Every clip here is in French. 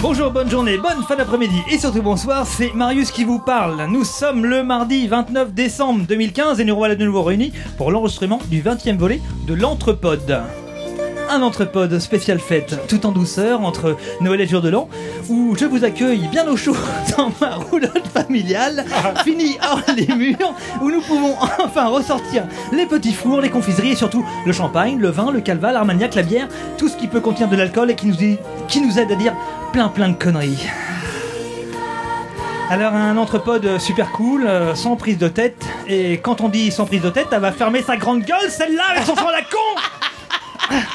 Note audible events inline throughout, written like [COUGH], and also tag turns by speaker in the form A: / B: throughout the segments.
A: Bonjour, bonne journée, bonne fin d'après-midi et surtout bonsoir, c'est Marius qui vous parle. Nous sommes le mardi 29 décembre 2015 et nous voilà de nouveau réunis pour l'enregistrement du 20e volet de l'Entrepode. Un entrepode spécial fête, tout en douceur, entre Noël et le jour de l'an, où je vous accueille bien au chaud [LAUGHS] dans ma roulotte familiale, finie hors les murs, où nous pouvons enfin ressortir les petits fours, les confiseries et surtout le champagne, le vin, le calva, l'armagnac, la bière, tout ce qui peut contenir de l'alcool et qui nous, est- qui nous aide à dire plein plein de conneries. Alors un entrepode super cool, euh, sans prise de tête, et quand on dit sans prise de tête, elle va fermer sa grande gueule, celle-là, avec son sang à la con [LAUGHS]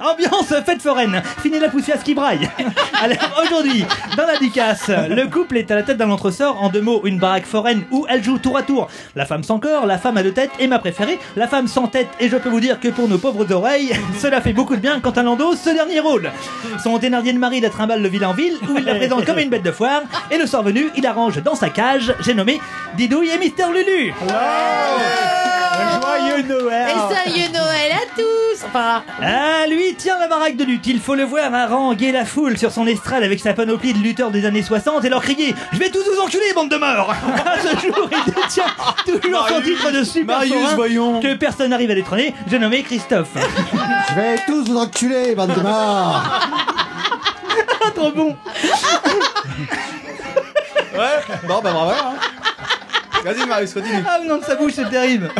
A: Ambiance fête foraine, fini la poussière qui braille. Alors aujourd'hui, dans la Ducasse, le couple est à la tête d'un entresort, en deux mots, une baraque foraine où elle joue tour à tour. La femme sans corps, la femme à deux têtes et ma préférée, la femme sans tête. Et je peux vous dire que pour nos pauvres oreilles, [LAUGHS] cela fait beaucoup de bien quand elle endosse ce dernier rôle. Son thénardier de mari la trimballe de ville en ville où il la présente comme une bête de foire. Et le soir venu, il arrange dans sa cage, j'ai nommé Didouille et Mister Lulu. Joyeux Noël
B: Euh, Et joyeux Noël à tous Enfin,
A: Ah, lui tient la baraque de lutte. Il faut le voir haranguer la foule sur son estrade avec sa panoplie de lutteurs des années 60 et leur crier Je vais tous vous enculer, bande de morts [LAUGHS] À ce jour, il détient toujours son titre de super
C: Marius,
A: forain
C: voyons.
A: que personne n'arrive à détrôner. J'ai nommé Christophe.
D: Je vais tous vous enculer, bande de morts
A: Pas [LAUGHS] trop bon
C: Ouais, non, bah bravo. hein. Vas-y, Marius, continue.
A: Ah non, de sa bouche, c'est terrible.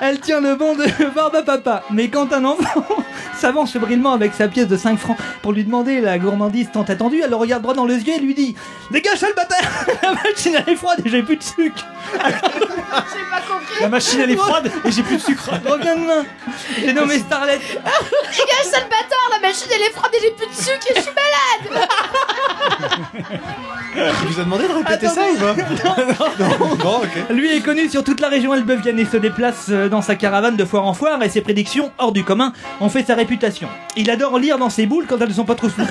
A: Elle tient le banc de Barba Papa. Mais quand un enfant [LAUGHS] s'avance fébrilement avec sa pièce de 5 francs pour lui demander la gourmandise tant attendue, elle le regarde droit dans les yeux et lui dit Dégage, sale bâtard [LAUGHS] La machine elle est froide et j'ai plus de sucre.
E: La machine elle est froide et j'ai plus de sucre.
A: Reviens demain. J'ai nommé Starlet.
B: dégage sale bâtard, la machine elle est froide et j'ai plus de sucre et je suis malade
C: Tu vous as demandé de répéter ça ou pas [LAUGHS] Non, non, ok.
A: Lui est connu sur toute la région Elbevienne et se déplace euh, dans sa caravane de foire en foire et ses prédictions hors du commun ont fait sa réputation. Il adore lire dans ses boules quand elles ne sont pas trop
C: [LAUGHS]
A: souples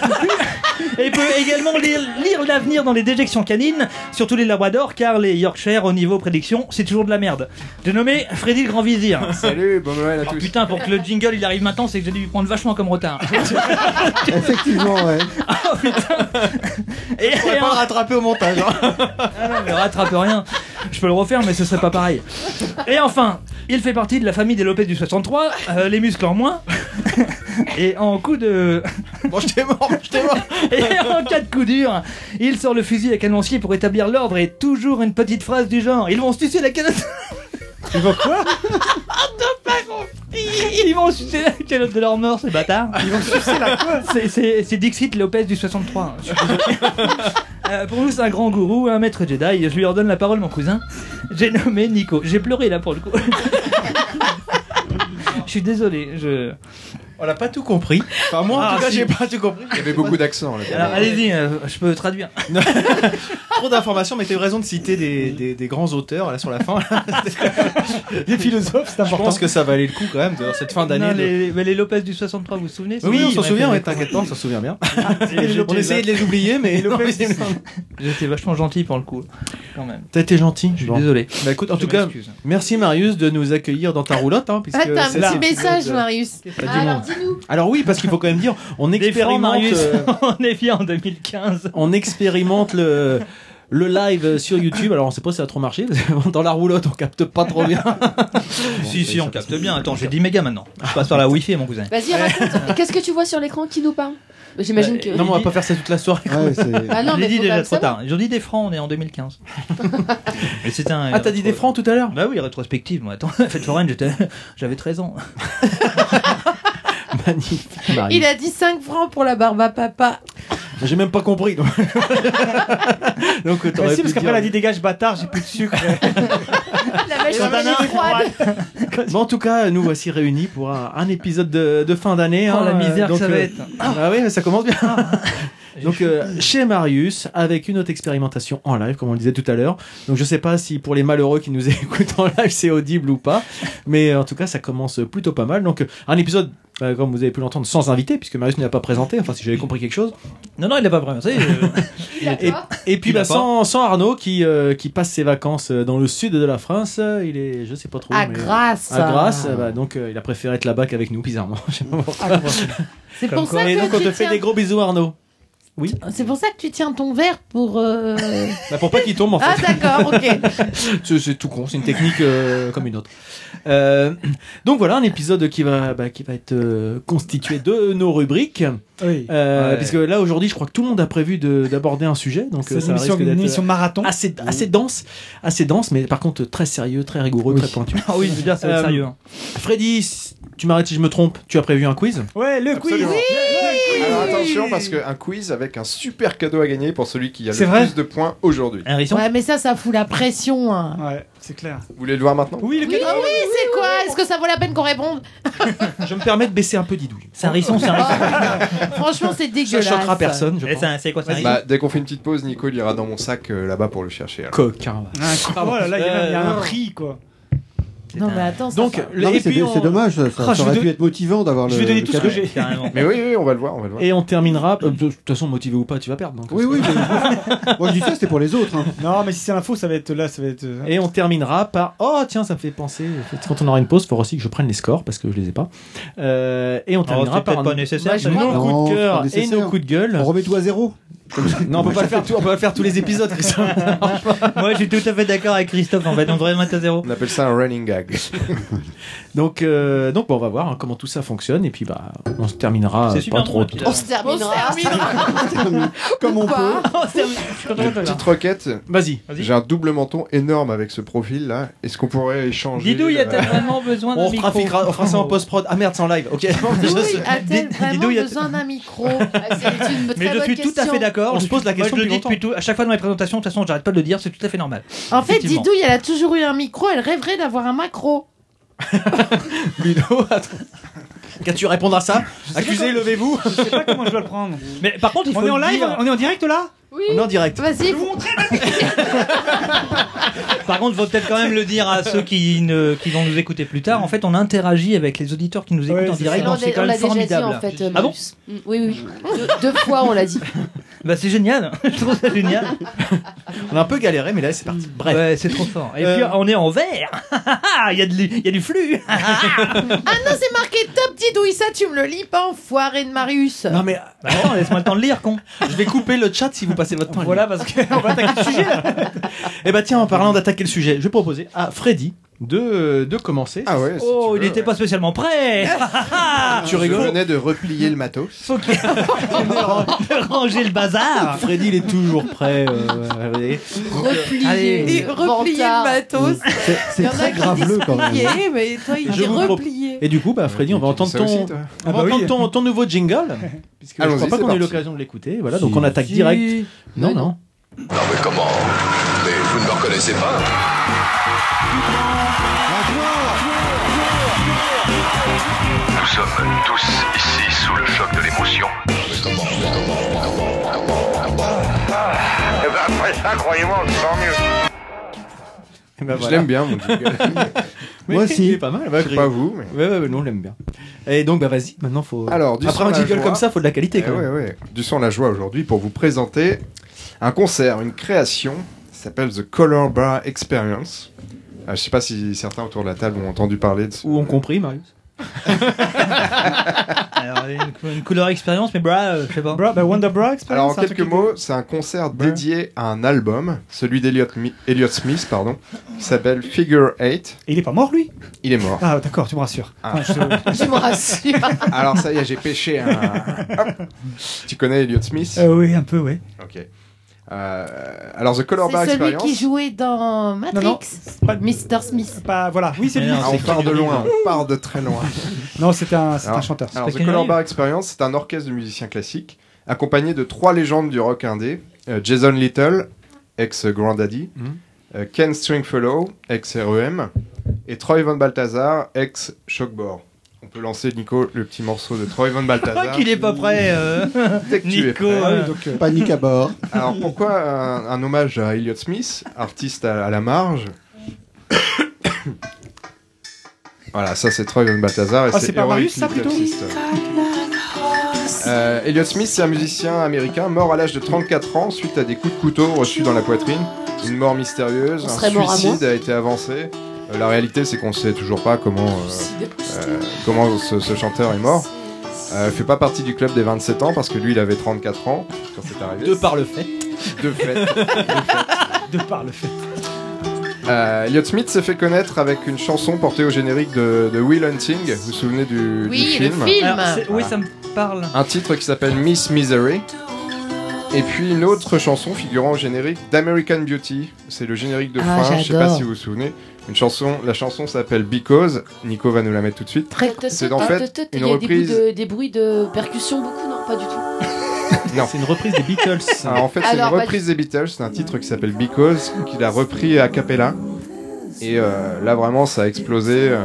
A: et peut également lire, lire l'avenir dans les déjections canines, surtout les labradors car les Yorkshire au niveau prédiction c'est toujours de la merde. J'ai nommé Freddy le Grand Vizir.
C: Salut, bon Noël à
A: Oh, putain pour que le jingle il arrive maintenant c'est que j'ai dû lui prendre vachement comme
C: [LAUGHS]
A: retard.
D: [LAUGHS] Effectivement, ouais.
A: Et,
C: On va pas le rattraper au montage. Hein.
A: ne rattrape rien. Je peux le refaire, mais ce serait pas pareil. Et enfin, il fait partie de la famille des Lopez du 63, euh, les muscles en moins. [LAUGHS] Et en coup de.
C: [LAUGHS] Bon, je t'ai mort, je t'ai mort.
A: [LAUGHS] Et en cas de coup dur, il sort le fusil à canoncier pour établir l'ordre et toujours une petite phrase du genre Ils vont se sucer la canotte
E: Tu vois
A: [LAUGHS]
E: quoi
A: Ils vont se sucer la canotte de leur mort, ces bâtards Ils vont sucer la quoi C'est Dixit Lopez du 63. hein. Je suis désolé. Euh, pour nous, c'est un grand gourou, un maître Jedi. Je lui ordonne la parole, mon cousin. J'ai nommé Nico. J'ai pleuré là pour le coup. Je suis désolé. Je...
C: On n'a pas tout compris. Enfin, moi, en
A: Ah,
C: tout cas,
A: si.
C: j'ai pas tout compris. Il y avait
F: beaucoup d'accent là.
A: Alors, allez-y, euh, je peux traduire.
C: [LAUGHS] trop d'informations, mais t'as eu raison de citer des, des, des grands auteurs là sur la fin. [LAUGHS]
E: Des philosophes, c'est
C: Je
E: important.
C: pense que ça valait le coup quand même de cette fin d'année.
A: Non,
C: de-
A: les, mais les Lopez du 63, vous vous souvenez
C: Oui, on
A: ils
C: s'en
A: auraient
C: souvient,
A: fait
C: ouais,
A: des
C: t'inquiète pas, on s'en souvient bien.
A: Et j'étais
C: On essayait de les oublier,
A: [LAUGHS]
C: mais. non, mais c'est-
A: J'étais vachement gentil pour le coup, quand même.
C: T'as été gentil.
A: Je suis
C: Bon.
A: désolé.
C: Bah écoute, en
A: Je
C: tout cas,
A: m'excuse.
C: merci Marius de nous accueillir dans ta roulotte. Hein, puisque
B: Ah, t'as un
C: c'est-
B: petit
C: c'est-
B: message,
C: c'est-
B: Marius
C: Bah, dis-moi.
B: Alors dis-nous
C: Alors oui, parce qu'il faut quand même dire, on
A: Des fruits,
C: expérimente,
A: Marius,
C: euh,
E: [LAUGHS]
A: on est bien en 2015.
C: on expérimente le le live sur YouTube. Alors on sait pas si ça a trop marché. parce que [LAUGHS] Dans la roulotte, on capte pas trop bien.
A: [LAUGHS] si, si, on capte bien. Attends, j'ai 10 mégas maintenant. Je passe par la Wi-Fi, mon
G: Bah,
A: cousin.
B: Vas-y, raconte Qu'est-ce que tu vois sur l'écran qui nous parle Bah, J'imagine
A: Euh,
B: que.
C: Non, mais on va pas faire ça toute la soirée.
D: ouais c'est-
B: Ah non,
A: je
B: mais
A: l'ai dit
B: faut
A: déjà
B: quand même
A: trop
B: savoir.
A: tard. Ils ont dit des francs, on est
B: [LAUGHS]
A: en 2015. Mais c'était un.
C: Ah, t'as dit des francs tout à l'heure.
A: Bah oui, rétrospective. Moi, attends, [LAUGHS] fête foraine, j'étais, j'avais 13 ans.
C: [LAUGHS] Magnifique. Marius.
B: Il a dit 5 francs pour la barbe à papa.
C: J'ai même pas compris. Donc, donc
E: Bah
C: t'aurais
E: si,
C: pu
E: parce qu'après
C: dire-
E: elle a dit dégage bâtard, j'ai plus de
H: [LAUGHS]
E: sucre.
B: La machine elle est froide.
C: [LAUGHS] Bon, en tout cas, nous voici réunis pour un, un épisode de, de fin d'année.
A: Oh,
C: hein,
A: la misère que
C: donc,
A: ça va
C: euh,
A: être.
C: Ah oui, mais ça commence bien. [LAUGHS] Donc euh, chez Marius, avec une autre expérimentation en live, comme on le disait tout à l'heure. Donc je sais pas si pour les malheureux qui [LAUGHS] nous écoutent en live, c'est audible ou pas, mais euh, en tout cas, ça commence plutôt pas mal. Donc euh, un épisode euh, comme vous avez pu l'entendre, sans invité, puisque Marius ne l'a pas présenté, enfin si j'avais compris quelque chose.
A: Non, non, il l'a pas présenté. euh,
C: Et, et puis
A: Il l'a
C: bah, sans, sans Arnaud qui, euh, qui passe ses vacances euh, dans le sud de la France, euh, il est, je sais pas trop où.
F: À
C: mais-
F: Grasse.
C: À Grasse, euh, bah, donc euh, il a préféré être là-bas qu'avec nous, bizarrement. [LAUGHS] Je sais pas pourquoi.
F: Ah, [LAUGHS] C'est pour ça
C: Et
F: que
C: donc on
F: tu
C: te fait
F: tiens-
C: des gros bisous Arnaud.
F: C'est pour ça que tu tiens ton verre pour. euh,
C: Bah, pour pas qu'il tombe en fait.
F: Ah d'accord, ok.
C: [LAUGHS] C'est c'est tout con, c'est une technique euh, comme une autre. Euh, donc voilà un épisode qui va, bah, qui va être euh, constitué de nos rubriques.
E: Oui.
C: Euh,
A: Ouais.
C: Puisque là aujourd'hui, je crois que tout le monde a prévu de- d'aborder un sujet, donc
E: C'est
C: euh,
E: une
C: ça risque
E: émission, une émission
C: d'être euh,
E: marathon.
C: assez, assez dense, assez dense, mais par contre très sérieux, très rigoureux, très pointu.
A: [LAUGHS] Ah oui, je veux dire, ça va être
C: Euh,
A: sérieux. hein.
C: Freddy, s- tu m'arrêtes si je me trompe. Tu as prévu un quiz
E: Ouais, le quiz.
H: Absolument. Alors attention parce qu'un quiz avec un super cadeau à gagner pour celui qui a
E: C'est
H: le
E: vrai
H: plus de points aujourd'hui.
A: Un hérisson
F: Ouais, mais ça, ça fout la pression. hein.
E: Ouais, c'est clair.
H: Vous voulez le voir maintenant
E: Oui, le
F: Oui,
E: cadeau.
F: oui, c'est quoi Est-ce que ça vaut la peine qu'on réponde
C: Je me permets de baisser un peu Didouille.
A: hein. C'est un hérisson, c'est un hérisson.
B: [LAUGHS]
F: Franchement, c'est
C: Ça
F: dégueulasse.
C: choquera personne, je
A: Eh,
C: pense.
A: c'est un- C'est quoi, c'est un hérisson
H: Bah, dès qu'on fait une petite pause, Nico il ira dans mon sac euh, là-bas pour le chercher. alors.
C: Coquin.
E: Ah, voilà, là, il y a- il y a
C: Euh,
E: un prix, quoi.
F: Non, mais attends. ça
C: Donc,
F: va.
C: le-
D: Non, mais
C: et
D: c'est
C: puis
D: dé-
C: on- Ah,
D: c'est dommage, ça, ça
E: je vais
D: aurait pu
E: don-
D: être motivant d'avoir le.
E: Je vais donner
D: le
E: tout ce que
D: cadeau.
E: j'ai.
C: [LAUGHS]
A: Carrément.
H: Mais oui, oui, on va le voir, on va le voir.
C: Et on terminera. euh, De de toute façon, motivé ou pas, tu vas perdre. donc.
D: Oui, oui, mais- moi je dis ça, c'était pour les autres. hein.
E: Non, mais si c'est l'info, ça va être là, ça va être. euh,
C: Et on terminera par oh tiens ça me fait penser en fait, euh, quand on aura une pause faut aussi que je prenne les scores parce que je les ai pas Euh, et on
A: Oh,
C: terminera
A: c'est
C: par
A: peut-être
C: un-
A: pas
C: nos
A: nécessaire.
B: Bah,
A: ça.
D: Non, c'est
C: coups
D: pas
C: de cœur et
D: nécessaire.
C: nos coups de gueule
D: On remet tout
A: [LAUGHS]
D: à zéro.
C: non on peut pas le faire tout- on peut pas le faire tous les [LAUGHS] épisodes Christian.
A: [LAUGHS] Moi, je suis tout à fait d'accord avec Christophe. En fait, on devrait le mettre à zéro.
H: On appelle ça un running
B: [LAUGHS]
H: gag.
C: donc euh, donc bon, on va voir hein, comment tout ça fonctionne et puis bah on se terminera
A: C'est
C: euh,
A: super
C: pas trop
A: bon,
C: tôt.
A: épisode.
F: On se terminera.
D: Comme on peut.
F: Quoi
H: Une petite requête.
C: vas-y
A: Vas-y.
H: J'ai un double menton énorme avec ce profil là. Est-ce qu'on pourrait échanger
A: Didouille
H: euh,
A: a-t-elle vraiment besoin d'un
C: on
A: micro
C: trafiquera- on fera
E: Oh.
C: ça en post prod ah merde c'est en live ok
F: Oui, a-t-elle
A: Dis- dis-
F: vraiment
A: dis-donc, il y a-
F: besoin d'un
E: [LAUGHS]
F: micro
B: Ah, C'est une très
A: Mais je
B: bonne
A: suis tout à
B: question.
A: fait d'accord.
C: On se pose la
A: Moi,
C: question
A: je le
C: depuis
A: dis depuis tout- à chaque fois dans mes présentations. De toute façon, j'arrête pas de le dire. C'est tout à fait normal.
F: En fait,
A: Effectivement.
F: Didouille, elle a toujours eu un micro, elle rêverait d'avoir un macro.
C: Ludo attends. qu'as-tu à répondre à ça accusé levez-vous
E: Je sais pas comment je dois le
C: [LAUGHS]
E: prendre.
A: Mais par contre, il faut
E: On est en
A: le
E: live
A: dire-
E: On est en direct là
B: Oui.
C: on est en direct
F: Vas-y,
A: Par contre, faut peut-être quand même le dire à ceux qui, ne, qui vont nous écouter plus tard. En fait, on interagit avec les auditeurs qui nous écoutent
E: Ouais,
A: en
E: c'est
A: direct.
B: Mais on
A: donc C'est
B: l'a- on
A: quand
B: l'a
A: même
B: déjà dit
A: formidable.
B: en fait. euh,
A: Ah bon
B: Marius. Mm, Oui, oui. oui. Deux- Deux fois on l'a dit.
A: Bah, c'est génial. [LAUGHS] je trouve ça génial.
C: on a un peu galéré mais là c'est parti bref
A: Ouais, c'est trop fort. Et
C: Euh,
A: puis, on est en vert. [LAUGHS] Il y, a de l'u- il y a du flux.
F: Ah non, c'est marqué top Didouille, ça tu me le lis pas, enfoiré de Marius.
C: non mais
A: Bah, attends, laisse-moi le temps de lire, con.
C: je vais couper le chat si vous passez votre temps à lire.
E: Voilà, parce qu'on va attaquer le sujet là.
C: Eh bah tiens, en parlant d'attaquer le sujet, je vais proposer à Freddy de, euh, de commencer.
H: Ah ouais. si
A: Oh,
H: tu
A: il
H: veux,
A: n'était
H: ouais.
A: pas spécialement [LAUGHS] prêt.
C: tu
H: Je
C: rigoles
H: venais de replier le matos.
A: Faut qu'il ranger le bazar.
C: Freddy, il est toujours prêt. euh, ouais.
A: Allez.
B: Replié.
F: Replier le matos.
D: C'est- C'est très graveleux quand même.
F: Replier, mais toi il
C: Je
F: dit
C: vous propose-
F: replier.
C: Et du coup, bah, Freddy, on
H: Tu
C: va
H: dis
C: entendre
H: ça
C: ton,
H: aussi, toi
C: on va
E: Ah bah oui.
C: entendre ton, ton nouveau jingle. Puisque je
H: Allons-y,
C: crois pas
H: c'est
C: qu'on ait eu
H: parti.
C: l'occasion de l'écouter. Voilà, donc on attaque direct. Non, non.
I: Non mais comment Mais vous ne me reconnaissez pas Nous sommes tous ici sous le choc de l'émotion. Eh ben, Après ça, croyez-moi, on sent mieux.
C: Eh [LAUGHS] ben,
H: Je
C: voilà.
H: l'aime bien, mon jingle.
C: [LAUGHS] Mais
D: Moi aussi.
C: Il est pas mal. ouais,
H: Je sais pas
C: Grégory.
H: vous, mais.
C: Ouais, ouais, ouais, non, on l'aime bien. Et donc, bah vas-y, maintenant faut.
H: Alors, du
C: Après
H: son,
C: un
H: la
C: jingle
H: joie.
C: comme ça, faut de la qualité
H: Eh
C: quand même.
H: ouais, ouais. Du son la joie aujourd'hui pour vous présenter un concert, une création, ça s'appelle The Color Bar Experience. Euh, je sais pas si certains autour de la table ont entendu parler de ce...
C: Ou on compris, Marius
A: Alors, une, cou- une couleur expérience, mais bra, euh, je sais pas.
E: Bra, bah, Wonder Bra Experience,
H: Alors en
E: c'est un
H: quelques
E: truc-
H: mots, c'est un concert dédié à un album, celui d'Elliot Mi- Elliot Smith, pardon, qui s'appelle Figure 8.
E: Et il est pas mort lui
H: Il est mort.
E: Ah d'accord, tu me rassures.
H: Ah.
B: [LAUGHS]
H: [LAUGHS]
F: Je me rassure.
H: Alors ça y est, j'ai pêché
E: [LAUGHS]
H: un... Hop. Tu connais Elliot Smith
E: Euh, oui, un peu, oui.
H: Ok. Euh, alors The Color Bar
F: C'est celui
H: Experience...
F: qui jouait dans Matrix.
E: Non, non, pas-
F: Mr Smith.
E: Pas, voilà, oui c'est
A: Mais
E: lui.
A: non,
H: Ah, on part de loin, on part de très
F: [LAUGHS]
H: loin.
E: Non, c'est un, c'est un
H: Alors-
E: chanteur.
H: Alors, The
A: Spectacular
H: Color
A: Live.
H: Bar Experience, c'est un orchestre de musiciens classiques accompagné de trois légendes du rock indé Euh, Jason Little, ex Grand Daddy,
C: Mhm.
H: euh, Ken Stringfellow, ex REM, et Troy Von Balthazar, ex Shockbore. On peut lancer, Nico, le petit morceau de Troy Von
A: Ah,
H: Balthazar.
A: qu'il est pas prêt,
H: [LAUGHS]
A: euh,
H: Dès que tu es
A: Nico.
H: prêt.
E: Ah
A: euh,
E: oui, donc, euh,
D: Panique à bord.
H: [LAUGHS] Alors, pourquoi un, un hommage à Elliott Smith, artiste à, à la marge [COUGHS] Voilà, ça c'est Troy Van Balthazar et
E: Ah, c'est pas
H: Heroic
E: Marius, ça,
H: Little
E: plutôt
J: [LAUGHS]
H: Sister. Euh, Elliot Smith, c'est un musicien américain mort à l'âge de 34 ans suite à des coups de couteau reçus dans la poitrine. Une mort mystérieuse,
B: On
H: un
B: serait mort à
H: suicide a été avancé. Euh, la réalité, c'est qu'on sait toujours pas comment, euh, euh, comment ce, ce chanteur est mort. Euh, fait pas partie du club des 27 ans parce que lui, il avait 34 ans quand c'est arrivé.
C: De par le fait.
H: De
C: [LAUGHS]
H: fait.
E: De par le fait.
H: Euh, Elliot Smith s'est fait connaître avec une chanson portée au générique de, de Will Hunting. Vous vous souvenez du, du
F: Oui, le film.
A: Alors, c'est- Oui, ça me parle.
H: un titre qui s'appelle Miss Misery. Et puis une autre chanson figurant au générique d'American Beauty. C'est le générique de
F: Ah,
H: fin, je sais pas
F: j'adore.
H: si vous vous souvenez. Une chanson, la chanson s'appelle Because. Nico va nous la mettre tout de suite. C'est en fait
B: Il
H: une
B: y a des,
H: reprise.
B: bruits de, des bruits de percussion, beaucoup, non Pas du tout.
H: Non.
C: C'est une reprise des Beatles.
H: Alors, en fait, c'est une
B: Alors, bah,
H: reprise des Beatles. C'est un titre qui s'appelle Because qu'il a repris à cappella. Et euh, là vraiment, ça a explosé. euh,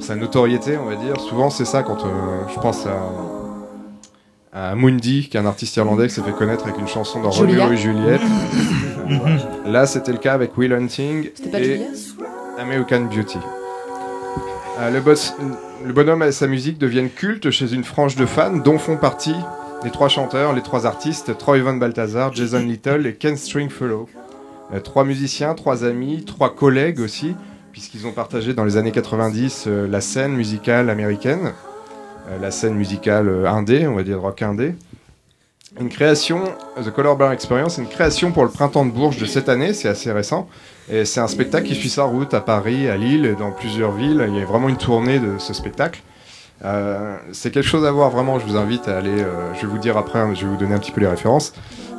H: sa notoriété, on va dire. Souvent, c'est ça quand euh, je pense à, à Mundi, qui est un artiste irlandais qui s'est fait connaître avec une chanson dans
B: Julia.
H: Romeo
B: [LAUGHS]
H: et Euh, Juliette. Mm. Là, c'était le cas avec Will Hunting
B: C'était pas
H: et
B: Julia
H: American Beauty. Euh, le, boss- le bonhomme et sa musique deviennent cultes chez une frange de fans dont font partie les trois chanteurs, les trois artistes, Troy Van Balthazar, Jason Little et Ken Stringfellow. Euh, trois musiciens, trois amis, trois collègues aussi, puisqu'ils ont partagé dans les années 90 euh, la scène musicale américaine, euh, la scène musicale euh, indé, on va dire rock indé. Une création, euh, The Color Bar Experience, une création pour le printemps de Bourges de cette année, c'est assez récent. Et c'est un spectacle qui suit sa route à Paris, à Lille, et dans plusieurs villes. Il y a vraiment une tournée de ce spectacle. Euh, c'est quelque chose à voir vraiment. Je vous invite à aller. euh, je vais vous dire après. hein, Je vais vous donner un petit peu les références.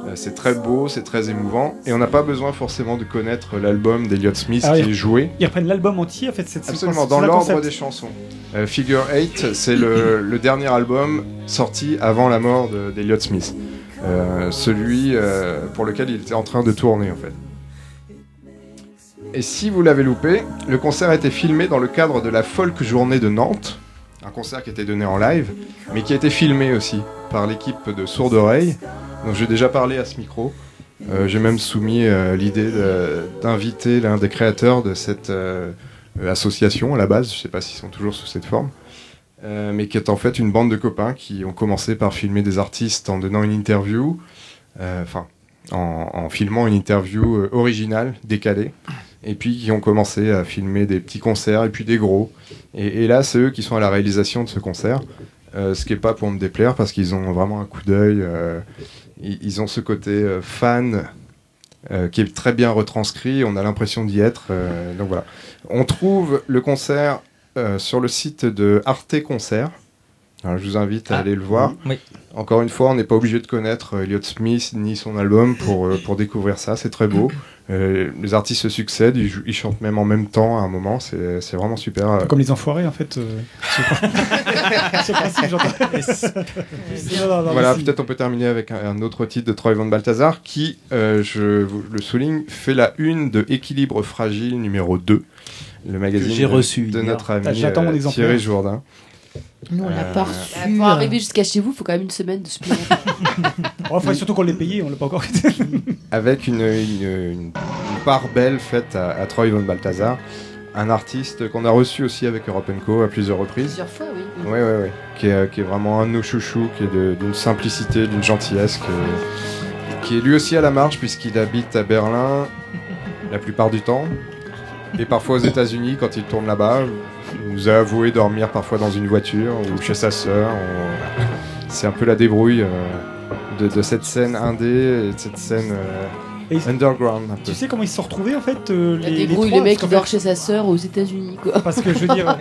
H: Euh, c'est très beau, c'est très émouvant, et on n'a pas besoin forcément de connaître l'album d'Elliott Smith
E: Ah oui.
H: qui est joué.
E: Ils reprennent l'album entier, en fait. c'est- c'est le
H: Absolument,
E: concept-
H: dans
E: c'est la
H: l'ordre
E: concept.
H: des chansons. Euh, Figure 8, c'est le, le dernier album sorti avant la mort de- d'Elliott Smith. Euh, celui euh, pour lequel il était en train de tourner, en fait. Et si vous l'avez loupé, le concert a été filmé dans le cadre de la Folk Journée de Nantes, un concert qui était donné en live, mais qui a été filmé aussi par l'équipe de Sourde Oreille, dont j'ai déjà parlé à ce micro. Euh, j'ai même soumis euh, l'idée de- d'inviter l'un des créateurs de cette euh, euh, association à la base, je sais pas s'ils sont toujours sous cette forme, euh, mais qui est en fait une bande de copains qui ont commencé par filmer des artistes en donnant une interview, euh, enfin en, en filmant une interview euh, originale, décalée, et puis qui ont commencé à filmer des petits concerts et puis des gros. Et, et là, c'est eux qui sont à la réalisation de ce concert, euh, ce qui est pas pour me déplaire parce qu'ils ont vraiment un coup d'œil, euh, ils, ils ont ce côté euh, fan. euh, qui est très bien retranscrit, on a l'impression d'y être. euh, donc voilà. On trouve le concert euh, sur le site de Arte Concert. Alors, je vous invite à
C: Ah.
H: aller le voir.
C: Oui.
H: Encore une fois, on n'est pas obligé de connaître euh, Elliott Smith ni son album pour, euh, pour découvrir ça. C'est très beau.
C: Mm-hmm.
H: Euh, les artistes se succèdent, ils, jouent- ils chantent même en même temps à un moment. C'est c'est vraiment super. Euh,
E: Comme les enfoirés, en fait. euh, je sais pas. Je sais pas si j'entends. Non, non, non, mais
H: voilà,
E: si.
H: peut-être on peut terminer avec un, un autre titre de Troy Van Balthazar qui, euh, je vous le souligne, fait la une de Équilibre Fragile numéro 2, le magazine
C: j'ai
H: de-
C: reçu
H: de
C: hier.
H: notre
E: Ah,
H: ami
E: j'attends mon
H: euh,
E: exemplaire.
H: Thierry Jourdain.
B: Nous, on l'a
H: Euh,
B: pas
F: Ah,
B: reçu.
F: pour
B: Pour
F: arriver
B: Bah, arriver jusqu'à chez vous, faut quand même une semaine de supplément.
E: Oh, Enfin, surtout qu'on l'ait payé, on l'a pas encore.
H: avec une, une, une- une part belle faite à, à Troy Van Balthazar, un artiste qu'on a reçu aussi avec Europe Co à plusieurs reprises.
B: Plusieurs fois, oui.
H: Oui, oui, oui. Qui est, euh, qui est vraiment un de nos chouchous, qui est de- d'une simplicité, d'une gentillesse, que- qui est lui aussi à la marge, puisqu'il habite à Berlin la plupart du temps, et parfois aux États-Unis quand il tourne là-bas. Il nous a avoué dormir parfois dans une voiture ou chez sa sœur. ou- C'est un peu la débrouille euh, de, de cette scène indé, et de cette scène euh,
E: Et ils-
H: underground. un peu.
E: [LAUGHS] Tu sais comment ils se sont retrouvés, en fait euh,
B: La
E: les, les
B: débrouille,
E: trois,
B: le mec qui
E: parce qu'en
B: dort chez sa sœur aux États-Unis, quoi.
E: fait- Parce que je veux [LAUGHS] dire.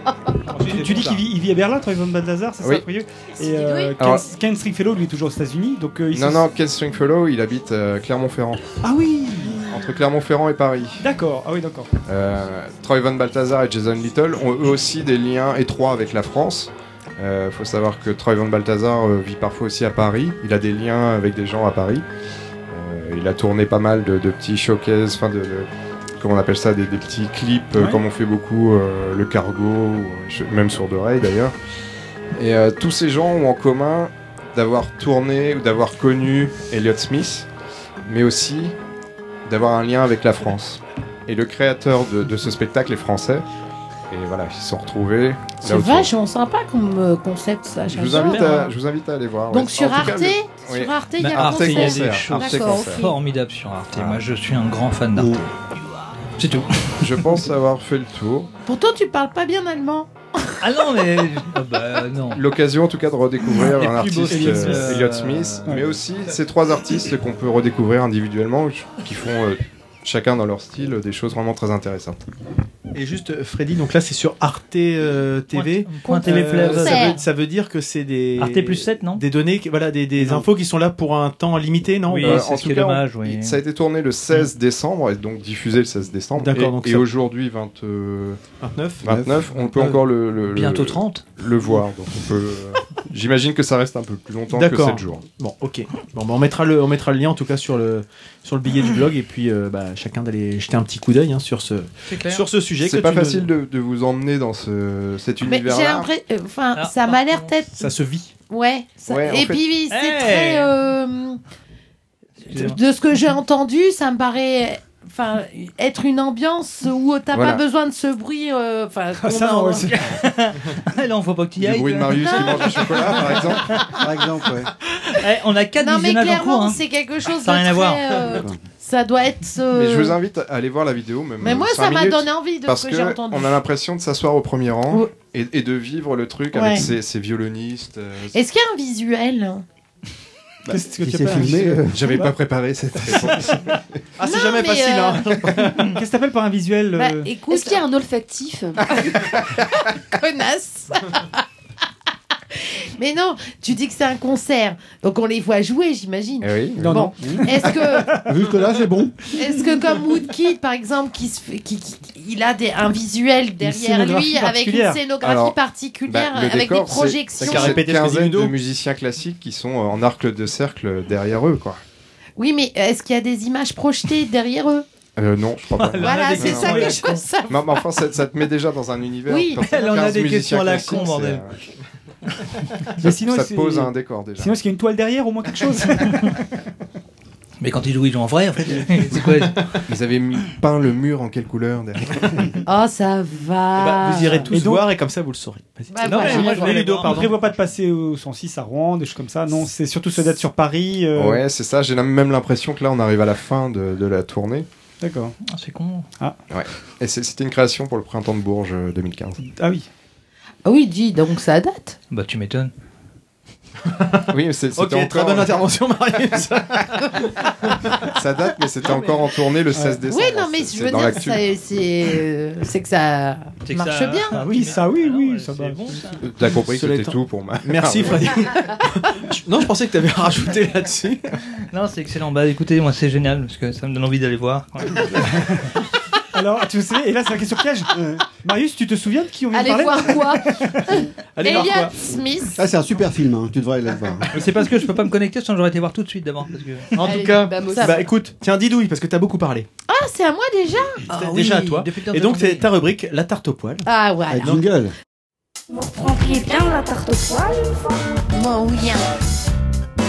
E: Tu, tu dis qu'il vit, il vit à Berlin, Troy Van Balthazar, c'est
H: Oui.
E: ça, a priori
B: C'est
E: Et euh,
B: doué.
E: Ken,
H: Alors-
E: Ken Stringfellow, lui, est toujours aux États-Unis. Donc, euh, ils
H: Non,
E: se-
H: non, Ken Stringfellow, il habite euh, Clermont-Ferrand,
E: Ah oui
H: entre Clermont-Ferrand et Paris.
E: D'accord, ah oui, d'accord.
H: Euh, Troy Van Balthazar et Jason Little ont eux aussi des liens étroits avec la France. Il faut savoir que Troy Van Balthazar euh, vit parfois aussi à Paris. Il a des liens avec des gens à Paris. Euh, il a tourné pas mal de, de petits showcases, enfin de, de- comment on appelle ça, des, des petits clips, euh,
E: Ouais.
H: comme on fait beaucoup euh, le cargo, ou, je- même sur d'oreille d'ailleurs. Et euh, tous ces gens ont en commun d'avoir tourné ou d'avoir connu Elliott Smith, mais aussi d'avoir un lien avec la France. Et le créateur de, de ce spectacle est français. Et voilà, ils se sont retrouvés. là
F: C'est
H: où ils sont.
F: vachement sympa comme euh, concept, ça.
H: Je vous,
F: j'adore.
H: invite à, je vous invite à aller voir. ouais.
F: Donc sur
H: En tout
F: Arte,
H: cas, le- oui.
F: sur Arte, il y
A: Mais
F: a
A: Arte,
F: un
A: il y a
F: concert.
A: des
H: concert,
A: choses
H: Arte
F: D'accord,
H: concert.
A: formidables sur Arte. Moi, je suis un grand fan d'Arte. C'est tout.
H: Je pense avoir fait le tour.
F: Pourtant, tu parles pas bien allemand.
A: Ah non, mais. [LAUGHS] Ah bah non.
H: L'occasion en tout cas de redécouvrir
A: Les
H: un
A: plus beaux
H: artiste,
A: Elliott Smith.
H: euh, Elliott Smith, mais aussi ces trois artistes qu'on peut redécouvrir individuellement, qui font euh, chacun dans leur style des choses vraiment très intéressantes.
E: Et juste, euh, Freddy, donc là, c'est sur Arte euh, TV.
A: Point
E: Euh,
A: TV Flav.
E: ça, veut, ça veut dire que c'est des.
A: Arte plus 7, non
E: Des données, qui- voilà, des, des
A: Non.
E: infos qui sont là pour un temps limité, non
A: Oui,
H: Bah,
A: c'est
H: en
A: ce
H: tout
A: qui est
H: cas, on-
A: dommage. Oui.
H: Ça a été tourné le 16 décembre, et donc diffusé le 16 décembre.
E: D'accord,
H: Et-
E: donc
H: et
E: ça-
H: aujourd'hui, 20, euh,
E: 29.
H: 29, on peut
E: Euh,
H: encore le, le- le-
A: Bientôt 30.
H: le voir. Donc on peut, euh, J'imagine que ça reste un peu plus longtemps que
E: D'accord.
H: 7 jours.
E: Bon, ok. Bon, bah, on mettra le, on mettra le lien en tout cas sur le, sur le billet du blog et puis euh, bah, chacun d'aller jeter un petit coup d'œil hein, sur ce, sur ce sujet.
H: C'est
E: que
H: pas
E: tu nous-
H: facile de, de vous emmener dans ce, cet
F: Mais j'ai
H: univers-là.
F: l'impression, euh, enfin,
A: Ah,
F: ça m'a l'air tête.
E: Ça se vit.
F: Ouais. ça-
H: Ouais, en
F: Et
H: fait-
F: puis oui, c'est
A: Hey
F: très. euh,
A: Excusez-moi.
F: de ce que j'ai entendu, ça me paraît. Enfin, être une ambiance où t'as
H: Voilà.
F: pas besoin de ce bruit. euh, Enfin,
A: Oh
F: qu'on
E: ça,
F: a-
E: ouais,
A: [LAUGHS]
H: [LAUGHS]
E: c'est-
A: Ah, là, on faut pas que tu y
H: Du
A: ailles.
H: bruit de
A: quoi.
H: Marius qui mange du
A: [LAUGHS]
H: chocolat, par exemple.
D: Par exemple, ouais.
A: Eh, on a 4
F: non mais
A: visionnages en cours.
F: clairement,
A: hein.
F: c'est quelque chose
A: Ça a
F: de
A: rien à voir.
F: très, euh, ça doit être. euh,
H: Mais je vous invite à aller voir la vidéo, même.
F: Mais moi,
H: euh, cinq
F: ça m'a
H: minutes,
F: donné envie de
H: Parce
F: ce
H: que,
F: que j'ai entendu.
H: on a l'impression de s'asseoir au premier rang
F: Ouais.
H: et, et de vivre le truc
F: Ouais.
H: avec ces, ces violonistes. euh, bah,
F: Est-ce qu'il y a un visuel
E: Qu'est-ce que
D: Si
E: tu as
D: c'est
E: pas-
D: filmé, euh,
H: [LAUGHS] J'avais pas
A: [LAUGHS]
H: préparé cette réponse.
E: Ah, c'est
F: Non,
E: jamais
F: mais,
E: facile.
F: euh,
E: [LAUGHS] Hein.
H: [LAUGHS]
E: Qu'est-ce que t'appelles par un visuel
F: Bah,
E: euh,
F: écoute,
B: Est-ce qu'il y a un olfactif
F: [LAUGHS] connasse. Mais non, tu dis que c'est un concert, donc on les voit jouer, j'imagine.
H: Eh oui.
E: Non, non.
F: Est-ce que,
D: [LAUGHS] Jusque-là, c'est bon.
F: est-ce que comme Woodkid par exemple, qui, se fait- qui- qui- il a des, un visuel derrière
E: scénographie
F: lui avec une
E: particulière.
F: scénographie
H: Alors,
F: particulière,
H: Bah, le
F: avec
H: décor,
F: des
H: c'est-
F: projections.
H: c'est
E: T'as qu'à
H: cette
E: répéter ce que dit
H: quinzaine
E: Ludo.
H: de musiciens classiques qui sont euh, en arc de cercle derrière eux, quoi.
F: Oui, mais est-ce qu'il y a des images projetées derrière eux
H: Euh, non, je crois pas.
A: Là, on a
F: Voilà,
A: des
F: c'est
A: questions
F: ça
A: à la
F: que je
A: con.
F: veux savoir.
H: Non, mais enfin, ça, ça te met déjà dans un univers.
F: Oui.
H: Quand t'as
A: Là, on a
H: 15
A: des
H: musiciens
A: questions à la
H: classiques,
A: con, bordel.
H: c'est, euh,
E: Mais sinon,
H: ça
E: c'est-
H: te pose un décor déjà.
E: Sinon, est-ce qu'il y a une toile derrière, au moins quelque [LAUGHS] chose
A: Mais quand ils jouent, ils jouent en vrai, en fait. c'est quoi
H: Ils avaient mis- peint le mur en quelle couleur
A: [LAUGHS]
H: derrière
F: Oh, ça
E: Eh
F: va.
E: ben, Vous irez tous
K: Et donc-
E: voir et comme ça, vous le saurez. Vas-y.
F: Bah,
A: Non,
F: voilà.
A: mais moi, je
K: Mais
A: vais
K: Ludo,
A: voir,
K: on
A: pardon.
K: prévoit pas de passer au 106 à Rouen, des choses comme ça. Non, c'est surtout se date sur Paris. euh,
H: Ouais, c'est ça. J'ai la- même l'impression que là, on arrive à la fin de, de la tournée.
K: D'accord.
A: Ah, C'est con.
H: Et c'est- c'était une création pour le printemps de Bourges euh, 2015.
K: Ah oui.
F: Ah Oui, dis donc, ça date.
A: Bah, tu m'étonnes.
H: [LAUGHS] Oui, mais c'est- c'était
E: Ok, très
H: encore-
E: bonne intervention, Marius.
H: [LAUGHS] Ça date, mais c'était encore en tournée le 16 décembre.
F: Oui, non, mais
H: C'est-
F: je
H: c'est
F: veux
H: dans
F: dire,
H: l'actu.
F: ça- c'est euh, c'est que ça
A: C'est que
F: marche
A: ça-
F: bien.
K: Ah oui, ça, oui,
A: Ah non,
K: oui,
A: ouais,
K: ça
A: c'est
K: va.
A: bon, ça.
H: T'as compris que
E: Cela
H: c'était
E: étant-
A: [LAUGHS]
H: tout pour Ah moi. [LAUGHS]
E: Merci, Freddy. non, je pensais que tu avais rajouté là-dessus.
A: Non, c'est excellent. Bah, écoutez, moi, c'est génial parce que ça me donne envie d'aller voir.
K: Alors, tu sais, et là, c'est la question piège. Euh, Marius, tu te souviens de qui on vient de
B: Allez
K: parler
B: voir quoi
K: [LAUGHS]
E: Allez, voir quoi
F: Elliot Smith.
D: Ah, c'est un super film, hein. tu devrais aller le voir.
A: Mais c'est parce que je peux pas me connecter sinon j'aurais été voir tout de suite d'abord. Parce que...
E: En
B: Allez,
E: tout cas,
B: bah, moi
E: bah,
B: aussi.
E: écoute, tiens, Didouille, parce que t'as beaucoup parlé.
F: Ah, c'est à moi déjà
E: C'était déjà à
A: Ah
E: toi. Et donc, c'est ta rubrique, la tarte au poil.
F: Ah,
D: Ah,
F: voilà.
D: jingle.
L: Vous prendriez bien la tarte au poil
F: Moi, oui. hein.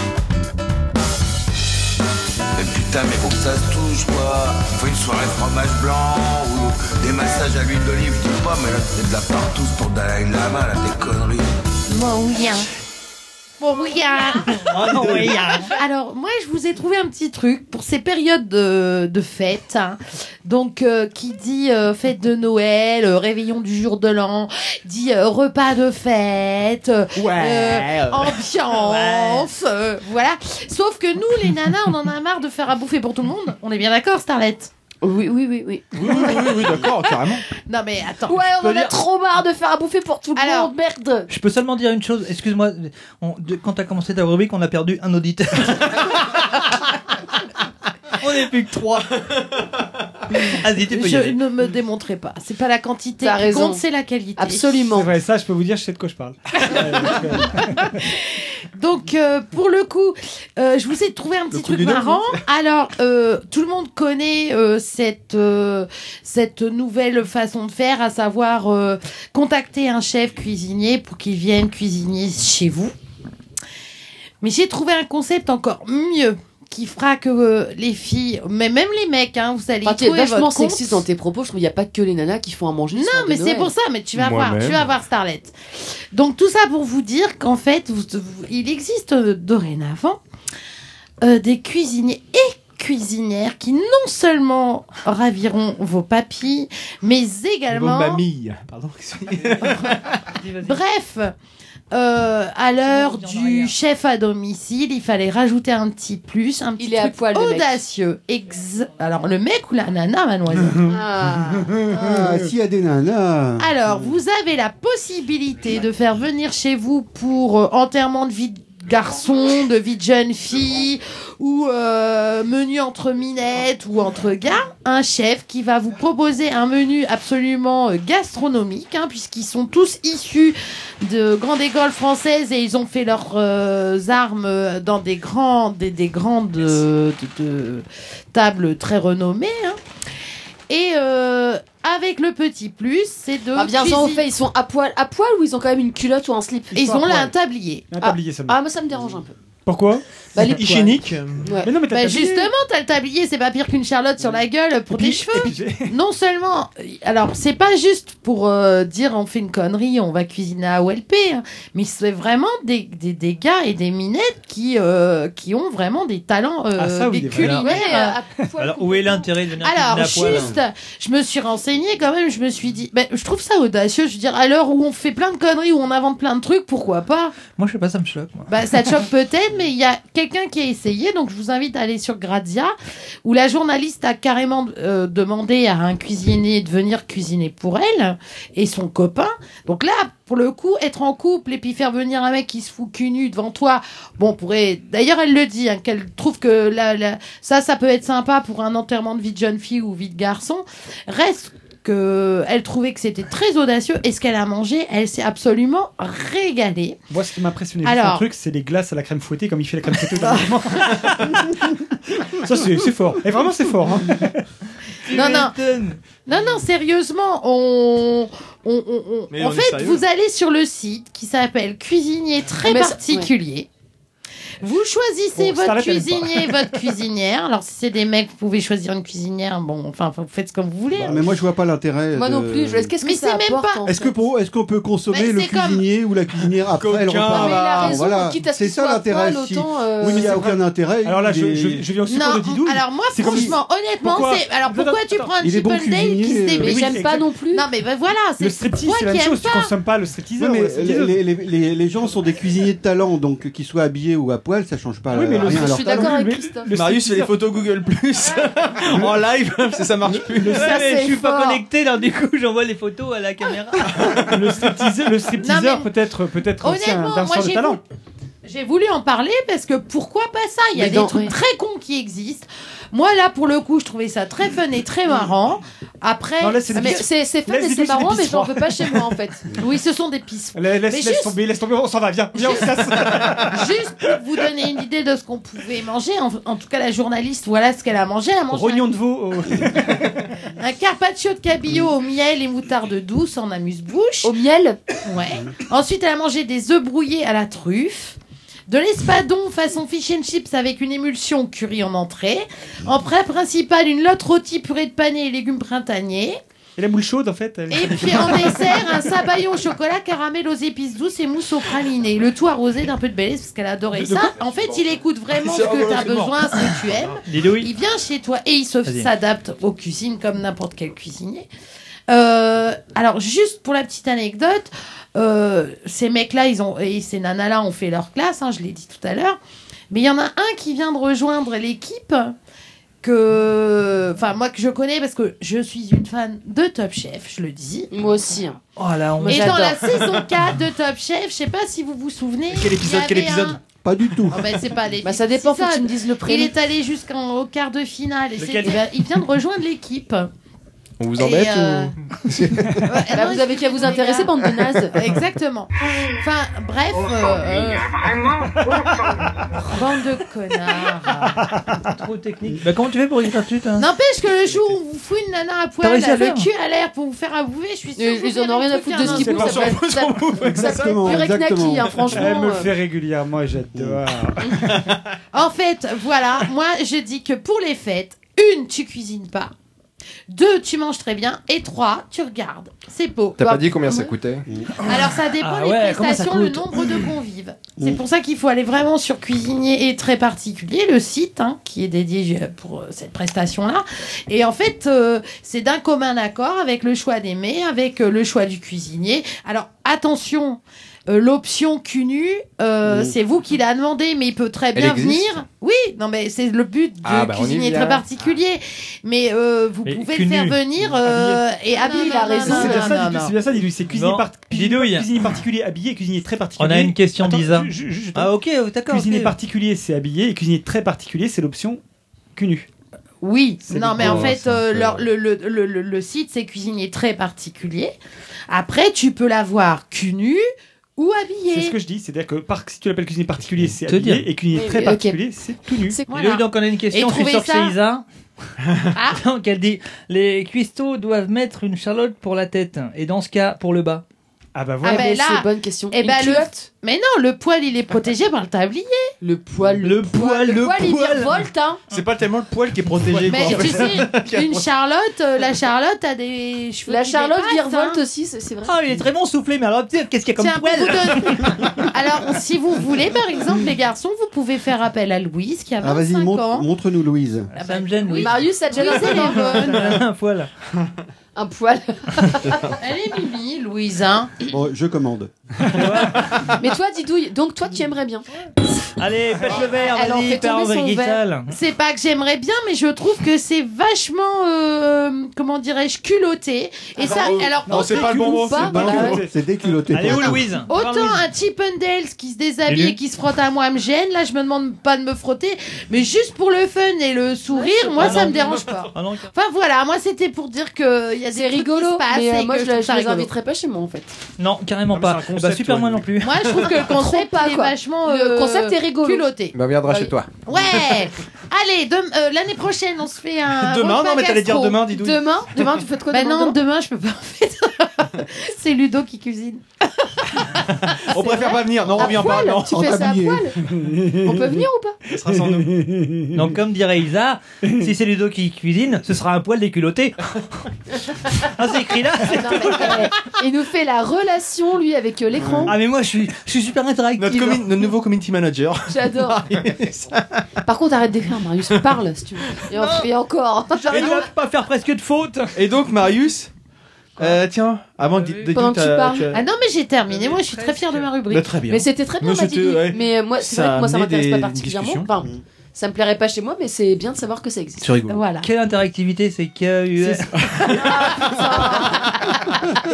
I: Mais putain, mais bon, ça se touche quoi. Faut une soirée fromage blanc ou des massages à l'huile d'olive, je dis pas, mais là, c'est de la partout pour Dalai Lama, là, des conneries.
F: Moi, oui. hein. Moi, oui. hein.
B: Oh,
A: oui.
F: [LAUGHS] Alors, moi, je vous ai trouvé un petit truc pour ces périodes de, de fête. hein. Donc, euh, qui dit euh, fête de Noël, euh, réveillon du jour de l'an, dit euh, repas de fête, euh, euh, ambiance, euh, voilà. Sauf que nous, les nanas, on en a marre de faire à bouffer pour tout le monde. On est bien d'accord, Starlette
B: Oui, oui, oui, oui.
E: Oui, oui, oui, oui, d'accord, carrément.
F: Non, mais attends.
B: Ouais, on
A: peux
B: en a
A: dire-
B: trop marre de faire à bouffer pour tout le
F: Alors-
B: monde, merde
A: Je peux seulement dire une chose, excuse-moi, on- de- quand t'as commencé ta rubrique, on a perdu
E: [LAUGHS]
A: un auditeur. on est plus que trois. Vas-y, tu peux y
F: Je
A: aller.
F: ne me démontrerai pas. C'est pas la quantité
B: T'as
F: qui
B: raison.
F: compte, c'est la qualité.
B: Absolument.
K: C'est vrai, ça, je peux vous dire, je sais de quoi je parle.
F: Donc, euh, pour le coup, euh, je vous ai trouvé un petit
E: coup
F: truc
E: du Nord,
F: marrant. [LAUGHS] Alors, euh, tout le monde connaît euh, cette, euh, cette nouvelle façon de faire, à savoir euh, contacter un chef cuisinier pour qu'il vienne cuisiner chez vous. Mais j'ai trouvé un concept encore mieux qui fera que euh, les filles, mais même les mecs, hein, vous allez
J: Enfin,
F: y
J: t'es
F: trouver
J: vachement
F: votre compte.
J: sexiste dans tes propos. Je trouve qu'il n'y a pas que les nanas qui font à manger. le
F: Non,
J: soir de
F: mais c'est
J: Noël.
F: pour ça, mais tu vas voir,
J: Moi-même.
F: tu vas voir Starlet. Donc tout ça pour vous dire qu'en fait, vous- vous- il existe euh, dorénavant euh, des cuisiniers et cuisinières qui non seulement raviront vos papilles, mais également...
C: mamie. Pardon, excusez-moi.
F: Bref, euh, à l'heure du chef à domicile, il fallait rajouter un petit plus, un petit
J: est à
F: truc
J: poil, le mec.
F: audacieux. Ex- Alors le mec ou la nana, mademoiselle
D: Ah, s'il y a des nanas.
F: Alors, vous avez la possibilité de faire venir chez vous pour euh, enterrement de vie de garçon, de vie de jeune fille, ou euh, menu entre minettes ou entre gars, un chef qui va vous proposer un menu absolument euh, gastronomique, hein, puisqu'ils sont tous issus de grandes écoles françaises et ils ont fait leurs euh, armes euh, dans des, grands, des, des grandes euh, de- de tables très renommées. hein. Et euh, avec le petit plus, c'est de.
J: Ah, bien en
F: cuisiner-
J: fait, ils sont à poil, à poil ou ils ont quand même une culotte ou un slip
F: Ils
J: sont
F: ont
J: à
F: là
J: poil.
F: un tablier.
K: Un tablier
J: Ah,
K: seulement.
J: moi ça me dérange un peu.
K: Pourquoi
J: Bah, les-
C: Hygiénique.
J: Ouais.
K: Mais non, mais t'as
F: Bah,
K: le tablier.
F: justement, t'as le tablier, c'est pas pire qu'une charlotte sur la gueule pour tes cheveux.
A: [LAUGHS]
F: Non seulement, euh, alors c'est pas juste pour euh, dire on fait une connerie, on va cuisiner à OLP, hein, mais c'est vraiment des, des, des gars et des minettes qui, euh, qui ont vraiment des talents euh,
A: Ah, ça, oui,
F: des
A: des valeurs.
F: culinaires.
J: Ouais, euh, à
A: [LAUGHS]
J: poil
A: Alors, où est l'intérêt de venir
F: [LAUGHS] Alors,
A: cuisiner à poil
F: juste, je me suis renseignée quand même, je me suis dit, ben, je trouve ça audacieux, je veux dire, à l'heure où on fait plein de conneries, où on invente plein de trucs, pourquoi pas
A: Moi, je sais pas, ça me choque. Moi.
F: bah, ça te choque peut-être, mais il y a quelqu'un qui a essayé, donc je vous invite à aller sur Grazia, où la journaliste a carrément euh, demandé à un cuisinier de venir cuisiner pour elle et son copain. Donc là, pour le coup, être en couple et puis faire venir un mec qui se fout cul nu devant toi, bon, on pourrait. D'ailleurs, elle le dit, hein, qu'elle trouve que la- la- ça, ça peut être sympa pour un enterrement de vie de jeune fille ou vie de garçon. Reste que elle trouvait que c'était très audacieux et ce qu'elle a mangé, elle s'est absolument régalée.
K: Moi, ce qui m'impressionnait juste
F: Alors-
K: un truc, c'est les glaces à la crème fouettée, comme il fait la crème fouettée au dernier moment. Ça, c'est c'est fort. Et vraiment, c'est fort. hein.
F: Non, non. Non, non, sérieusement, on. on- on- on-
C: Mais
F: en
C: on est
F: fait,
C: sérieux.
F: vous allez sur le site qui s'appelle Cuisinier très
J: Ah, Mais ça-
F: particulier. Vous choisissez
K: Bon,
F: votre
K: Starlet, elle aime [LAUGHS]
F: cuisinier et votre cuisinière. Alors, si c'est des mecs, vous pouvez choisir une cuisinière. Bon, enfin, vous faites comme vous voulez.
D: Ah, Mais moi, je vois pas l'intérêt.
J: Moi
D: de-
J: non plus, je laisse. Qu'est-ce que
F: Mais
J: ça
F: c'est même
J: apporte,
F: pas-
J: en
D: Est-ce que
J: fait
D: pour est-ce qu'on peut consommer
F: Mais
D: le
F: c'est comme-
D: cuisinier ou la cuisinière après le
C: Coquin,
D: repas
J: Ah, mais il a
C: bah,
J: raison,
D: voilà.
J: quitte à ce
D: C'est
J: qu'il
D: ça
J: soit à
D: l'intérêt.
J: poil,
D: Si-
J: autant, euh,
D: Oui, mais il n'y a
K: c'est vrai.
D: aucun intérêt.
K: Alors là,
D: il
K: je,
D: est-
K: je, je viens au secours
F: Non,
K: de Didouille.
F: alors moi,
K: C'est comme si-
F: franchement, honnêtement,
K: Pourquoi
F: c'est. Alors,
K: Attends,
F: pourquoi tu
K: attends.
F: prends un
D: Il est
F: triple
D: bon
F: date qui se
D: cuisinier,
J: Mais
K: euh, Oui,
F: débrouille
J: j'aime
K: exact-
J: pas non plus.
F: Non, mais ben, voilà,
K: Le
F: c'est
K: striptease,
F: toi
K: c'est la
F: qui
K: même
F: aime
K: chose. Tu
F: pas.
K: consommes pas le
D: Oui,
K: stripteaseur. ou
D: mais
K: la stripteaseuse.
D: les, les- les- les gens sont des cuisiniers de talent, donc qu'ils soient habillés ou à poil, ça change pas
K: Oui, mais le-
D: rien à
J: Je
D: leur
J: suis
D: talent.
J: d'accord avec
K: mais-
D: [LAUGHS]
J: Christophe.
K: le
C: Marius fait les photos Google Plus
A: Ah
C: en live, parce que ça marche plus.
A: Ouais, mais
J: c'est
A: je suis pas
J: fort.
A: connecté, là, du coup, j'envoie les photos à la caméra.
K: Le stripteaseur, le stripteaseur
F: mais-
K: peut-être peut-être aussi un
F: Honnêtement, moi
K: danseur de
F: j'ai
K: talent.
F: voulu- j'ai voulu en parler parce que pourquoi pas ça Il y a
J: Mais
F: des
J: dans-
F: trucs
J: ouais.
F: très cons qui existent. Moi là pour le coup, je trouvais ça très fun et très marrant. Après,
K: Non, là, c'est
J: Ah,
K: des-
J: mais C'est c'est fun
K: Laisse
J: et
K: les
J: c'est
K: douilles, c'est
J: marrant,
K: des
J: mais j'en
K: pissoirs.
J: veux pas chez moi en
K: [LAUGHS]
J: fait.
F: oui, ce sont des pistes.
K: La- Laisse,
F: Mais
K: laisse
F: juste-
K: tomber, laisse tomber, on s'en va, viens, viens, on se casse.
F: Juste pour vous donner une idée de ce qu'on pouvait manger. En, en tout cas, la journaliste, voilà ce qu'elle a mangé. Elle a mangé
K: Rognon de veau. au-
F: un, un carpaccio de cabillaud au miel et moutarde douce en amuse-bouche.
J: Au miel,
F: Ouais. Ensuite, elle a mangé des œufs brouillés à la truffe. De l'espadon façon fish and chips avec une émulsion curry en entrée. En prêt principal, une lotte rôtie purée de panais et légumes printaniers.
K: Et la boule chaude
A: [LAUGHS]
K: en fait. elle-
F: Et
K: [LAUGHS]
F: puis en dessert, un sabayon au chocolat, caramel aux épices douces et mousse au praliné. Le tout arrosé d'un peu de bélaise parce qu'elle adorait ça. En fait, il écoute vraiment ce que tu as besoin, ce que tu aimes.
A: Didouille.
F: Il vient chez toi et il se-
A: Vas-y.
F: s'adapte aux cuisines comme n'importe quel cuisinier. Euh, alors, juste pour la petite anecdote, euh, ces mecs-là ils ont, et ces nanas-là ont fait leur classe, hein, je l'ai dit tout à l'heure. Mais il y en a un qui vient de rejoindre l'équipe que. Enfin, moi que je connais parce que je suis une fan de Top Chef, je le dis.
J: moi aussi. hein.
A: Oh là, on
J: Moi,
F: Et dans
J: j'adore.
F: la
J: [LAUGHS]
F: saison 4 de Top Chef, je sais pas si vous vous souvenez. il
C: Quel
F: y
C: épisode, quel
F: avait
C: épisode
F: un-
D: Pas du tout.
F: Oh, ben, c'est pas les.
J: Bah ça dépend,
F: c'est
J: faut que tu me dises le
F: il
J: prénom.
F: est allé jusqu'en au quart de finale. et c'est-
A: Lequel
F: eh ben, il vient de rejoindre l'équipe.
H: On vous
F: Et,
H: embête
F: euh,
H: ou
J: Bah, vous avez qu'à vous intéresser, bande de nazes.
F: Exactement. Enfin, bref. euh, euh, bande de connards.
A: Trop technique. Bah, comment tu fais pour écrire tout hein
F: N'empêche que le jour où vous fout une nana à poil,
A: réussi à
F: le
A: faire
F: cul à l'air pour vous faire avouer, je suis sûre
J: Ils-
F: que vous
J: Euh, ils en ont
F: verrez
J: rien
F: le
J: à
F: truc
J: foutre
F: un
J: de ce qu'ils
F: instant.
J: font, ça peut être- ça- [LAUGHS]
K: Exactement,
J: Purée knacki,
K: exactement.
J: hein, franchement,
K: Elle me le
J: euh.
K: fait régulièrement et j'adore.
F: En fait, voilà, moi je dis que pour les fêtes, une, tu cuisines pas. Deux, tu manges très bien. Et trois, tu regardes. C'est beau.
H: [LAUGHS] T'as pas dit combien ça coûtait
J: Oh.
F: Alors ça dépend
H: Ah
F: des
H: ouais, comment ça
F: prestations, le
H: coûte
F: nombre de convives. C'est
H: Mm.
F: pour ça qu'il faut aller vraiment sur Cuisinier et très particulier, le site hein, qui est dédié euh, pour euh, cette prestation-là. Et en fait, euh, c'est d'un commun accord avec le choix des mets, avec euh, le choix du cuisinier. Alors attention, euh, l'option CUNU, euh,
J: Mm.
F: c'est vous qui l'a demandé, mais il peut très
J: Elle
F: bien
J: existe
F: venir. Oui, non mais c'est le but du
J: Ah, bah, on y
F: cuisinier
J: vient. Ah.
F: très particulier. Mais euh, vous
A: Mais
F: pouvez
A: CUNU. Ah,
F: le faire venir euh, et habiller la raison.
K: C'est bien ça,
F: Non,
K: dis-
F: non.
K: c'est bien ça, dis-lui. C'est cuisinier,
A: Non.
K: par-
A: Didouille.
K: cuisinier particulier, habillé, cuisinier très particulier.
A: On a une question
K: Attends,
A: bizarre.
K: ju- ju- ju-
A: Ah, ok, d'accord.
K: Cuisinier
A: ok.
K: particulier, c'est habillé, et cuisinier très particulier, c'est l'option
F: [LAUGHS]
K: cunu.
F: Oui,
K: C'est
F: non,
K: le
F: mais en
K: gros,
F: fait,
K: c'est un
F: euh,
K: peu-
F: leur- le, le, le, le- le site, c'est cuisinier très particulier. Après, tu peux l'avoir cul nu ou habillé.
K: C'est ce que je dis, c'est-à-dire que par- si tu l'appelles cuisinier particulier, c'est
A: Te
K: habillé,
A: dire.
K: et cuisinier
A: Oui,
K: très
A: oui, ok.
K: particulier, c'est tout nu.
A: Et donc, donc on a une question,
F: Et
A: je suis
F: trouver
A: sûr que
F: ça- Ah.
A: c'est Isa. [LAUGHS] Donc elle dit les cuistots doivent mettre une charlotte pour la tête et dans ce cas pour le bas.
K: Ah bah
F: Ah ben là, Eh ben, le... Mais non, le poil, il est protégé par le tablier.
J: Le poil,
C: le poil,
F: le poil, il
C: poil.
F: virevolte, hein.
C: C'est pas tellement le poil qui est protégé.
F: Mais
C: quoi, en
F: tu
C: fait. [LAUGHS]
K: [LAUGHS]
F: sais, une Charlotte, euh, la Charlotte a des cheveux.
J: La Charlotte virevolte
F: virevolte
J: aussi, c'est c'est vrai.
K: Ah,
A: Oh, il est très bon soufflé, mais alors qu'est-ce qu'il y a comme
F: Tiens,
A: poil
F: vous donne- [LAUGHS] Alors, si vous voulez, par exemple, les garçons, vous pouvez faire appel à Louise qui a 25
D: Ah, vas-y, montre-
F: ans. hein. Ah bah,
D: montre-nous, Louise.
A: Ça me gêne, oui.
J: Marius, ça te gêne un peu,
A: [LAUGHS]
J: non
A: Un poil.
F: [LAUGHS]
J: Un poil.
F: [LAUGHS] Elle est Mimi, Louise. hein.
D: Bon, je commande.
J: Mais toi, Didouille, donc toi, tu aimerais bien.
A: Allez, pète le verre,
F: Elle en
A: vas-y,
F: fait
A: pars
F: tomber
A: en
F: son verre.
A: verticale.
F: C'est pas que j'aimerais bien, mais je trouve que c'est vachement, euh, comment dirais-je, culotté. Et ça, alors
D: Ah Non, c'est
F: autant-
D: pas le bon mot,
F: ou pas, Oh,
D: c'est pas
F: voilà.
D: culotté. C'est déculotté.
A: Allez, où,
D: toi.
A: Louise
F: Autant un Chip and Dale qui se déshabille
A: Et lui
F: et qui se frotte à moi me gêne. Là, je me demande pas de me frotter, mais juste pour le fun et le sourire, moi,
A: Ah
F: ça
A: non.
F: me dérange pas.
A: Ah non,
F: Enfin voilà, moi c'était pour dire que il y a des
J: C'est rigolo,
F: trucs qui se passent
J: mais euh,
F: et
J: moi,
F: que
J: je,
F: je trouve
J: le- je
F: ça
J: les
F: rigolo.
J: inviterais pas chez moi, en fait.
A: non, carrément pas. Eh bah, Superman
C: euh,
A: non plus.
F: Moi je trouve
J: [LAUGHS]
F: que le
J: Trop
F: concept
J: pas,
F: est
J: quoi.
F: vachement
J: Le
F: euh,
J: concept est rigolo.
F: culotté.
H: Bah, viendra chez toi.
F: Ouais.
H: [LAUGHS]
F: Allez, dem- euh, l'année prochaine on se fait un
C: [LAUGHS] Demain,
F: repas
C: non, mais t'allais dire
F: gastro.
C: [LAUGHS] demain, Didouille.
J: Demain Demain, tu fais de quoi
F: Bah
J: demain,
F: non,
J: demain
F: demain je peux pas en fait. [LAUGHS] C'est Ludo qui cuisine.
C: On préfère pas venir. Non, on
J: À
C: revient pas.
J: poil
C: Non,
J: Tu fais ça à poil On peut venir ou pas
C: Ça sera sans nous.
A: Donc, comme dirait Isa, si c'est Ludo qui cuisine, ce sera un poil
C: [LAUGHS]
A: déculotté. ah, c'est écrit là c'est-
J: Non, mais, eh, Il nous fait la relation, lui, avec euh, l'écran.
A: Ah, mais moi, je suis, je suis super interactif. hein. Ah,
C: Notre, commun- notre nouveau community manager.
J: J'adore. Par contre, arrête d'écrire, Marius. Parle, si tu veux. Et, en- et
F: Oh.
J: [LAUGHS] encore.
A: Et ne pas faire presque de faute.
C: Et donc, Marius. euh, tiens, avant de dès que
J: Pendant que tu
C: t'as-
J: parles.
C: tu as- [LAUGHS]
F: Ah non mais j'ai terminé. Moi je suis très fière de ma rubrique.
C: Bah, très bien.
A: hein.
J: Mais c'était très bien,
C: Mais
J: ma
C: c'était,
J: Didouille.
C: ouais.
F: euh,
J: Mais euh, moi, c'est
C: Ça
J: vrai que moi, ça
C: a amené
J: m'intéresse pas
C: des
J: particulièrement.
C: discussions.
J: Enfin, ça me plairait pas chez moi, mais c'est bien de savoir que ça existe.
C: Tu rigoles.
F: Voilà.
A: Quelle interactivité, c'est que.
K: Et,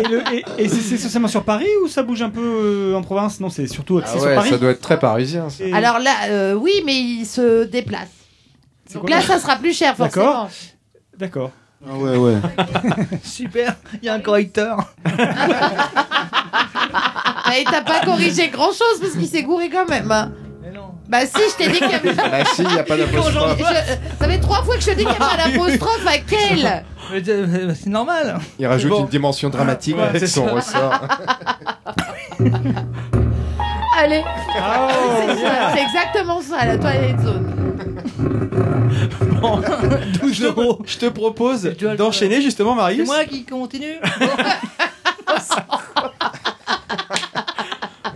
K: le- et- et c'est c'est essentiellement sur Paris ou ça bouge un peu euh, en province Non, c'est surtout axé
H: Ah
K: sur
H: ouais,
K: Paris.
H: ça doit être très parisien. ça.
K: Et-
F: Alors là euh, oui, mais il se déplace. Donc là ça sera plus cher forcément.
K: D'accord. D'accord.
D: Ah ouais, ouais.
A: [LAUGHS] Super, il y a un correcteur.
F: Et t'as pas corrigé grand chose parce qu'il s'est gouré quand même. hein. Bah si, je t'ai dit qu'il y avait.
H: Bah si, il n'y a pas d'apostrophe.
F: Je- Ça fait trois fois que je te dis qu'il n'y a pas d'apostrophe à quel
A: [LAUGHS] Mais, euh, C'est normal.
H: Il rajoute
C: Bon.
H: une dimension dramatique
C: Ouais,
H: avec
C: c'est
H: son
C: ça.
H: ressort.
J: Allez,
A: Oh,
F: C'est exactement ça, la toilette zone.
C: [LAUGHS] Je te- Je te propose d'enchaîner justement,
A: C'est
C: Marius.
A: moi qui
C: [LAUGHS]
A: continue.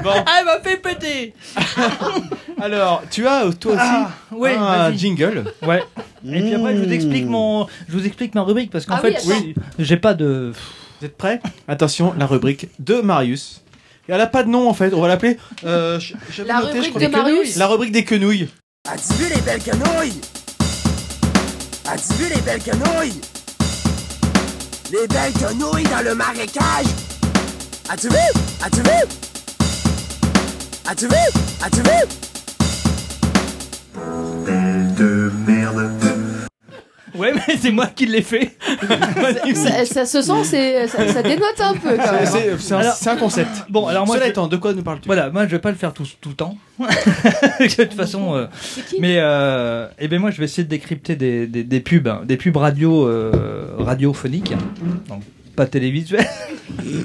C: Bon,
A: Ah, elle m'a fait péter.
C: alors, tu as euh, toi aussi
A: ouais,
C: un
A: vas-y.
C: jingle.
A: Ouais. Et puis après, je
C: Hmm.
A: vous explique mon, je vous explique ma rubrique parce qu'en
J: Ah oui,
A: fait, j'ai pas de.
C: Vous êtes prêts Attention, la rubrique de Marius. Elle a pas de nom en fait, on va l'appeler. euh, je- j'avais
J: La
C: noté, je
J: rubrique
C: crois-
J: de Marius.
C: La rubrique des quenouilles.
I: As-tu vu les belles canouilles As-tu vu les belles canouilles Les belles canouilles dans le marécage As-tu vu As-tu vu As-tu vu As-tu vu Belle de merde
A: [LAUGHS] Ouais, mais c'est moi qui l'ai fait.
J: ça, ça se sent, c'est, ça, ça dénote un peu quand même.
C: C'est- c'est un- c'est un concept.
A: Ah, Bon, alors moi.
C: Cela
A: étant,
C: de quoi nous parles-tu
A: Voilà, moi je vais pas le faire tout, tout le temps. [LAUGHS] de toute façon. euh, mais euh, eh ben moi je vais essayer de décrypter des, des, des pubs, hein, des pubs radio, euh, radiophoniques. Donc, pas
C: [LAUGHS]
A: télévisuelles.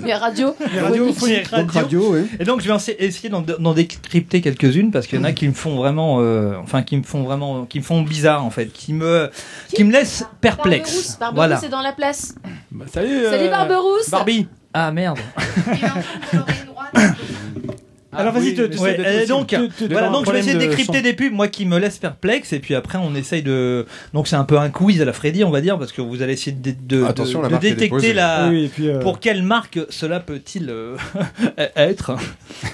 J: Les radios.
A: [LAUGHS] Radiophoniques, radio. Et donc je vais essa- essayer d'en- d'en décrypter quelques-unes parce qu'il y en a qui me font vraiment, euh, enfin qui me font vraiment, qui me font bizarre en fait, qui me, qui me laissent perplexe.
J: Barberousse, Barberousse
A: voilà.
J: est dans la place.
H: Bah,
C: salut,
H: euh,
J: Salut Barberousse.
C: Barbie.
A: Ah merde.
H: Ah
K: Alors vas-y, te- te-
A: Ouais,
K: te-
A: et
K: te-
A: donc,
K: te- te-
A: voilà,
K: te-
A: donc je vais essayer de
K: problème de
A: décrypter
K: son.
A: des pubs, moi qui me laisse perplexe, et puis après on essaye de. Donc c'est un peu un quiz à la Freddy, on va dire, parce que vous allez essayer de, de- de-
H: Attention, la
A: de
H: marque est
A: détecter
H: déposée.
A: la.
H: Oui, et puis, euh,
A: Pour quelle marque cela peut-il euh, être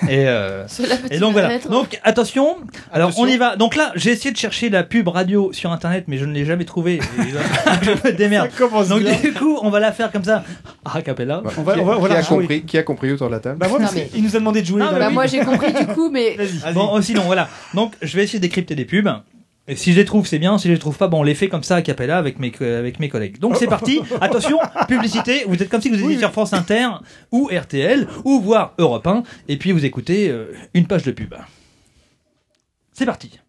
A: et, euh,
J: Cela peut-il
A: et donc voilà.
J: être
A: Donc attention. Alors
J: Attention.
A: on y va. Donc là, j'ai essayé de chercher la pub radio sur internet, mais je ne l'ai jamais trouvée. Et là, [LAUGHS] je me démerde. donc
K: bien.
A: du coup, on va la faire comme ça. A cappella.
K: [LAUGHS] On va- on va- voilà,
H: qui, a
K: ah oui.
H: compris, qui a compris autour de la table
K: Bah moi, parce qu'il nous a demandé de jouer.
J: bah, moi j'ai compris du coup, mais
A: Bon, oh, sinon, voilà. Donc, je vais essayer de décrypter des pubs. Et si je les trouve, c'est bien. Si je les trouve pas, bon, on les fait comme ça à Capella avec mes, co- avec mes collègues. Donc, c'est parti. Attention, publicité. Vous êtes comme si vous étiez sur France Inter ou RTL ou voire Europe 1. Et puis, vous écoutez euh, une page de pub. C'est parti.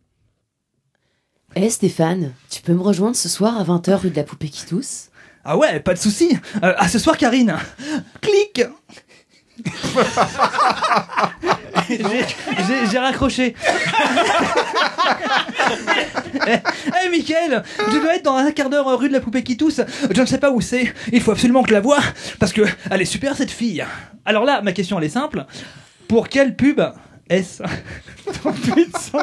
G: Eh Stéphane, tu peux me rejoindre ce soir à 20h rue de la Poupée qui tousse
A: Ah ouais, pas de souci. Euh, à ce soir, Karine. Clique. J'ai- J'ai j'ai raccroché. Eh, eh, Mickaël, je dois être dans un quart d'heure euh, rue de la poupée qui tousse. Je ne sais pas où c'est. Il faut absolument que je la voie parce que elle est super cette fille. Alors là, ma question elle est simple. Pour quelle pub est-ce [LAUGHS]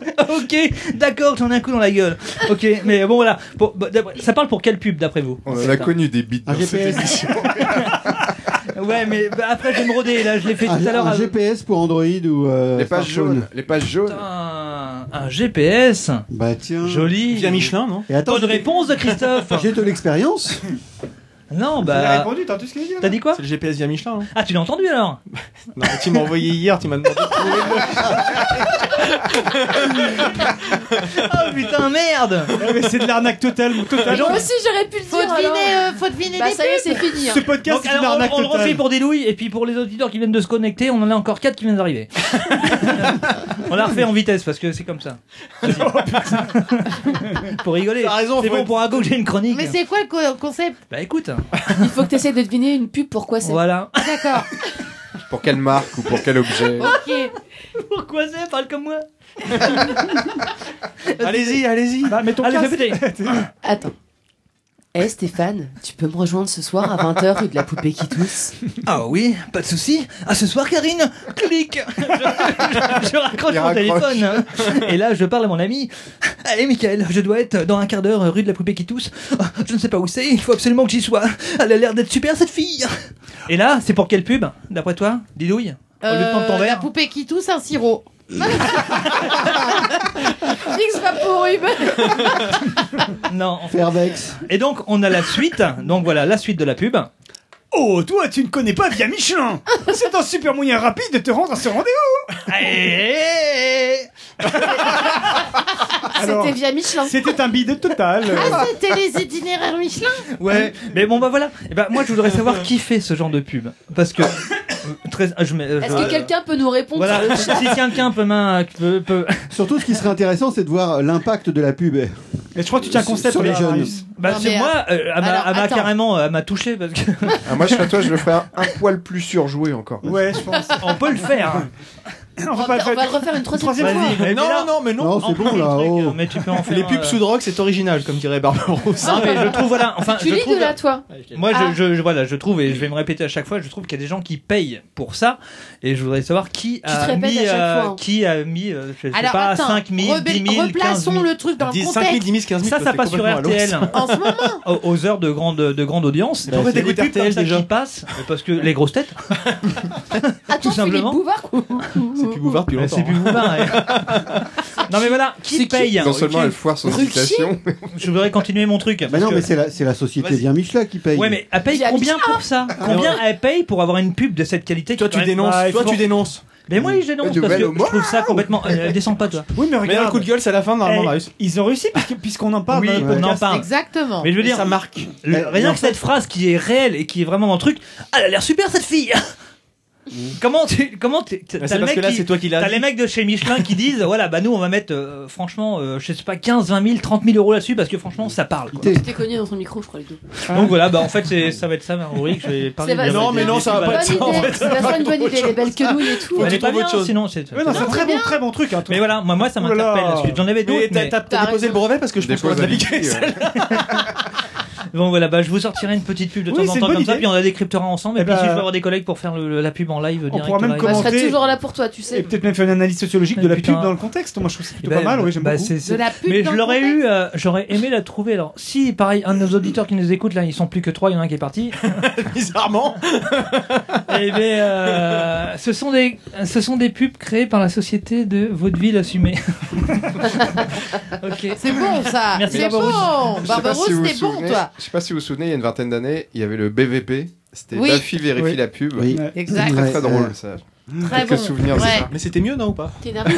A: Ok, d'accord, j'en ai un coup dans la gueule. Ok, mais bon voilà. Pour- bah, d'après- ça parle pour quelle pub d'après vous
H: On en a connu des bits dans cette émission.
A: Ouais, mais bah, après je vais me roder. Là, je l'ai fait
H: Ah,
A: tout
D: un,
A: à l'heure.
D: un
A: à-
D: GPS pour Android ou euh,
H: Les pages
D: smartphone.
H: jaunes. Les pages jaunes.
A: Un, un GPS.
D: Bah tiens.
A: Joli.
C: Via Michelin, non
D: Et attends,
A: Bonne
D: j'ai-
A: réponse de Christophe.
D: [LAUGHS] J'ai de l'expérience.
A: [LAUGHS] Non,
C: Il a
A: bah.
C: répondu,
K: t'as tout ce qu'il a dit. [LAUGHS]
A: T'as dit quoi
C: C'est le GPS via Michelin. hein.
A: Ah, tu l'as entendu alors
C: [LAUGHS] Non, mais tu m'as envoyé hier, tu m'as demandé.
A: [LAUGHS] Oh putain,
C: [LAUGHS]
A: merde
K: mais c'est de l'arnaque totale, mon total.
J: moi aussi j'aurais pu le
F: Faut
J: dire.
F: deviner,
J: alors.
F: euh, faut deviner
J: Bah
F: des
J: ça y est, c'est
F: pubs.
J: fini. hein.
K: Ce podcast,
A: Donc,
K: c'est
A: alors,
K: une arnaque
A: on, on le refait
K: totale.
A: pour des douilles, et puis pour les auditeurs qui viennent de se connecter, on en a encore 4 qui viennent d'arriver. [LAUGHS] on l'a refait en vitesse parce que c'est comme ça. [LAUGHS] pour rigoler,
C: T'as raison,
A: c'est
C: faut
A: bon
C: être-
A: pour Ago que j'ai une chronique.
F: Mais c'est quoi le co- concept
A: Bah écoute,
J: Il faut que tu essaies de deviner une pub pourquoi c'est.
A: voilà.
F: D'accord.
H: Pour quelle marque ou pour quel
K: [LAUGHS]
H: objet
F: ok.
A: Pourquoi c'est Parle comme moi.
C: allez-y, allez-y.
K: Bah, mets ton
A: Allez, fais
K: casque.
A: péter.
G: [COUGHS] Attends. Eh Stéphane, tu peux me rejoindre ce soir à 20h rue de la Poupée qui tousse
A: Ah oui, pas de souci. À ce soir, Karine. Clic. [LAUGHS] Je, je- je raccroche
H: Il
A: mon
H: raccroche.
A: téléphone. hein. Et là, je parle à mon ami. Allez, Michael, je dois être dans un quart d'heure rue de la poupée qui tousse. Oh, Je ne sais pas où c'est. Il faut absolument que j'y sois. Elle a l'air d'être super cette fille. Et là, c'est pour quelle pub, d'après toi, Didouille Au lieu de prendre ton
F: Euh, la
A: verre.
F: poupée qui tousse un sirop. [LAUGHS]
J: Fix va pour Uber.
A: Non. en fait.
D: Fairvex.
A: Et donc, on a la suite. Donc voilà, la suite de la pub.
K: Oh, toi, tu ne connais pas Via
F: [LAUGHS]
K: Michelin C'est un super moyen rapide de te rendre à ce rendez-vous
A: Eh,
K: Alors,
J: C'était via Michelin.
A: [LAUGHS]
K: C'était un bidet total.
F: Ah, c'était les itinéraires Michelin
A: Ouais, mais bon bah voilà. Et ben moi je voudrais savoir qui fait ce genre de pub parce que euh, très, je mets- je-
J: Est-ce que quelqu'un peut nous répondre
A: Voilà,
J: [LAUGHS]
A: si quelqu'un peut, main, euh, peut, peut-
D: Surtout, ce qui serait intéressant, c'est de voir l'impact de la pub.
K: Mais je crois que tu tiens un concept
D: Sur les
K: là,
D: jeunes.
K: Marius.
A: Bah,
F: Non,
A: c'est
F: mais,
A: moi, euh, elle m'a-
F: alors,
A: elle m'a
F: attends.
A: carrément euh, elle m'a touché parce
C: [LAUGHS]
A: que
H: Ah, Moi, je
A: [LAUGHS]
H: serais toi, je le ferais un, un poil plus surjoué encore.
K: Ouais, je pense.
A: [LAUGHS] on peut le faire.
K: On
J: On
K: va pas le
J: va, on
K: faire.
J: va le refaire une troisième,
K: Troisième
J: fois.
A: Vas-y, mais
C: non,
A: là-
C: non, mais non.
D: Non,
A: en
D: c'est bon
A: plus,
D: là.
A: le truc,
D: oh.
A: mais tu peux
C: [LAUGHS]
A: en faire
C: Les
A: un,
C: pubs
A: euh,
C: sous drogue, c'est original, comme dirait Barbarousse.
A: Non, mais je trouve voilà, enfin
J: Tu
A: je
J: lis
A: trouve
J: de là, toi
A: Moi, je-
J: Ah.
A: je, je- voilà, je trouve et je vais me répéter à chaque fois. Je trouve qu'il y a des gens qui payent pour ça, et je voudrais savoir qui
J: te
A: a
J: répètes
A: mis,
J: à chaque
A: euh,
J: fois, hein.
A: qui a mis, euh, je sais
F: Alors
A: pas,
F: attends,
A: 5 000,
F: rebelle-
A: 10 000, 15
F: replaçons
A: 000.
F: le truc dans le
C: 10, 5 000,
F: contexte.
C: 10 000, 15 000.
A: Ça,
C: toi,
A: ça
C: t'es
A: passe sur
C: complètement à l'os.
A: RTL.
F: En ce moment,
A: [LAUGHS] aux, aux heures de grande, de grande audience.
C: Pourquoi
A: C'est des pubs
C: t'écoutes
A: comme
C: RTL
A: ça
C: déjà
A: qui passent Parce que les grosses têtes.
J: Attends, Philippe
A: simplement.
J: Bouvard.
C: C'est plus Bouvard depuis longtemps.
A: C'est plus Bouvard, ouais.
F: [LAUGHS]
A: Non mais voilà, qui paye hein,
H: Non seulement
A: Qui-
H: elle foire
A: [LAUGHS]
H: son citation,
A: Je voudrais continuer mon truc.
D: Bah
A: parce
D: non,
A: que-
D: mais c'est la, c'est la société
C: Vas-y.
D: bien Michelin qui paye.
A: Ouais mais elle paye
J: J'ai
A: combien pour ça Combien elle paye pour avoir une pub de cette qualité
C: Ah, Toi,
A: qui est
C: tu
A: quand même
C: dénonces.
A: pas-
C: Toi, tu dénonces.
A: Mais moi, je dénonce
K: Du
A: parce que
K: bel homo.
A: je trouve ça complètement. euh, descends pas, toi.
K: Oui, mais regarde.
A: un coup de
C: gueule, c'est à la fin,
A: normalement,
C: Marius.
K: Eh, Ils ont réussi parce que- puisqu'on en parle.
A: Oui,
K: dans le
A: on en
K: podcast.
A: parle.
F: Exactement.
A: Mais je veux dire, le- Euh, rien que cette phrase qui est réelle et qui est vraiment dans le truc, Ah, elle a l'air super cette fille [LAUGHS] Comment tu. Comment tu- t'as
C: Bah, c'est
A: le
C: parce
A: mec
C: que là, c'est toi qui l'as
A: T'as
C: dit.
A: les mecs de chez Michelin qui disent voilà, bah nous on va mettre euh, franchement, euh, je sais pas, 15, 20 000, 30 000 euros là-dessus parce que franchement ça parle. quoi.
J: C'était cogné dans son micro, je crois, les deux.
A: Donc voilà, bah en fait c'est- ça va être ça ma rubrique. Je vais parler
J: C'est pas-
A: de-
J: Non, mais non, ça va pas être ça, en fait. C'est vachement une bonne idée, les belles quenouilles et tout. Ah,
A: Elle
J: Tu
A: est pas
J: trouves
A: bien,
J: autre chose.
A: sinon c'est.
J: Ouais, non, c'est très
K: bon, très bon truc.
A: mais voilà, moi, moi ça
C: Ouh là là.
A: m'interpelle. parce que J'en avais
C: Mais
A: d'autres.
C: t'as- t'as- t'as T'as déposé raison. le brevet
A: parce que
C: je pense qu'on va te l'appliquer,
A: [LAUGHS] Bon voilà, bah je vous sortirai une petite pub de
C: Oui,
A: temps en
C: c'est une
A: temps comme
C: bonne
A: ça,
C: idée.
A: puis on la décryptera ensemble. Et
K: Eh
A: puis si
K: ben,
A: je veux avoir des collègues pour faire le- la pub en live direct.
K: pourra même
A: live.
J: Bah, je serais toujours là pour toi, tu sais. [LAUGHS]
K: Et peut-être même faire une analyse sociologique de la pub dans le contexte. Moi, je trouve ça
A: Eh
K: plutôt
A: ben,
K: pas mal. Oui, j'aime
A: bah,
K: beaucoup.
A: c'est- c'est- Mais je l'aurais eu, euh, j'aurais aimé la trouver. Alors, si, pareil, un de nos auditeurs qui nous écoute, là, ils sont plus que trois, il y en a un qui est
K: [LAUGHS]
A: parti. [LAUGHS]
C: Bizarrement.
A: Eh ben, euh, ce, sont des, ce sont des pubs créées par la société de Vaudeville Assumée.
F: C'est bon ça.
A: Merci,
F: C'est bon.
H: Je sais pas
F: Barbarousse,
H: si vous
F: t'es
H: vous
F: bon
H: souvenez-
F: toi.
H: Je sais pas si vous vous souvenez, il y a une vingtaine d'années, il y avait le BVP. C'était
F: Oui.
H: Bafi vérifie
F: Oui.
H: la pub.
F: Oui.
H: C'était
F: Exact.
H: Très
F: Ouais,
H: très drôle
F: ouais.
H: ça.
F: Très
C: Mmh,
H: Quelques
F: bon.
H: souvenirs.
F: Ouais.
C: Mais c'était mieux, non ou pas
J: T'es énervé.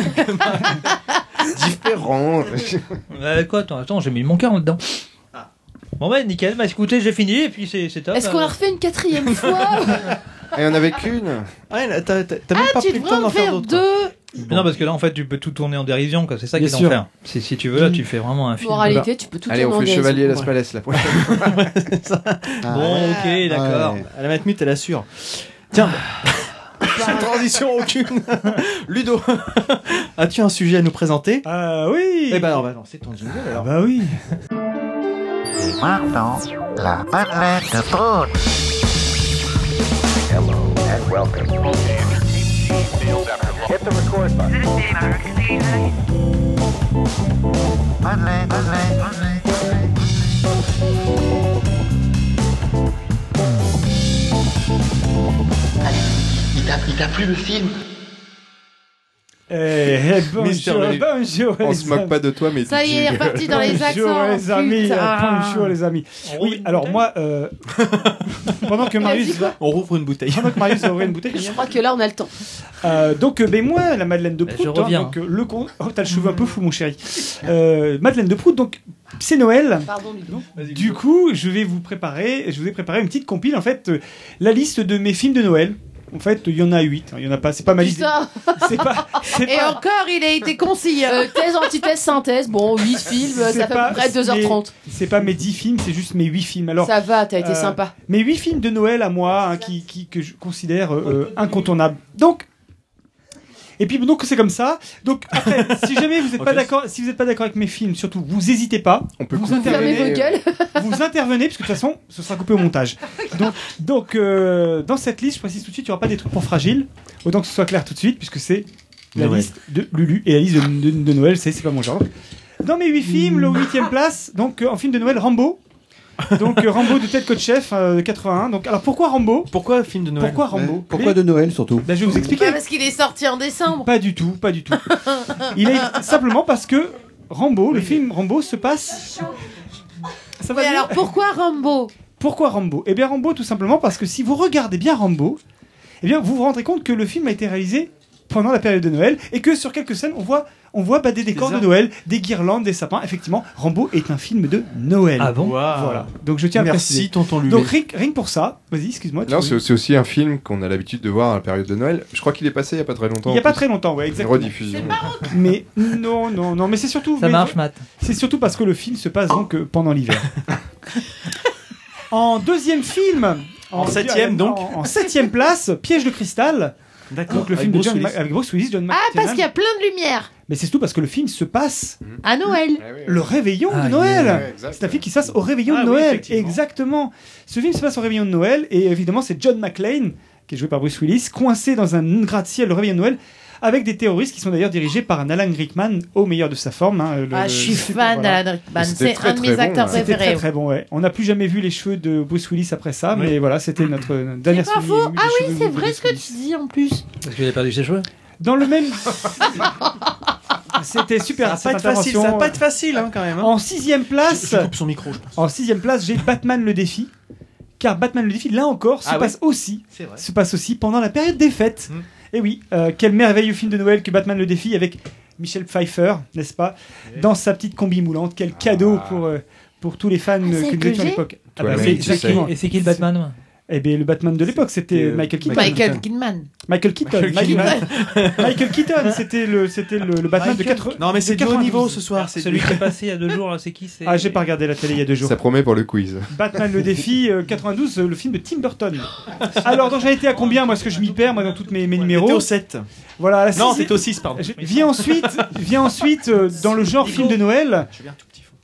H: Différent.
A: [LAUGHS] Euh, quoi, attends, attends, j'ai mis mon cœur dedans.
K: Ah.
A: Bon, bah, nickel. Bah, écoutez, j'ai fini et puis c'est c'est top. Euh,
J: Est-ce qu'on la refait une quatrième fois
H: Et on avait qu'une.
C: Ouais, t'as même
J: Ah, tu devrais en faire deux.
A: Mais [LAUGHS] Non, parce que là, en fait, tu peux tout tourner en dérision, quoi. C'est ça
C: Bien
A: qu'ils vont
C: sûr.
A: faire. Si, si tu veux, là, tu fais vraiment un film.
J: Moralité, tu peux tout
H: Bah, Allez,
J: tourner
H: on
J: en
H: fait
J: dérision,
H: Chevalier Las
J: ouais.
H: Palais la
K: [LAUGHS]
H: prochaine.
C: Ah
A: Bon, ok, d'accord.
C: À la matmut, elle assure. Tiens, sans transition aucune. [LAUGHS] Ludo, as-tu un sujet à nous présenter
K: Ah oui
C: Eh ben, alors, bah, non, c'est ton jingle alors.
K: Bah oui
M: Et maintenant, la parlette de Trône. Hello and welcome. Hit the record button. Parlette, parlette, parlette.
N: Il a, il a plus le film.
K: Eh, eh, bonjour,
H: Manu.
K: bonjour,
H: On
K: les
H: se moque
K: amis.
H: pas de toi, mais.
F: Ça y est, il est reparti dans les accents.
K: Bonjour les amis, Ah,
F: putain.
K: bonjour les amis. Oui, alors moi, euh, pendant que Marius va-
C: On rouvre une bouteille.
K: pendant que Marius va ouvrir une bouteille,
J: Je crois que là, on a le temps.
K: euh, donc euh, ben moi, la Madeleine de
A: Ben,
K: Proust,
A: je reviens. Hmm.
K: donc euh, le con... oh, t'as le cheveu un peu fou mon chéri. Euh, Madeleine de Proust, donc c'est Noël.
J: Pardon, Ludo.
K: Du coup, je vais vous préparer, je vous ai préparé une petite compile en fait, euh, la liste de mes films de Noël. En fait, il y en a 8, il y en a pas, c'est pas ma liste. [LAUGHS]
F: Putain. Et encore, il a été concis.
J: Euh, thèse, antithèse, synthèse. Bon,
K: [LAUGHS]
J: 8 films,
K: C'est
J: ça fait à
K: pas
J: peu près 2h30.
K: mes- C'est pas mes 10 films, c'est juste mes 8 films. Alors, euh,
J: Ça va, t'as été sympa.
K: Mes 8 films de Noël à moi, hein, qui, qui- que je considère euh, incontournables. Donc. Et puis donc c'est comme ça. Donc
J: [LAUGHS]
K: après, si jamais vous n'êtes pas d'accord, si vous n'êtes pas d'accord avec mes films, surtout vous n'hésitez pas. On peut vous euh,
J: Fermez vos gueules.
K: [LAUGHS] vous intervenez, parce que de toute façon, ce sera coupé
J: [LAUGHS]
K: au montage. Donc, donc euh, dans cette liste, je précise tout de suite, il n'y aura pas des trucs pour fragiles. Autant que ce soit clair tout de suite, puisque c'est la
C: Noël.
K: liste de Lulu et la liste de, de- de Noël, c'est c'est pas mon genre. Dans mes 8 films, le
D: Mm.
K: 8 place, donc euh, en film de Noël, Rambo. Donc euh, Rambo de Ted Kotcheff euh, de 81. Donc, alors pourquoi Rambo
C: Pourquoi film de Noël
K: Pourquoi Rambo
D: Pourquoi de Noël surtout
A: Bah,
K: Ben, Je vais vous expliquer.
F: Pas parce qu'il est sorti en décembre.
K: Pas du tout, pas du tout. Il est simplement parce que Rambo, le film Rambo se passe. Ça va
F: Mais
K: bien
F: alors pourquoi Rambo
K: Pourquoi Rambo Eh bien Rambo tout simplement parce que si vous regardez bien Rambo, eh bien vous vous rendrez compte que le film a été réalisé pendant la période de Noël et que sur quelques scènes on voit on voit bah, des décors de
C: arbres.
K: Noël, des guirlandes, des sapins. Effectivement, Rambo est un film de Noël.
A: Ah bon
K: Voilà. Donc je tiens à
C: Merci,
K: préciser.
C: tonton Lulu.
K: Donc rien, que- rien que pour ça, vas-y, excuse-moi. tu
H: Non,
K: voulais-
H: c'est c'est aussi un film qu'on a l'habitude de voir à la période de Noël. Je crois qu'il est passé il y a pas très longtemps.
K: Il y a
H: en
K: pas
H: plus.
K: très longtemps, ouais,
H: Une
K: exactement.
H: Rediffusion.
K: Mais non, non, non, mais c'est surtout.
A: Ça
K: mais-
A: marche, Matt.
K: C'est surtout parce que le film se passe donc euh, pendant l'hiver. en deuxième film.
C: En septième, donc.
K: En, en septième place, Piège de cristal.
C: D'accord,
K: Donc le
C: avec
K: film de
C: Bruce
K: John
C: Willis.
K: Ma- avec Bruce Willis, John
F: Ah, parce
K: McTiernan.
F: qu'il y a plein de lumière.
K: Mais c'est surtout parce que le film se passe
F: À Noël.
K: le réveillon
C: Ah,
K: de Noël.
C: yeah. Ouais, exact.
K: c'est un film qui se passe au réveillon
C: Ah
K: de
C: oui,
K: Noël.
C: effectivement.
K: Exactement. Ce film se passe au réveillon de Noël et évidemment c'est John McClane qui est joué par Bruce Willis coincé dans un gratte-ciel au réveillon de Noël avec des terroristes qui sont d'ailleurs dirigés par un Alan Rickman au meilleur de sa forme. hein, le-
F: Ah, je suis
K: super,
F: fan
K: voilà.
F: d'Alan Rickman. C'est un de mes acteurs
K: C'était
F: préférés.
K: très très bon, ouais. On n'a plus jamais vu les cheveux de Bruce Willis après ça, mais voilà, c'était notre euh, dernière
F: Pas
K: souvenir
F: faux.
K: des
F: Ah oui,
K: cheveux
F: c'est
K: de
F: vrai
K: Bruce
F: ce que tu dis en
K: [LAUGHS]
F: plus.
A: Parce qu'il a perdu ses cheveux.
K: dans le même. C'était super.
C: Ça va pas
K: cette
C: être facile,
K: intervention.
C: ça va pas être facile hein, quand même. hein.
K: En sixième place.
C: Je- je coupe son micro, je pense.
K: En sixième place, j'ai Batman le défi. Car Batman le défi, là encore, se
C: Ah ouais
K: passe aussi.
C: C'est vrai. Hum.
K: Se passe aussi pendant la période des fêtes. Et oui, euh, quel merveilleux film de Noël que Batman le défie avec Michel Pfeiffer, n'est-ce pas Dans sa petite combi moulante. Quel cadeau
C: Ah.
K: pour, euh, pour tous les fans euh,
A: celle
K: que nous
A: que
K: étions à
A: j'ai
K: l'époque. Ah bah,
A: Toi, mais
K: c'est-
A: tu sais.
K: exactement.
A: Et c'est qui le Batman
K: Eh bien, le Batman de l'époque, c'était
C: euh,
K: Michael Keaton.
F: Michael Kidman.
K: Michael Keaton.
F: Michael
K: Michael
F: Keaton.
K: Keaton. Michael Keaton, c'était le, c'était le, le Batman de 80.
C: Non, mais
K: de
C: c'est du haut
K: 92.
C: niveau ce soir. Ah, c'est
A: Celui
C: du-
A: qui est passé il y a deux jours, là, c'est qui c'est-
K: Ah, j'ai pas regardé la télé il y a deux jours.
H: Ça promet pour le quiz.
K: Batman le défi euh, 92, euh, le film de Tim Burton. Alors, donc j'en étais à combien Moi, ce que je m'y perds, moi, dans toutes mes, mes numéros.
C: t'étais au 7.
K: Voilà.
C: Non,
K: c'est
C: t'étais au 6, pardon.
K: Vient ensuite, vient ensuite euh, dans le genre film de Noël,